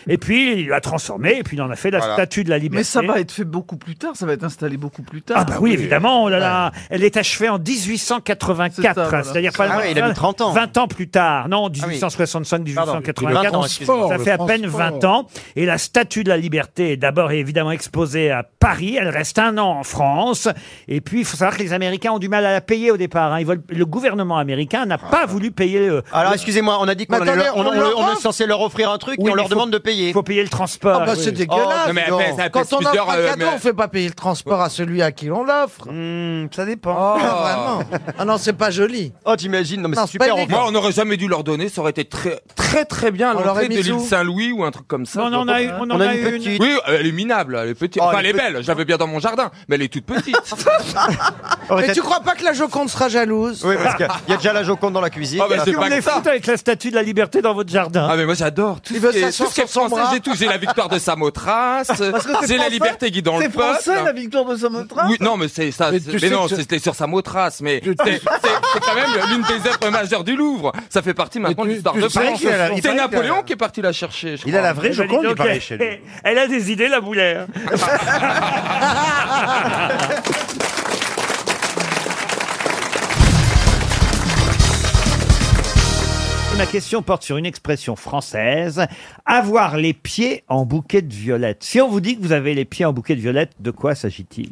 S2: Et puis, il l'a transformée, et puis il en a fait la
S19: Voilà.
S2: statue de la liberté.
S19: Mais ça va être fait beaucoup plus tard, ça va être installé beaucoup plus tard.
S2: Ah bah oui, évidemment, oh là là. elle est achevée en 1884,
S19: C'est ça, voilà.
S2: c'est-à-dire pas
S19: Ah oui, il a mis 30 ans.
S2: 20 ans plus tard, non,
S19: Ah oui.
S2: 1865,
S19: Pardon, le
S2: 1884,
S19: transport,
S2: ça
S19: le
S2: fait à peine
S19: transport.
S2: 20 ans. Et la Statue de la Liberté est d'abord évidemment exposée à Paris, elle reste un an en France, et puis il faut savoir que les Américains ont du mal à la payer au départ, hein. Ils veulent, le gouvernement américain n'a pas voulu payer... euh,
S3: Ah. Alors
S2: le-
S3: excusez-moi, on a dit qu'on
S2: Mais attendez,
S3: allait- on-
S2: on
S3: on-
S2: leur
S3: on
S2: offre
S3: est censé leur offrir un truc
S2: Oui,
S3: et on leur
S2: mais faut-
S3: demande de payer.
S2: faut payer le transport.
S3: Ah bah, c'est dégueulasse,
S11: Oh,
S25: Non, mais
S3: dis donc.
S25: après, ça Quand
S3: pèse
S25: on offre
S3: plusieurs,
S25: un
S3: euh,
S25: cadeau,
S3: mais-
S25: on fait pas payer le transport à celui à qui l'on l'offre.
S11: Hmm,
S25: ça dépend.
S16: Oh,
S25: Ah, vraiment. Ah non, c'est pas joli.
S3: Oh, t'imagines Non, mais c'est super.
S15: Moi, on n'aurait jamais dû leur donner. Ça aurait été très, très, très bien à
S3: On
S15: l'entrée
S3: l'aurait
S15: de
S3: mis où
S15: l'île Saint-Louis ou un truc comme ça.
S2: Non, on en a eu- on en a eu une.
S15: Oui, elle est minable. Elle est petite. enfin, Oh, elle est belle. J'avais bien dans mon jardin, mais elle est toute petite.
S25: Mais tu crois pas que la Joconde sera jalouse
S3: Oui, parce qu'il y a déjà la Joconde dans la cuisine.
S15: Ah, bah, c'est pas que ça.
S2: avec la statue de la liberté dans votre jardin.
S15: Ah mais moi j'adore tout
S25: Il
S15: ce
S25: veut
S15: qui est, tout
S25: s'asseoir
S15: ce qui est
S25: sur son
S15: français,
S25: bras.
S15: j'ai tout, j'ai la victoire de Samothrace, j'ai la liberté qui est dans le
S19: C'est
S15: peuple.
S19: français la victoire de Samothrace.
S15: Oui, non mais c'est ça,
S19: Mais
S15: mais,
S19: tu sais
S15: non,
S19: que je-
S15: c'était sur Samothrace, mais c'est c'est- c'est quand même l'une des œuvres majeures du Louvre. Ça fait partie maintenant de l'histoire
S2: tu
S15: de
S2: sais
S15: France.
S2: qu'il a la- euh, il
S15: C'est
S2: paraît
S15: Napoléon
S2: qu'il a-
S15: qui est parti la chercher. je
S2: Je
S15: crois.
S2: crois. Eh ben, dis donc, elle- Elle a des idées, la boulère. Ma question porte sur une expression française, avoir les pieds en bouquet de violettes. Si on vous dit que vous avez les pieds en bouquet de violettes, de quoi s'agit-il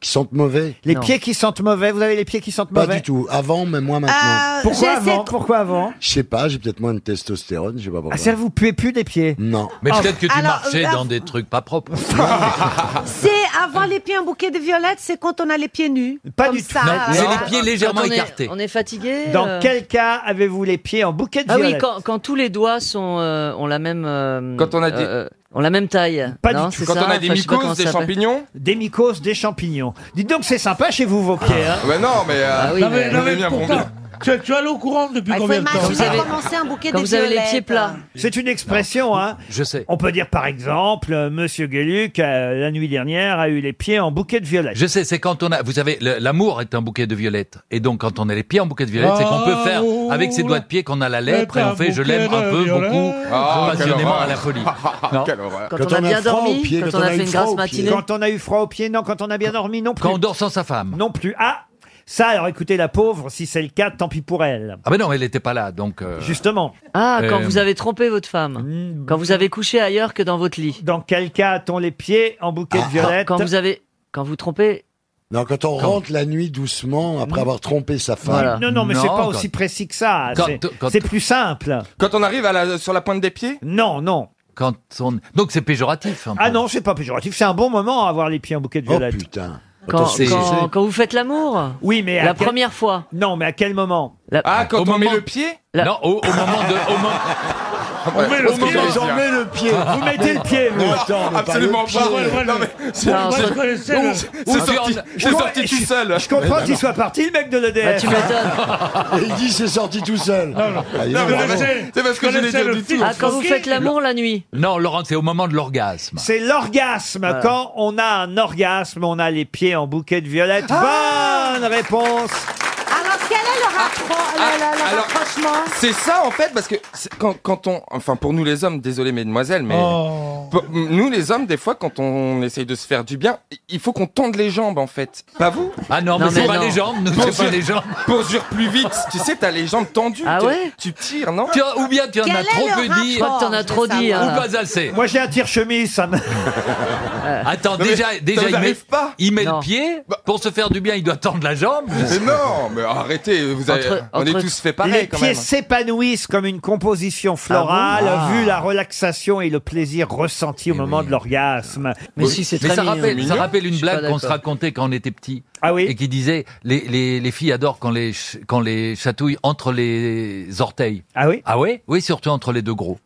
S2: Qui sentent mauvais. Les
S11: Non.
S2: pieds qui sentent mauvais, vous avez les pieds qui sentent
S11: Pas
S16: Ah,
S2: mauvais
S11: du tout. Avant, mais moi maintenant.
S2: Euh, Pourquoi j'essaie avant de- Pourquoi avant
S11: Je sais pas, j'ai peut-être moins de testostérone, je sais pas pourquoi.
S2: Ah, ça vous puez plus des pieds
S11: Non.
S5: Mais
S16: Oh.
S5: peut-être que tu
S11: Alors,
S5: marchais
S11: là-
S5: dans des trucs pas propres.
S22: C'est avoir les pieds en bouquet de violettes, c'est quand on a les pieds nus.
S2: Pas
S22: Comme
S2: du tout.
S22: ça,
S2: Non,
S22: euh,
S2: c'est
S22: voilà.
S2: les pieds légèrement
S14: Quand on est-
S2: écartés.
S14: On est fatigué.
S2: Dans
S14: euh,
S2: quel cas avez-vous les pieds en bouquet de
S14: Ah oui,
S2: violettes
S14: quand, quand tous les doigts sont, euh, ont la même.
S2: Quand on a des-
S14: on la même taille.
S2: Pas
S14: non,
S2: du tout.
S14: c'est ça, enfin, je sais pas comment ça s'appelle.
S2: Des mycoses, des champignons. Dites donc, c'est sympa chez vous, vos pieds. Hein
S15: Ouais, non, mais, euh, Ah oui,
S1: bah Non, mais-
S15: mais-
S1: non, mais
S15: mais bien, bon,
S1: pourtant,
S15: bien.
S1: tu, tu es allé au courant
S14: Ah,
S1: depuis combien de temps
S22: un bouquet
S14: quand
S22: de
S14: vous avez les pieds
S22: violettes.
S14: plats.
S2: C'est une expression, hein.
S5: Je sais.
S2: On peut dire par exemple, euh, Monsieur Gueluc, euh, la nuit dernière, a eu les pieds en bouquet de violettes.
S5: Je sais, c'est quand on a, vous savez, le- l'amour est un bouquet de violettes. Et donc, quand on a les pieds en bouquet de violettes, c'est qu'on peut faire avec ses doigts de pied qu'on a la lèpre et on fait je l'aime un peu, beaucoup, passionnément à la folie. Non.
S14: Quand on a bien dormi, quand on a fait une grasse matinée.
S2: Quand on a eu froid aux pieds, non. Quand on a bien dormi, non plus. Quand on
S5: dort sans sa femme.
S2: Non plus. Ah, ça, alors écoutez, la pauvre, si c'est le cas, tant pis pour elle.
S5: Ah ben non, elle n'était pas là, donc. euh,
S2: Justement.
S14: Ah, quand
S5: Euh,
S14: vous avez trompé votre femme. Quand vous avez couché ailleurs que dans votre lit.
S2: Mmh,
S14: Ah,
S2: Dans quel cas a-t-on les pieds en bouquet de violettes
S14: Quand vous avez. Quand vous trompez.
S11: Non, quand on rentre la nuit doucement après avoir trompé sa femme.
S2: Non, non, mais c'est pas aussi précis que ça.
S11: Quand-
S2: C'est-
S11: quand-
S2: C'est plus simple.
S15: Quand on arrive à la- sur la pointe des pieds
S2: Non, non.
S5: Quand on... Donc c'est
S15: hein,
S5: péjoratif. un peu.
S2: Ah non, c'est pas péjoratif. C'est un bon moment à avoir les pieds en bouquet de violettes. Oh putain.
S5: Quand- Attends, c'est- quand- c'est-
S14: Quand vous faites l'amour.
S2: Oui, mais
S14: La première fois.
S2: Non, mais à quel moment
S15: Ah, quand
S5: Au
S15: on
S5: moment-
S15: met le pied
S5: Non, au, au moment de. Au moment...
S15: On met le pied,
S5: de-
S15: on met le pied.
S2: Vous mettez le pied, vous.
S15: Non, attends, mais Absolument pas.
S2: le pied.
S15: Ouais, ouais, non, mais c'est-
S2: Non,
S15: c'est-
S2: je connaissais
S15: c'est-
S2: le-
S15: C'est
S2: Ou
S15: sorti,
S2: tu en-
S15: c'est
S2: je-
S15: sorti tout seul.
S2: Je comprends qu'il soit parti, le mec de l'EDF.
S14: Bah, tu m'étonnes.
S11: Et il dit c'est sorti tout seul.
S14: Ah,
S5: il est marrant.
S15: C'est parce que je l'ai dit du tout.
S14: Ah, quand vous faites l'amour la nuit.
S5: Non, Laurent, c'est au moment de l'orgasme.
S2: C'est l'orgasme.
S5: Voilà.
S2: Quand on a un orgasme, on a les pieds en bouquet de violettes.
S5: Ah
S2: Bonne réponse.
S22: Alors quel est le, rappro- le- le- le
S15: Ah, alors-
S22: rapprochement
S15: C'est ça en fait, parce que c'est- quand, quand on, enfin pour nous les hommes, désolé mesdemoiselles, mais
S2: Oh.
S15: pour- nous les hommes, des fois quand on essaye de se faire du bien, il faut qu'on tende les jambes en fait. Pas vous
S5: Ah non, mais Non, c'est mais pas non. les jambes, nous,
S15: Pour
S5: c'est pas
S15: dire-
S5: les jambes.
S15: Pour dire plus vite, tu sais, t'as les jambes tendues.
S14: Ah
S15: tu-
S14: ouais
S15: Tu tires, non
S5: Tu as- ou bien tu en Oh. Quel as est trop le peu dit.
S14: Je crois que t'en as trop dit.
S5: Ou
S14: hein.
S5: pas assez.
S2: Moi, j'ai un tire-chemise, ça me...
S5: Attends,
S15: Non, mais
S5: déjà,
S15: ça
S5: déjà
S15: nous
S5: il met,
S15: arrive pas.
S5: il met le pied. Pour se faire du bien, il doit tendre la jambe.
S15: Mais non, mais arrêtez, vous avez-
S5: Entre-
S15: on
S5: entre-
S15: est tous fait pareil
S2: les
S15: quand
S2: pieds
S15: même.
S2: s'épanouissent comme une composition florale,
S5: Ah bon Ah.
S2: vu la relaxation et le plaisir ressenti au moment de l'orgasme.
S5: Mais ça rappelle, ça rappelle une blague qu'on se racontait quand on était petit.
S2: Ah oui.
S5: Et qui disait les, les, les filles adorent quand les ch- quand les chatouilles entre les orteils.
S2: Ah oui.
S5: Ah ouais. Oui, surtout entre les deux gros.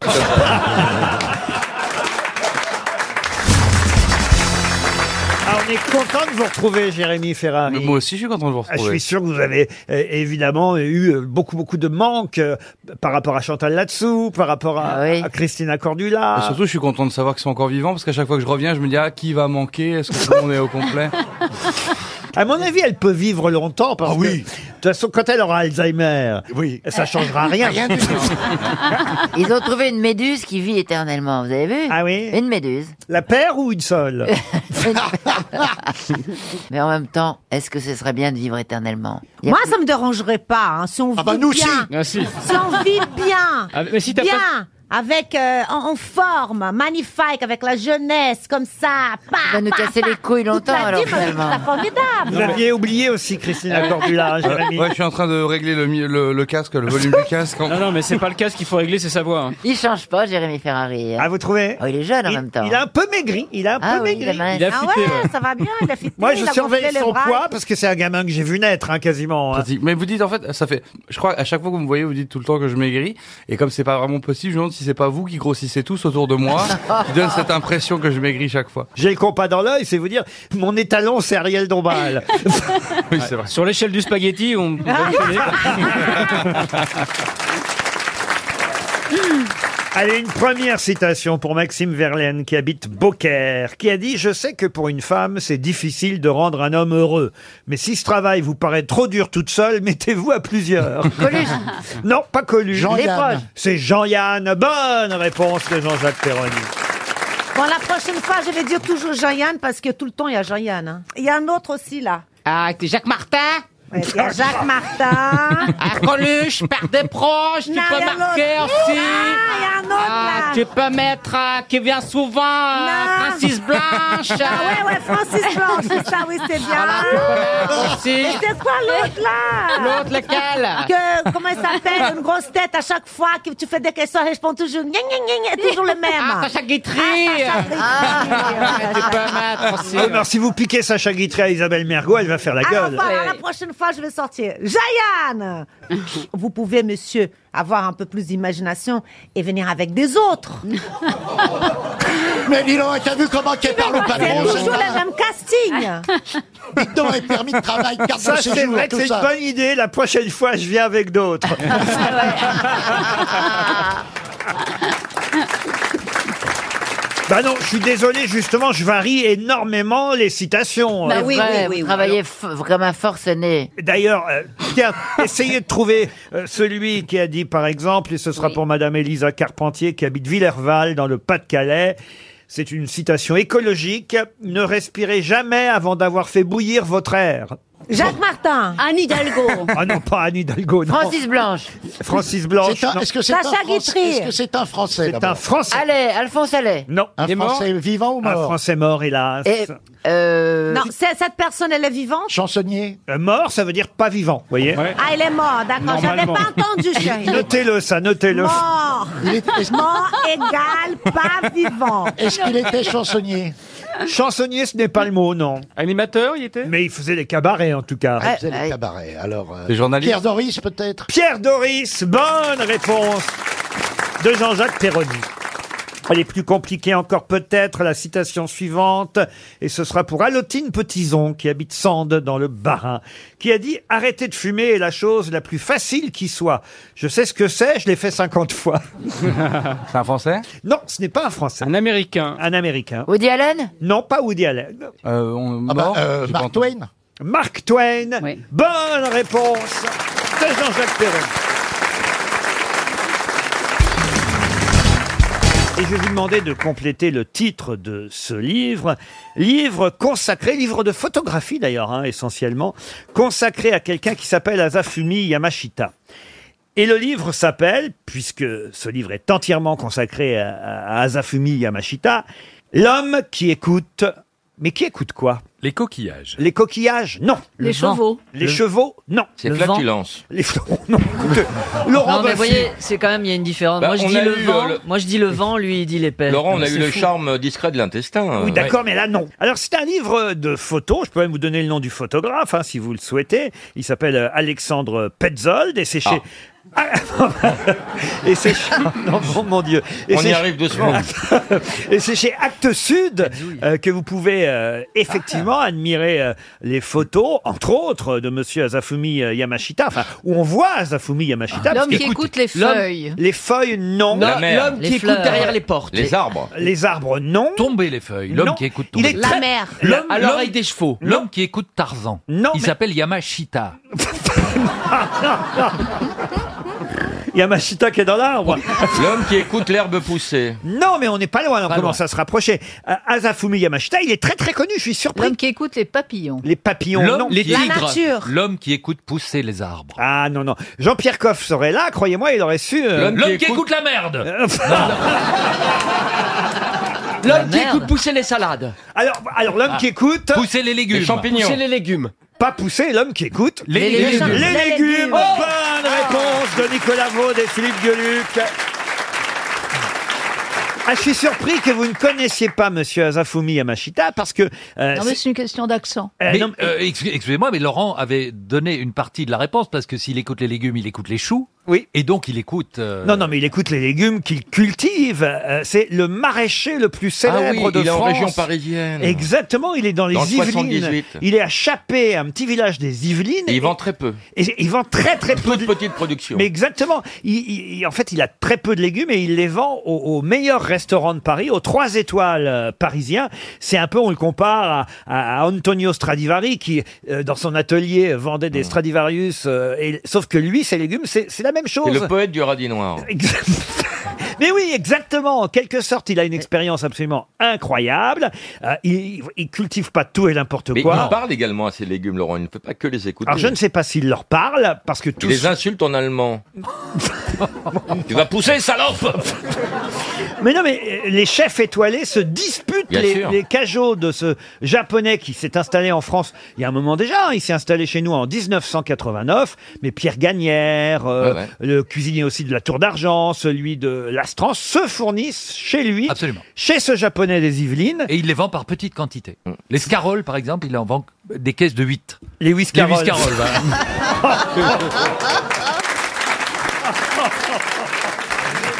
S2: Ah, on est content de vous retrouver, Jérémy Ferrari. moi
S27: aussi, je suis content de vous
S2: je suis sûr que vous avez euh, évidemment eu euh, beaucoup, beaucoup de manques euh, par rapport à Chantal Latsou, par rapport à,
S22: Ah
S2: à Christina Cordula.
S27: Et surtout, je suis content de savoir qu'ils sont encore vivants parce qu'à chaque fois que je reviens, je me dis ah qui va manquer Est-ce que tout le monde est au complet
S16: Ah
S2: À mon avis, elle peut vivre longtemps parce que toute façon, quand elle aura Alzheimer, ça changera rien.
S8: Rien du tout. Ils ont trouvé une méduse qui vit éternellement, vous avez vu
S2: Ah oui
S8: Une méduse.
S2: La paire ou une seule
S8: Mais en même temps, est-ce que ce serait bien de vivre éternellement Il y a
S22: Moi, ça me dérangerait pas, hein, si on
S8: Ah
S22: vit
S8: bah nous,
S22: bien.
S8: si. Ah, si.
S22: on vit bien.
S8: Ah, mais si t'as
S22: bien.
S8: pas-
S22: Avec, euh, en, en forme, magnifique, avec la jeunesse, comme ça. Pa,
S8: va nous
S22: pa,
S8: casser
S22: pa.
S8: les couilles longtemps,
S22: Toute la
S8: alors,
S22: vie, mais
S8: finalement.
S22: C'est formidable.
S2: Vous aviez oublié aussi Christina Cordula,
S15: Euh,
S2: Jérémy.
S15: ouais, je suis en train de régler le, mi- le- le casque, le volume du casque. Non, non, mais c'est pas le casque qu'il faut régler, c'est sa voix. hein.
S8: Il change pas, Jérémy Ferrari. Oh,
S2: Ah, vous trouvez
S8: Il est jeune en même temps.
S2: Il a un peu maigri. Il a un
S8: Ah
S2: peu
S8: oui,
S2: maigri.
S8: dommage. Il a
S22: ah
S8: fité,
S22: ouais,
S8: ouais.
S22: ça va bien, il a fité.
S2: Moi,
S22: il
S2: je
S22: a
S2: surveille
S22: gonflé les
S2: son
S22: bras.
S2: poids parce que c'est un gamin que j'ai vu naître, hein, quasiment. hein.
S15: Mais vous dites en fait, ça fait. Je crois à chaque fois que vous me voyez, vous dites tout le temps que je maigris. Et comme c'est pas vraiment possible, je me demande si c'est pas vous qui grossissez tous autour de moi, qui donne cette impression que je maigris chaque fois.
S2: J'ai le compas dans l'œil, c'est vous dire, mon étalon, c'est Ariel Dombal.
S15: Oui, c'est vrai.
S27: Sur l'échelle du spaghetti, on.
S2: Allez, une première citation pour Maxime Verlaine qui habite Beaucaire, qui a dit Je sais que pour une femme, c'est difficile de rendre un homme heureux. Mais si ce travail vous paraît trop dur toute seule, mettez-vous à plusieurs.
S8: Coluche.
S2: Non, pas Coluche.
S8: Jean-Yann. Les proches.
S2: C'est Jean-Yann. Bonne réponse de Jean-Jacques Perroni.
S22: Bon, la prochaine fois, je vais dire toujours Jean-Yann parce que tout le temps, il y a Jean-Yann. hein. Il y a un autre aussi, là.
S12: Ah, c'est Jacques Martin
S22: Ouais, il y a Jacques Martin.
S12: Ah, Coluche, père des proches, tu
S22: Non, il
S12: peux
S22: y a un
S12: marquer
S22: autre.
S12: aussi.
S22: Ah, il y a un autre,
S12: Ah,
S22: là.
S12: tu peux mettre euh, qui vient souvent, euh,
S22: Non.
S12: Francis Blanche.
S22: Ah ouais, ouais, Francis Blanche, c'est ça, oui, c'est bien.
S12: aussi.
S22: Mais c'est quoi l'autre, là
S12: L'autre, lequel
S22: que, Comment il s'appelle Une grosse tête à chaque fois que tu fais des questions, elle répond toujours gna gna gna gna, toujours le même.
S12: Ah, Sacha Guitry. Ah.
S22: Ah,
S12: tu peux mettre aussi.
S2: Ah, alors, si vous piquez Sacha Guitry à Isabelle Mergot, elle va faire la
S22: Alors,
S2: gueule.
S22: voilà, la prochaine fois, je vais sortir. Jean-Yann Vous pouvez, monsieur, avoir un peu plus d'imagination et venir avec des autres.
S11: Mais dis donc, t'as vu comment qu'elle parle au patron
S22: C'est toujours le
S11: Jean-Yann
S22: même casting
S11: Dites donc, et permis de travail, carte
S2: Ça,
S11: de
S2: c'est
S11: séjour,
S2: vrai que
S11: tout
S2: c'est une
S11: ça.
S2: bonne idée. La prochaine fois, je viens avec d'autres. bah non, je suis désolé, justement, je varie énormément les citations.
S8: Bah
S2: Euh,
S8: oui, vrai, oui, oui, vous oui. travaillez f- comme un forcené.
S2: D'ailleurs, euh, tiens, essayez de trouver euh, celui qui a dit, par exemple, et ce sera pour Madame Elisa Carpentier, qui habite Villerval, dans le Pas-de-Calais. C'est une citation écologique. Ne respirez jamais avant d'avoir fait bouillir votre air.
S22: Jacques Martin Anne Hidalgo
S2: Ah non, pas Anne Hidalgo. non.
S8: Francis Blanche.
S2: Francis Blanche.
S8: C'est un-
S2: non.
S8: est-ce que c'est Sacha un Français- Guitry. est-ce que
S2: c'est un Français C'est un Français.
S8: Allez, Alphonse Allais.
S2: Non.
S8: Un Il est Français
S2: vivant ou mort Un Français mort, hélas.
S8: Et, euh,
S22: Non, c'est- cette personne, elle est vivante
S2: Chansonnier. Euh, mort, ça veut dire pas vivant, vous voyez
S22: Ah, il est mort, d'accord. J'avais pas entendu, chérie.
S2: Notez-le, ça, notez-le.
S22: Mort.
S2: Il est- est-ce-
S22: Mort égale pas vivant.
S2: chansonnier Chansonnier, ce n'est pas le mot, non. Animateur, il était Mais il faisait des cabarets, en tout cas.
S11: Ah, il faisait des cabarets, alors... euh,
S2: Des journalistes.
S11: Pierre Doris, peut-être
S2: Pierre Doris, bonne réponse de Jean-Jacques Perroni. Elle est plus compliquée encore peut-être, la citation suivante, et ce sera pour Alotine Petison, qui habite Sande dans le Barin, qui a dit « Arrêtez de fumer est la chose la plus facile qui soit. Je sais ce que c'est, je l'ai fait 50 fois. » C'est un Français Non, ce n'est pas un Français. Un Américain Un Américain.
S8: Woody Allen
S2: Non, pas Woody Allen.
S11: mort, euh, j'ai pas Mark entendu.
S2: Twain Mark Twain Bonne réponse de Jean-Jacques Perroni. Et je vais vous demander de compléter le titre de ce livre. Livre consacré, livre de photographie d'ailleurs, hein, essentiellement, consacré à quelqu'un qui s'appelle Azafumi Yamashita. Et le livre s'appelle, puisque ce livre est entièrement consacré à, à Azafumi Yamashita, L'homme qui écoute. Mais qui écoute quoi Les coquillages. Les coquillages, non.
S14: Les Le vent. chevaux.
S2: Les
S14: Le-
S2: chevaux, non.
S14: Les Le vent. flatulences.
S2: Les fla- non. écoutez, Laurent
S14: non, mais
S2: Baffy.
S14: vous voyez, c'est quand même, il y a une différence.
S20: Bah,
S14: moi, je
S20: on
S14: dis
S20: a
S14: le
S20: eu,
S14: vent,
S20: euh, le-
S14: moi, je dis le vent, lui, il dit l'épée.
S20: Laurent, on a
S14: C'est
S20: eu le
S14: fou.
S20: charme discret de l'intestin.
S2: Oui,
S20: Euh,
S2: d'accord,
S20: ouais.
S2: mais là, non. Alors, c'est un livre de photos. Je peux même vous donner le nom du photographe, hein, si vous le souhaitez. Il s'appelle euh, Alexandre Petzold et c'est chez...
S20: Ah.
S2: Ah, et c'est chez... Non, bon, mon Dieu. Et
S20: On
S2: c'est
S20: y
S2: chez-
S20: arrive doucement. Ah,
S2: et c'est chez Actes Sud euh, que vous pouvez euh, effectivement admirer euh, les photos, entre autres, de Monsieur Azafumi euh, Yamashita, enfin, où on voit Azafumi Yamashita.
S30: Ah. L'homme
S2: parce que-
S30: qui écoute les
S2: l'homme-
S30: feuilles.
S2: Les feuilles, non.
S20: La mer.
S30: l'homme qui Les écoute fleurs. derrière les portes.
S20: Les arbres.
S2: Les arbres, non.
S5: Tomber les feuilles. L'homme
S2: Non.
S5: qui écoute
S2: Il
S5: tomber.
S2: est La très-
S30: mer.
S5: L'homme-
S30: À l'oreille
S5: l'homme-
S30: des chevaux.
S5: L'homme qui écoute Tarzan. Il s'appelle Yamashita.
S2: Il y a Machita qui est dans l'arbre.
S20: L'homme qui écoute l'herbe pousser.
S2: Non, mais on n'est pas loin, on
S20: Pas
S2: commence
S20: loin.
S2: à se rapprocher. Euh, Azafumi Yamashita, il est très très connu, je suis surpris.
S28: L'homme qui écoute les papillons.
S2: Les papillons,
S5: L'homme-
S2: non.
S5: les tigres. L'homme qui écoute pousser les arbres.
S2: Ah non, non. Jean-Pierre Coff serait là, croyez-moi, il aurait su. euh,
S5: L'homme qui, écoute la merde.
S7: L'homme qui écoute pousser les salades.
S2: Alors, alors l'homme qui écoute.
S5: Pousser les légumes.
S7: Pousser les légumes.
S2: Pas pousser, l'homme qui écoute.
S7: Les Les légumes. légumes.
S2: Les
S7: Les
S2: légumes.
S7: légumes.
S2: Bonne réponse de Nicolas Vaud et Philippe Gueluc. Ah, je suis surpris que vous ne connaissiez pas Monsieur Azafumi Yamashita parce que. euh,
S28: Non, mais c'est une question d'accent.
S5: Mais, euh, excu- Excusez-moi, mais Laurent avait donné une partie de la réponse parce que s'il écoute les légumes, il écoute les choux.
S2: Oui.
S5: Et donc il écoute. euh,
S2: Non, non, mais il écoute les légumes qu'il cultive. Euh, c'est le maraîcher le plus célèbre
S20: Ah oui,
S2: de
S20: il est en
S2: France.
S20: région parisienne.
S2: Exactement, il est dans les
S20: Dans le
S2: Yvelines.
S20: 78.
S2: Il est à Chappé, un petit village des Yvelines.
S20: Et il vend très peu.
S2: Et il vend très très peu de...
S20: Petite production.
S2: Mais exactement. Il, il- il- en fait, il a très peu de légumes et il les vend aux au meilleurs restaurants de Paris, aux trois étoiles euh, parisiens. C'est un peu, on le compare à, à- à Antonio Stradivari qui, euh, dans son atelier, vendait
S20: Hmm.
S2: des Stradivarius. euh, et, sauf que lui, ses légumes, c'est c'est la même chose.
S20: C'est le poète du radis noir.
S2: Mais oui, exactement. En quelque sorte, il a une expérience absolument incroyable. Euh, il, il cultive pas tout et n'importe
S20: Mais
S2: quoi.
S20: il parle également à ses légumes, Laurent. Il ne peut pas que les écouter.
S2: Alors, je ne sais pas s'il leur parle, parce que
S20: Il
S2: tous.
S20: les insulte en allemand. tu vas pousser, salope
S2: Mais non, mais euh, les chefs étoilés se disputent
S20: Bien
S2: les,
S20: sûr.
S2: les cajots de ce japonais qui s'est installé en France il y a un moment déjà. hein. il s'est installé chez nous en 1989. Mais Pierre Gagnère, euh,
S20: Ouais, ouais.
S2: le cuisinier aussi de la Tour d'Argent, celui de l'Astran, se fournissent chez lui, chez ce japonais des Yvelines.
S5: Et il les vend par petites quantités.
S20: Mm.
S5: Les scaroles, par exemple, il en vend des caisses de 8.
S2: Les
S5: Les
S2: Whiscaroles.
S5: Whiscaroles, voilà.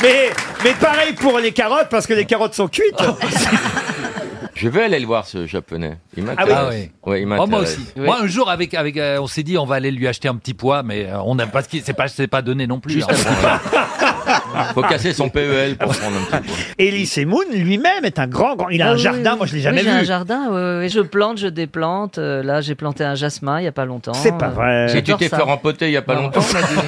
S2: Mais, mais pareil pour les carottes, parce que les carottes sont cuites.
S20: Je vais aller le voir, ce japonais. Il
S5: Ah oui.
S20: m'intéresse.
S5: Ah oui.
S20: Ouais, il
S5: Oh,
S20: m'intéresse.
S5: moi aussi.
S20: Oui.
S5: Moi un jour avec avec euh, on s'est dit on va aller lui acheter un petit poids mais euh, on n'a pas ce qui c'est pas c'est pas donné non plus. hein.
S20: Ah,
S2: ah,
S20: Faut casser son PEL E pour prendre un petit peu.
S2: Elie Semoun lui-même est un grand, grand. Il a
S28: Ah
S2: un
S28: oui,
S2: jardin,
S28: oui.
S2: moi je l'ai jamais
S28: oui,
S2: vu.
S28: J'ai un jardin, oui, oui, oui. je plante, je déplante. Euh, là, j'ai planté un jasmin il y a pas longtemps.
S2: C'est pas
S28: Euh,
S2: vrai.
S20: Si tu
S28: j'adore
S20: t'es
S28: ça.
S20: fait rempoter il y a pas longtemps, on a dit.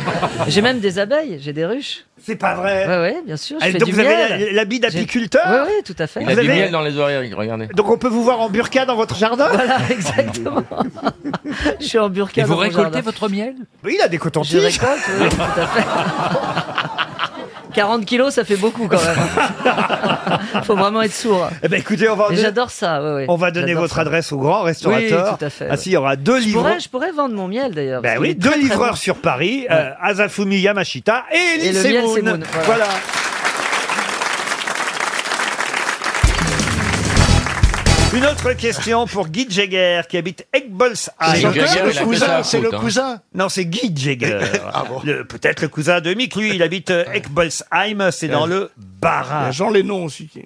S28: J'ai même des abeilles, j'ai des ruches.
S2: C'est pas vrai.
S28: Oui, bien sûr. Je
S2: Ah,
S28: fais
S2: donc
S28: du
S2: vous avez
S28: miel.
S2: la- l'habit d'apiculteur
S28: Oui, oui, tout à fait.
S20: Il a du miel dans les oreilles, regardez.
S2: Donc on peut vous voir en burqa dans votre jardin
S28: Voilà, exactement. je suis en burqa.
S2: Et vous
S28: dans mon
S2: récoltez
S28: jardin.
S5: votre miel
S2: Oui, il a des
S28: Je
S2: cotons-tiges.
S28: récolte, oui, tout à fait. 40 kilos, ça fait beaucoup quand même. Faut vraiment être sourd.
S2: Eh ben écoutez, on va,
S28: Mais
S2: donner-
S28: J'adore ça. ouais, ouais.
S2: on va donner
S28: J'adore
S2: votre
S28: ça.
S2: adresse au grand restaurateur.
S28: Oui, tout à fait.
S2: Ah
S28: ouais.
S2: si, il y aura deux
S28: je
S2: livres.
S28: Pourrais, je pourrais vendre mon miel d'ailleurs.
S2: Ben
S28: parce
S2: oui,
S28: qu'il est
S2: deux
S28: très, très
S2: livreurs
S28: bon.
S2: sur Paris, euh, Azafumi Yamashita et Elie
S28: Et le miel
S2: Semoun.
S28: Semoun, voilà.
S2: voilà. Une autre question pour Guy Jagger qui habite Egbolsheim.
S6: C'est le Jagger, Ah, il a fait cousin, ça à c'est foot, le hein. cousin
S2: Non, c'est Guy Jagger.
S16: Ah
S2: Le- Peut-être le cousin de Mick. Lui, il habite euh, Egbolsheim, c'est dans le
S1: Il y
S2: Bas-Rhin.
S1: a Jean Lénon aussi. qui est-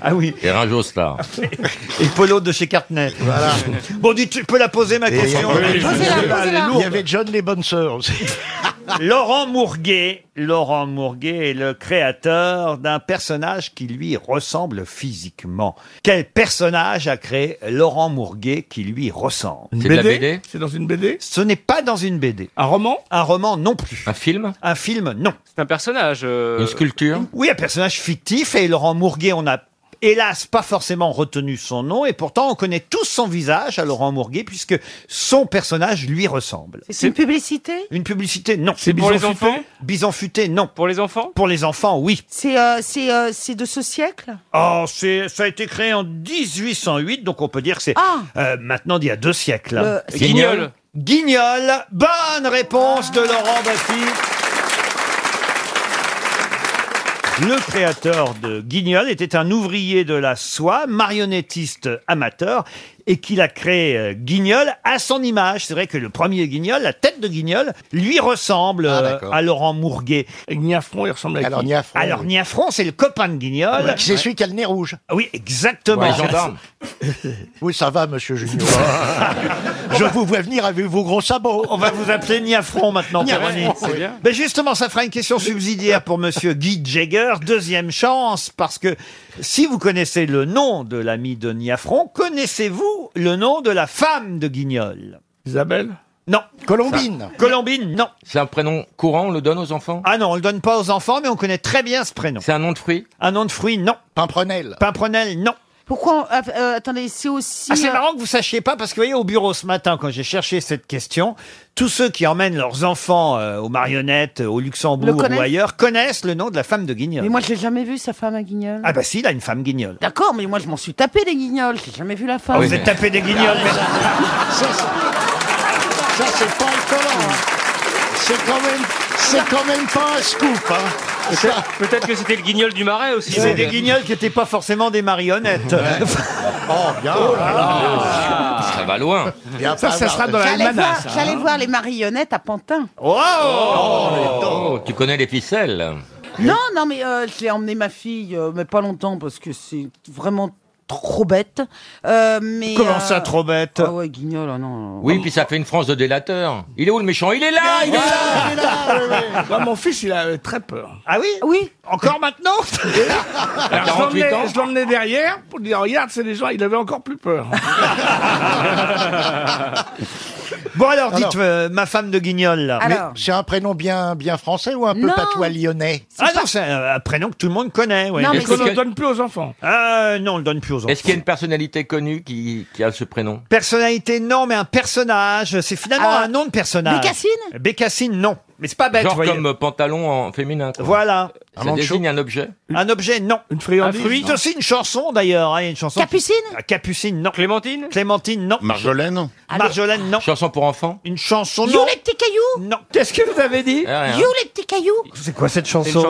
S2: Ah oui.
S20: Et Ringo Star.
S2: Et Polo de chez Cartney. Voilà. Bon, dis, tu peux la poser, ma
S26: Et-
S2: question.
S26: Oui, oui, Posez-la, oui. posez-la. Il y avait
S2: John les bonnes sœurs aussi. Laurent Mourguet. Laurent Mourguet est le créateur d'un personnage qui lui ressemble physiquement. Quel personnage a créé Laurent Mourguet qui lui ressemble
S20: C'est de la BD
S2: C'est dans une BD Ce n'est pas dans une BD. Un roman Un roman non plus.
S20: Un film
S2: Un film non.
S27: C'est un personnage. euh,
S20: Une sculpture
S2: Oui, un personnage fictif et Laurent Mourguet, on a hélas pas forcément retenu son nom et pourtant on connaît tous son visage à Laurent Mourguet puisque son personnage lui ressemble.
S1: C'est une
S2: publicité Une publicité, non.
S1: C'est pour Bison les futé enfants
S2: Bison futé, non. Pour les enfants Pour les enfants, oui.
S10: C'est euh, c'est, euh, c'est de ce siècle
S2: Oh, c'est ça a été créé en 1808, donc on peut dire que c'est
S10: Ah
S2: euh, maintenant d'il y a deux siècles.
S10: Le-
S2: hein.
S20: Guignol.
S2: Guignol, bonne réponse de Laurent Baffy. Le créateur de Guignol était un ouvrier de la soie, marionnettiste amateur, et qu'il a créé euh, Guignol à son image. C'est vrai que le premier Guignol, la tête de Guignol, lui ressemble euh, à Laurent Mourguet. Niafron, il ressemble à
S26: Ah, Alors, qui Niafron,
S2: Alors
S26: oui.
S2: Niafron, c'est le copain de Guignol.
S26: Ouais, c'est celui
S2: qui a le nez rouge. Ah Oui, exactement.
S26: Ouais, gendarme. Oui, ça va, monsieur Junior.
S2: Je vous vois venir avec vos gros sabots. On va vous appeler Niafron maintenant,
S26: Niafron,
S2: Péroni.
S26: c'est bien.
S2: Mais justement, ça fera une question subsidiaire pour monsieur Guy Jagger. Deuxième chance, parce que si vous connaissez le nom de l'ami de Niafron, connaissez-vous le nom de la femme de Guignol
S1: Isabelle
S2: Non.
S1: Colombine.
S2: Colombine, non.
S20: C'est un prénom courant, on le donne aux enfants
S2: Ah non, on le donne pas aux enfants, mais on connaît très bien ce prénom. C'est
S20: un nom de fruit
S2: Un nom de fruit, non. Pimprenel. Pimprenel, non.
S12: Pourquoi on- euh, euh, Attendez, c'est aussi.
S2: Ah, c'est
S12: euh,
S2: marrant que vous sachiez pas, parce que vous voyez, au bureau ce matin, quand j'ai cherché cette question, tous ceux qui emmènent leurs enfants euh, aux marionnettes, euh, au
S12: Le
S2: Luxembourg
S12: connaissent
S2: ou ailleurs, connaissent le nom de la femme de Guignol.
S12: Mais moi, je l'ai jamais vu, sa femme à Guignol.
S2: Ah bah si, il a une femme Guignol.
S12: D'accord, mais moi, je m'en suis tapé des Guignols. J'ai jamais vu la femme.
S2: Ah, vous êtes tapé des Guignols, mais-
S11: Ça, c'est- ça, c'est pas étonnant. hein. C'est quand même, c'est quand même pas un scoop. Hein. Ça-
S27: Peut-être que c'était le guignol du marais aussi.
S2: C'est des Guignols qui n'étaient pas forcément des marionnettes.
S11: oh, bien.
S20: Ça va loin.
S2: Ça, ça sera dans la
S12: J'allais
S2: Almanach,
S12: voir,
S2: ça,
S12: j'allais
S2: hein.
S12: voir les marionnettes à Pantin.
S20: Oh, tu connais les ficelles
S12: Non, non, mais euh, je l'ai emmené ma fille, euh, mais pas longtemps, parce que c'est vraiment trop bête. Euh, mais,
S20: Comment ça, trop
S2: bête
S12: Ah ouais, guignol, ah non.
S20: Oui, puis ça fait une France de délateur. Il est où le méchant Il est là Il est là
S1: Ah, Moi, mon fils, il a euh, très peur.
S2: Ah oui
S12: Oui.
S2: Encore maintenant
S1: Alors, je
S20: 48
S1: l'emmenais-
S20: ans.
S1: je l'emmenais derrière pour lui dire Regarde, c'est des gens, il avait encore plus peur.
S2: Bon alors, dites euh, ma femme de Guignol là.
S6: Mais C'est un prénom bien, bien français ou un peu
S2: Non.
S6: patois lyonnais
S2: Ah non, c'est un, un prénom que tout le monde connaît. Ouais.
S6: Non, mais Est-ce qu'on c'est- le
S2: donne
S1: plus aux enfants
S2: Ah non, on le donne plus aux enfants.
S20: Est-ce qu'il y a une personnalité connue qui, qui a ce prénom
S2: Personnalité, non, mais un personnage. C'est finalement
S20: Ah.
S2: un nom de personnage.
S20: Bécassine
S2: Bécassine, non.
S27: Ah
S2: Mais c'est pas
S27: bah,
S2: bête,
S20: Genre
S2: vous voyez.
S20: comme euh, pantalon en féminin. quoi.
S2: Voilà.
S20: Ça désigne un objet
S2: Un objet, non. euh, Une
S20: friandise,
S2: Un fruit.
S20: non.
S2: C'est aussi une chanson, d'ailleurs. hein, il y a une chanson.
S12: Capucine
S2: Ah, Capucine, non. Clémentine Clémentine, non. Marjolaine Marjolaine, non.
S20: Chanson pour enfants
S2: Une chanson,
S12: You
S2: non.
S12: les petits cailloux
S2: Non. Qu'est-ce que vous avez dit
S12: You les petits cailloux
S2: Eh, hein. C'est quoi cette chanson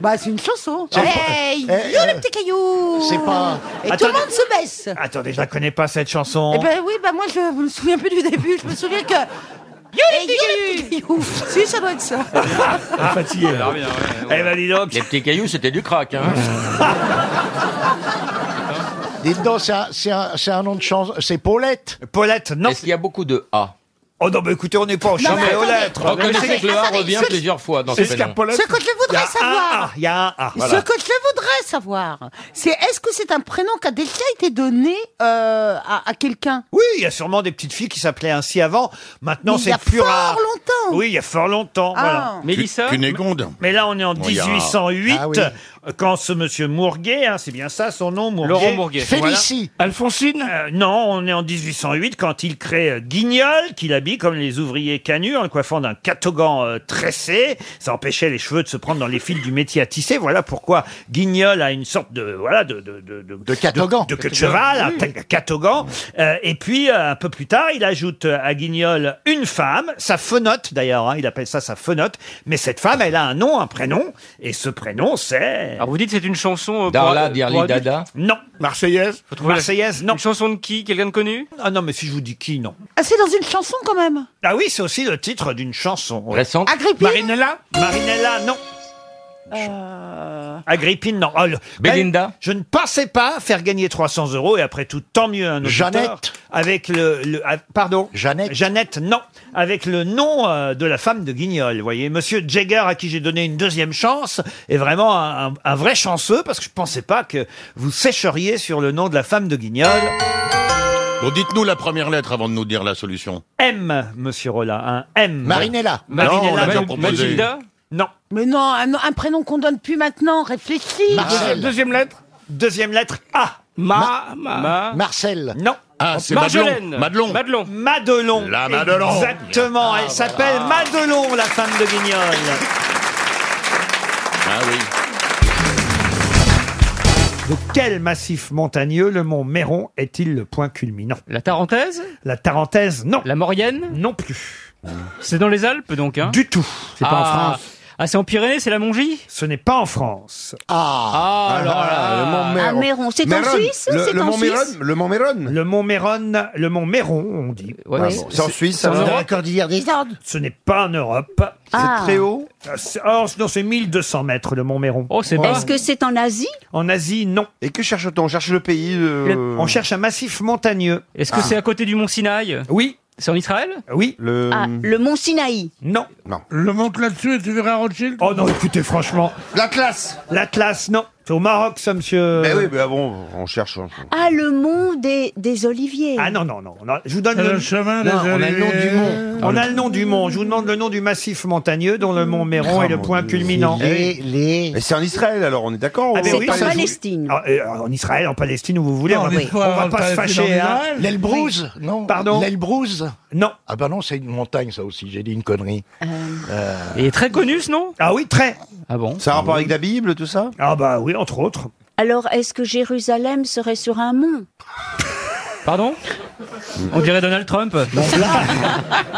S12: Bah, c'est une chanson.
S2: C'est-
S12: Hey,
S2: Eh,
S12: you
S2: euh,
S12: les petits cailloux
S2: c'est pas-
S12: Et tout
S2: Attendez.
S12: le monde se baisse
S2: Attendez, je la connais pas, cette chanson.
S12: Eh ben oui, bah moi je me souviens plus du début, je me souviens que... You les petits cailloux Si, ça doit être ça
S2: Ah, fatigué. Eh ben dis donc.
S20: Les petits cailloux, c'était du crack. Hein.
S6: Dites donc, c'est un, c'est un- c'est un nom de chanson. C'est Paulette.
S2: Paulette, non.
S20: Est-ce qu'il y a beaucoup de A
S2: Oh non, mais écoutez, on n'est pas au
S20: Non, mais
S2: champion aux
S20: attendez.
S2: lettres.
S20: Reconnaissez que le A
S12: Attendez,
S20: revient
S12: ce-
S20: plusieurs fois dans ce
S2: C'est
S20: prénom.
S2: Scarpolette.
S12: Ce que je voudrais savoir,
S2: Il y a un A.
S12: ce que je voudrais savoir, c'est est-ce que c'est un prénom qui a déjà été donné euh, à, à quelqu'un
S2: Oui, il y a sûrement des petites filles qui s'appelaient ainsi avant. Maintenant,
S12: Mais il y
S2: c'est
S12: a
S2: plus
S12: fort
S2: rare.
S12: longtemps.
S2: Oui, il y a fort longtemps.
S12: Ah.
S2: Voilà.
S12: Mélissa
S2: Cunégonde. Mais là, on est en
S11: Oh, il y a un-
S2: 1808,
S11: Ah oui.
S2: euh, quand ce monsieur Mourguet, hein, c'est bien ça son nom, Mourguet.
S11: Laurent Mourguet. Félicie.
S2: Alphonsine Euh, Non, on est en 1808, quand il crée euh, Guignol, qu'il habille comme les ouvriers canus, en le coiffant d'un catogan euh, tressé. Ça empêchait les cheveux de se prendre dans les fils du métier à tisser. Voilà pourquoi Guignol a une sorte de... Voilà, de... De, de, de,
S6: catogan.
S2: De, de queue de cheval, un tel- catogan. Euh, et puis, euh, un peu plus tard, il ajoute euh, à Guignol une femme, sa fenote d'ailleurs, hein, il appelle ça sa fenote, mais cette femme, elle a un nom, un prénom, et ce prénom, c'est...
S27: Alors vous dites c'est une chanson. euh,
S2: Darla,
S27: pour-
S2: Dirli,
S27: pour adultes
S2: Dada. Non. Marseillaise
S27: trouver la-
S2: Marseillaise, non.
S27: Une chanson de qui Quelqu'un de connu
S2: Ah non, mais si je vous dis qui, non.
S12: Ah, c'est dans une chanson quand même
S2: Ah oui, c'est aussi le titre d'une chanson. oui.
S20: Récente
S12: Agrippine
S2: Marinella Marinella, non.
S19: Euh.
S2: Agrippine, non. Oh, le-
S20: Belinda
S2: Je ne pensais pas faire gagner 300 euros et après tout, tant mieux un auditeur.
S6: Jeannette
S2: Avec le... le- ah, pardon Jeannette Jeannette, non. Avec le nom euh, de la femme de Guignol, vous voyez. Monsieur Jagger, à qui j'ai donné une deuxième chance, est vraiment un, un- un vrai chanceux parce que je ne pensais pas que vous sécheriez sur le nom de la femme de Guignol.
S11: Bon, dites-nous la première lettre avant de nous dire la solution.
S2: M, monsieur Rolla, un M.
S11: Marinella. Non, on l'a déjà proposé. Matilda
S2: Non.
S12: Mais non, un, un prénom qu'on donne plus maintenant, réfléchis
S2: Marcel. Deuxième lettre Deuxième lettre A.
S27: Ma- Ma- Oh,
S2: Marcel. Non.
S11: Ah, c'est Marjolaine. Madelon.
S2: Madelon. Madelon.
S11: La Madelon.
S2: Exactement. Elle s'appelle Madelon, la femme de Guignol.
S11: Ah oui.
S2: De quel massif montagneux le mont Méron est-il le point culminant La Tarentaise La Tarentaise, non. La Maurienne Non plus.
S27: C'est dans les Alpes donc. Hein
S2: Du tout. C'est pas en France.
S27: Ah c'est en Pyrénées, c'est la Mongie
S2: Ce n'est pas en France.
S6: Ah,
S11: Oh
S27: alors là, le Mont
S12: Ah, Méron, c'est en Méron. Suisse Le- C'est le en Mont Suisse Méron,
S2: Le Mont Méron Le Mont Méron, le Mont Méron, on dit.
S27: Ouais, Oui. bon, c'est en Suisse, c'est en alors Europe
S2: la cordillère des Andes. Ce n'est pas en Europe.
S9: Ah. très
S2: haut Oh, non, c'est 1200 mètres, le Mont Méron. Oh, c'est
S9: Est-ce que c'est en Asie
S2: En Asie, non.
S3: Et que cherche-t-on On cherche le pays. euh,
S2: On cherche un massif montagneux.
S27: Est-ce que
S15: Ah.
S27: c'est à côté du Mont Sinaï
S2: Ah. Oui.
S27: C'est en Israël
S2: Oui.
S3: Le...
S9: Ah,
S15: Hmm.
S9: le mont Sinaï.
S2: Non.
S3: Non.
S1: Le monte là-dessus et tu verras Rothschild
S2: Oh non, écoutez, franchement.
S3: L'Atlas
S2: L'Atlas, non. C'est au Maroc, ça, monsieur.
S16: Mais oui, mais ah bon, on cherche. hein.
S14: Ah, le mont des, des oliviers.
S2: Ah non, non, non. non, Je vous donne
S14: C'est le chemin des
S2: Non, on a le nom du
S14: oliviers.
S2: mont. On a le nom du mont. Je vous demande le nom du massif montagneux dont le mont Méron
S16: Ah,
S2: est le
S16: mon
S2: point
S16: Dieu.
S2: culminant.
S16: Les- Mais c'est en Israël, alors on est d'accord
S2: Ah, mais
S16: on-
S2: oui, ça, je vous- Ah, euh, en Israël, en Palestine, où vous voulez.
S16: Non,
S2: on va,
S16: mais
S2: on
S16: pas
S2: va
S16: en
S2: pas se
S16: Palestine, en
S2: fâcher. hein.
S16: Israël.
S31: L'Elbrouz Non.
S2: Pardon
S31: L'Elbrouz
S2: Non.
S31: Ah bah non, c'est une montagne, ça aussi. J'ai dit une connerie. Euh.
S5: Il est très connu, ce nom
S2: Ah oui, très.
S5: Ah bon
S16: Ça a rapport avec la Bible, tout ça
S2: Ah bah oui, entre autres.
S14: Alors, est-ce que Jérusalem serait sur un mont
S11: Pardon On dirait Donald Trump.
S27: Ah.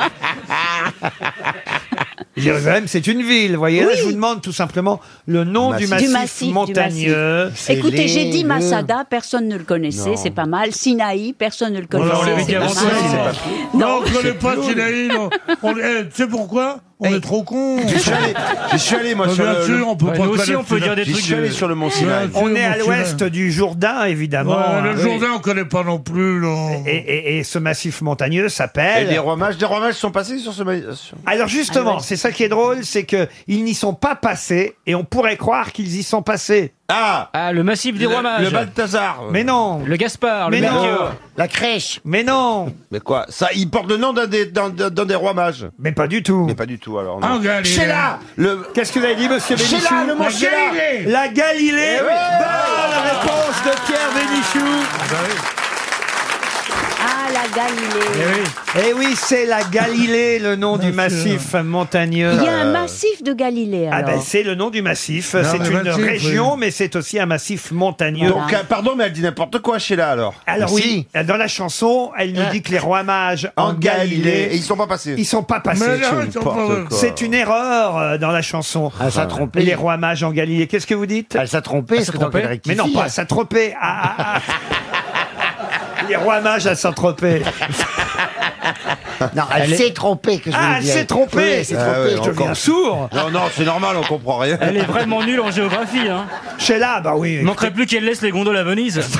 S2: Jérusalem, c'est une ville, vous voyez. Là, je vous demande tout simplement le nom du massif, montagneux.
S14: Écoutez, j'ai dit Masada, personne ne le connaissait,
S2: Non.
S14: c'est pas mal. Sinaï, personne ne le
S1: Non, on
S14: connaissait,
S1: l'avait
S14: c'est
S1: dit
S14: pas
S1: avant
S14: mal.
S1: ça.
S14: Non.
S1: Non, on ne connaît
S14: C'est
S1: pas
S14: drôle.
S1: Sinaï. non. On- eh, Tu sais pourquoi On est trop cons.
S16: J'y suis allé- j'y suis allé, moi,
S1: Bah,
S16: sur
S1: bien
S16: le-
S1: sûr, on peut
S16: Ouais,
S1: pas
S16: nous aussi,
S1: connaître
S16: on peut
S1: Sinaï.
S16: dire des J'y trucs suis de- allé sur le mont
S1: Ouais,
S16: Sinaï.
S1: sur
S2: On
S1: le
S2: est à
S1: mont
S2: l'ouest
S1: Sinaï.
S2: du Jourdain, évidemment.
S1: Ouais,
S2: hein.
S1: le Jourdain, on connaît pas non plus.
S2: Et, et- et ce massif montagneux s'appelle.
S16: Et les rois mages, des rois mages sont passés sur ce. ma- sur-
S2: Alors
S16: Ah
S2: justement,
S16: ouais.
S2: c'est ça qui est drôle, c'est que ils n'y sont pas passés et on pourrait croire qu'ils y sont passés.
S16: Ah,
S11: le massif des
S16: Le-
S11: rois mages.
S16: le Balthazar.
S2: Mais non.
S11: Le Gaspard,
S2: Mais
S11: le
S2: non.
S11: Mercure.
S2: La crèche. Mais non.
S16: Mais quoi Ça, il porte le nom d'un des, d'un- d'un- d'un des rois mages.
S2: Mais pas du tout.
S16: Mais pas du tout alors.
S2: Ah,
S16: Non.
S2: Galilée.
S16: Sheila le...
S2: Qu'est-ce que vous avez dit, monsieur
S16: Sheila,
S2: Bénichou
S16: le mot
S2: La
S16: Sheila.
S2: Galilée. La Galilée.
S16: Eh oui.
S11: ah,
S2: Bonne réponse de Pierre Bénichou.
S1: bah
S14: Ah, la Galilée.
S2: Eh oui, c'est la Galilée, le nom du massif montagneux.
S14: Il y a un massif de Galilée,
S2: Euh, Ah
S14: alors.
S2: ben c'est le nom du massif.
S16: Non,
S2: C'est
S16: mais
S2: une
S16: massif, oui.
S2: région, mais c'est aussi un massif montagneux.
S16: Donc, euh, pardon, mais elle dit n'importe quoi, Sheila alors.
S2: Alors oui, dans la chanson, elle nous
S16: Ah.
S2: dit que les rois mages en,
S16: En
S2: Galilée,
S16: Galilée, et ils sont pas passés.
S2: Ils sont pas passés.
S16: Mais non, ils sont pas- N'importe quoi.
S2: C'est une erreur euh, dans la chanson.
S16: Ah, ça a trompé.
S2: Les rois mages en Galilée. Qu'est-ce que vous dites Elle
S31: s'est trompée.
S2: Elle
S31: c'est donc elle rectifie.
S2: Mais non, pas s'est trompée. Ah, les rois mages à saint tropez
S31: Non, elle,
S2: Elle est-
S31: s'est trompée. Que je
S2: Ah,
S31: voulais
S2: elle
S31: dire.
S2: s'est trompée.
S31: Oui, elle s'est
S16: Ah
S31: trompée.
S16: ouais,
S31: je
S16: encore.
S31: deviens sourd.
S2: Sourd
S16: Non, non, c'est normal, on comprend rien.
S11: Elle est vraiment nulle en géographie. Hein.
S2: Sheila, bah oui.
S11: Il manquerait plus qu'elle laisse les gondoles à Venise.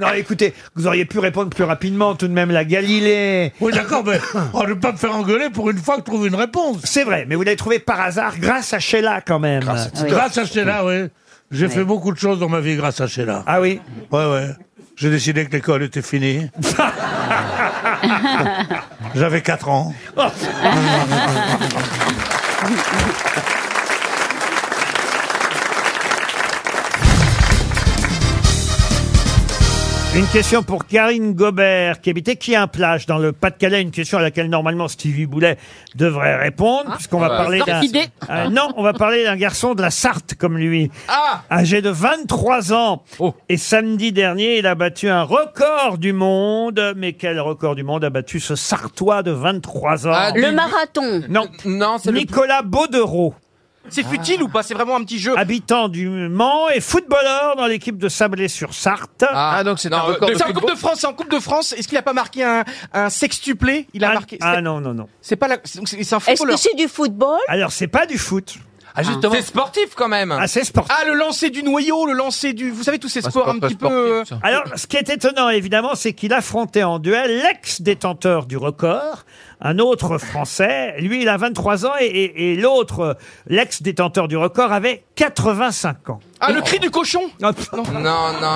S2: Non, écoutez, vous auriez pu répondre plus rapidement, tout de même, la Galilée.
S1: Oui, d'accord, mais on ne peut pas me faire engueuler pour une fois que je trouve une réponse.
S2: C'est vrai, mais vous l'avez trouvé par hasard grâce à Sheila, quand même. Grâce
S1: Oui. Grâce à Sheila, oui. J'ai fait beaucoup de choses dans ma vie grâce à Sheila.
S2: Ah oui
S1: Ouais, ouais. J'ai décidé que l'école était finie. J'avais 4 ans.
S2: Une question pour Karine Gobert, qui habitait qui un plage dans le Pas-de-Calais, une question à laquelle normalement Stevie Boulet devrait répondre, puisqu'on va
S15: Ah bah,
S2: parler d'un...
S15: torpillé.
S2: Euh, non, on va parler d'un garçon de la Sarthe comme lui.
S15: Ah
S2: Âgé de 23 ans. Et samedi dernier, il a battu un record du monde. Mais quel record du monde a battu ce Sartois de 23 ans
S15: Le
S14: marathon.
S2: Non.
S15: Euh, Non, c'est le-
S2: Nicolas Baudereau.
S15: C'est futile ou pas C'est vraiment un petit jeu.
S2: Habitant du Mans et footballeur dans l'équipe de Sablé-sur-Sarthe. Ah, donc
S15: Non, euh, c'est en Coupe de France. c'est En Coupe de France, est-ce qu'il a pas marqué un, un sextuplé Il a marqué.
S2: Ah non, non, non.
S15: C'est pas la. c'est- donc C'est c'est un
S14: Est-ce
S15: footballeur.
S14: que c'est du football
S2: Alors, c'est pas du foot. Ah, justement.
S15: C'est sportif quand même.
S2: Ah, c'est sportif.
S15: Ah, le lancer du noyau, le lancer du. Vous savez tous ces sports un petit peu. euh,
S2: Alors, ce qui est étonnant, évidemment, c'est qu'il affrontait en duel l'ex-détenteur du record, un autre Français. Lui, il a 23 ans et, et- et l'autre, euh, l'ex-détenteur du record, avait 85 ans.
S15: Ah, le cri du cochon.
S2: Non,
S15: non,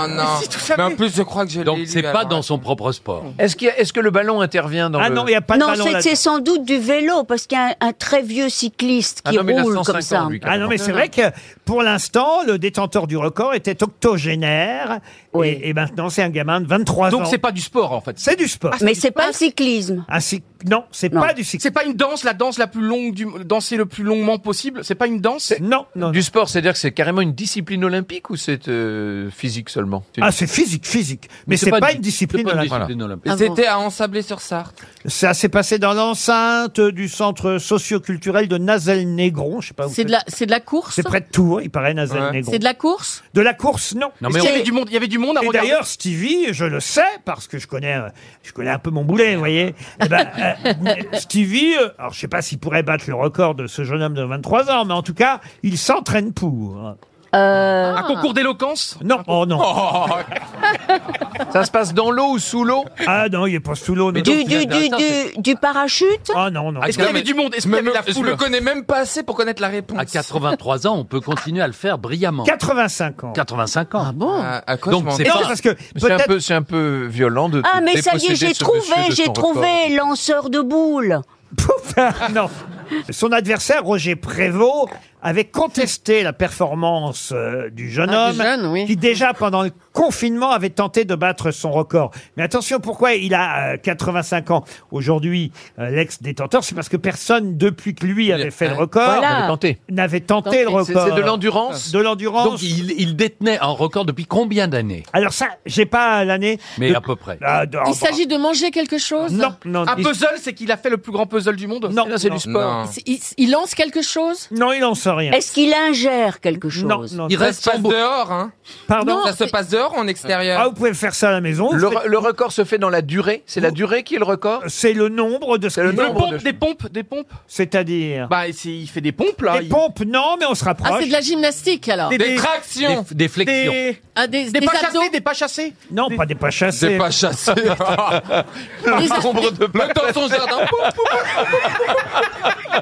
S2: non.
S15: Si, tout ça, mais-
S5: plus, je crois que j'ai Donc, c'est pas dans son propre sport.
S23: Est-ce qu'il y a- est-ce que le ballon intervient
S2: Ah
S23: dans le...
S14: non, c'est- c'est sans doute du vélo, parce qu'il y a un, un très vieux cycliste qui roule comme ça.
S2: Ah non, mais c'est vrai que pour l'instant, le détenteur du record était octogénaire. Et, et maintenant, c'est un gamin de 23 ans.
S15: Donc c'est pas du sport en fait.
S2: C'est du sport.
S14: Mais c'est pas le cyclisme.
S2: Ah, si- Non, c'est pas du cyclisme.
S15: C'est pas une danse, la danse la plus longue du danser le plus longuement possible, c'est pas une danse
S2: Non, non.
S23: Du sport, c'est-à-dire que c'est carrément une discipline olympique ou c'est euh, physique seulement
S2: Ah, c'est physique, physique. Mais, c'est pas, une discipline
S23: c'est pas une
S2: olympique.
S23: discipline olympique.
S2: Ah bon.
S15: C'était à Ensablé-sur-Sarthe.
S2: Ça s'est passé dans l'enceinte du centre socioculturel de Nazel-Négron. Je sais pas où
S15: C'est de la- c'est de la course hein
S2: C'est près de Tours, il paraît, Nazel-Négron.
S15: C'est de la course
S2: De la course, non.
S15: Non, mais Est-ce qu'il y on- avait du monde- il y avait du monde à
S2: Et
S15: regarder
S2: d'ailleurs, Stevie, je le sais, parce que je connais, euh, je connais un peu mon boulet, vous voyez. Eh ben, euh, Stevie, euh, alors je sais pas s'il pourrait battre le record de ce jeune homme de 23 ans, mais en tout cas, il s'entraîne pour. Ah,
S14: Ah.
S5: Oh.
S15: Un concours d'éloquence
S2: Non, oh non.
S23: Ça se passe dans l'eau ou sous l'eau
S2: Ah non, il n'est pas sous l'eau.
S9: Du, du, du, du, du parachute
S2: Ah non, non.
S9: Est-ce qu'il y avait
S5: du monde Est-ce qu'il y avait la foule
S15: Je me connais même pas assez pour connaître la réponse.
S5: À 83 ans, on peut continuer à le faire brillamment.
S2: 85 ans.
S5: 85 ans. Ah
S2: bon
S5: Donc
S2: je
S5: c'est
S2: m'en-
S5: pas
S2: Non, parce que
S23: c'est un
S2: peut-être-
S23: peu, c'est un peu violent de.
S9: Ah, mais ça y est,
S23: déposséder
S9: j'ai
S23: ce
S9: trouvé,
S23: monsieur de
S9: j'ai
S23: son
S9: trouvé lanceur de boules.
S2: non. Son adversaire, Roger Prévost, avait contesté la performance euh, du jeune
S19: Ah,
S2: homme
S19: du jeune, oui.
S2: qui déjà pendant le confinement avait tenté de battre son record. Mais attention, pourquoi il a euh, 85 ans aujourd'hui, euh, l'ex-détenteur C'est parce que personne, depuis que lui avait fait le record,
S5: Voilà. N'avait tenté.
S2: n'avait tenté le
S5: C'est-
S2: record.
S5: C'est de l'endurance.
S2: De l'endurance.
S5: Donc il, il détenait un record depuis combien d'années
S2: Alors ça, j'ai pas l'année.
S5: Mais à peu près.
S2: Ah, de-
S19: Il s'agit de manger quelque chose
S2: Non, non.
S15: Ah,
S19: Un
S2: il-
S19: puzzle
S4: C'est qu'il a fait le plus grand puzzle du monde
S2: Non,
S19: c'est
S2: non.
S19: du sport. Il, il lance quelque chose
S2: Non, il n'en sait rien.
S9: Est-ce qu'il ingère quelque chose
S2: Non, non.
S15: Il reste pas dehors, hein.
S2: Pardon
S15: Ça se passe dehors en extérieur.
S2: Ah, vous pouvez faire ça à la maison.
S23: Le, re- le record se fait dans la durée. C'est la durée qui est le record.
S2: Euh, C'est le nombre de.
S23: C'est le
S4: Le
S23: nombre
S4: pompe,
S23: de.
S4: des pompes, des pompes.
S2: C'est-à-dire
S4: Bah, et c'est- il fait des pompes là.
S2: Des
S4: il-
S2: pompes, non, mais on se rapproche.
S19: Ah, c'est de la gymnastique alors
S4: Des- des- Des tractions.
S5: Des- des flexions.
S4: Des,
S19: Ah, des,
S4: des
S19: des
S4: pas
S19: abdos
S4: chassés, des pas chassés.
S2: Non, pas des pas chassés.
S15: Des pas chassés.
S19: Des abdos.
S15: de Même dans son jardin.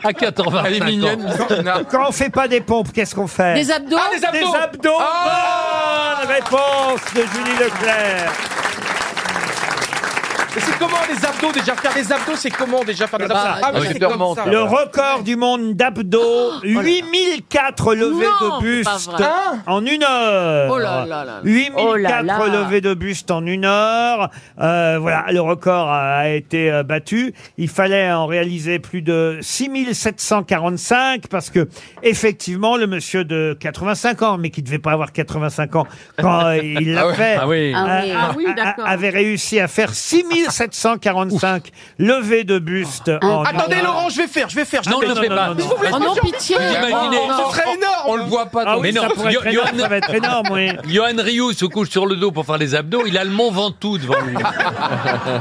S5: À 85
S15: Elle est mignonne,
S5: ans.
S15: Christina.
S2: Quand on fait pas des pompes, qu'est-ce qu'on fait
S19: Des abdos
S4: Ah, des abdos. Ah,
S2: Des abdos.
S11: Ah,
S2: Bonne réponse de Julie Leclerc.
S4: Mais C'est comment les abdos déjà Faire des abdos, c'est comment déjà faire des
S15: Bah,
S4: abdos
S2: ça.
S4: Ah, mais
S15: euh,
S23: Ah,
S4: c'est
S23: c'est
S4: comme
S23: dormant,
S4: ça.
S23: ça.
S2: Le record du monde d'abdos, 8004 levées
S19: Oh, Non,
S2: de buste
S19: c'est pas vrai.
S2: en une heure.
S19: Oh là là là.
S2: 8004
S19: Oh là là.
S2: levées de buste en une heure. Euh, voilà, le record a a été euh, battu. Il fallait en réaliser plus de 6745 parce que, effectivement, le monsieur de 85 ans, mais qui devait pas avoir 85 ans quand euh, il l'a
S5: Ah ouais.
S2: fait,
S5: Ah oui.
S19: Ah oui.
S2: euh,
S19: Ah oui,
S2: a- a-
S19: d'accord.
S2: avait réussi à faire 6745 levées de buste en une
S4: Ah. Attendez,
S2: heure.
S4: Laurent, je vais faire, je vais
S2: Ah
S4: faire. je
S5: Non,
S4: vais
S5: ne
S4: faire.
S5: fais pas.
S4: Mais vous voulez
S19: Oh
S4: que
S19: non,
S4: je-
S19: pitié
S5: Vous imaginez-
S19: Oh, non.
S4: Ce serait énorme
S15: On le voit pas.
S2: Ah
S15: donc.
S2: oui,
S5: Mais non,
S2: ça pourrait être
S5: Yo-
S2: énorme,
S5: Yo-
S2: ça va être énorme, oui.
S5: Johan Rioux se couche sur le dos pour faire les abdos. Il a le Mont Ventoux devant lui.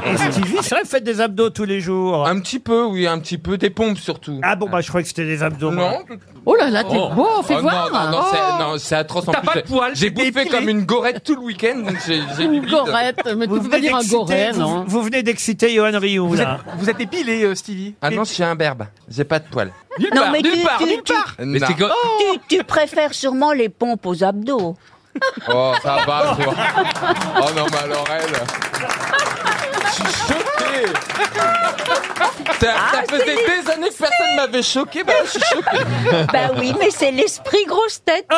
S2: Et Stevie, c'est vrai, faites des abdos tous les jours.
S15: Un petit peu, oui, un petit peu. Des pompes surtout.
S2: Ah bon, bah je croyais que c'était des abdos. moi.
S15: Non,
S19: Oh là là, t'es beau, fais
S15: Oh,
S19: voir
S15: Non, non, non, c'est- non, c'est atroce. en
S4: T'as
S15: plus,
S4: pas de
S15: j'ai-
S4: poils,
S15: J'ai
S4: t'es
S15: bouffé
S4: dépilé.
S15: comme une gorette tout le week-end. donc J'ai j'ai du
S19: Une
S15: bide.
S19: gorette, mais tu peux pas dire un
S2: d'exciter-
S19: goret,
S2: vous-
S19: non
S2: vous venez d'exciter Johan Rioux,
S4: Vous
S2: là.
S4: êtes, vous êtes épilé, euh, Stevie.
S15: Ah non,
S4: Épilé.
S15: je suis un berbe. J'ai pas de poils.
S4: Nulle
S9: Non,
S4: part,
S9: mais
S4: nulle
S9: tu-
S4: part,
S9: tu-
S4: nulle
S9: tu- Oh.
S4: part.
S5: Mais c'est quoi
S9: tu, tu préfères sûrement les pompes aux abdos.
S15: Oh, ça va, toi. Oh non, mais alors elle. Je suis choqué. Ça,
S19: Ah,
S15: ça faisait des années que personne m'avait choqué. Bah, je suis
S11: Ah.
S15: choqué.
S9: hein. bah oui, mais c'est l'esprit grosse tête.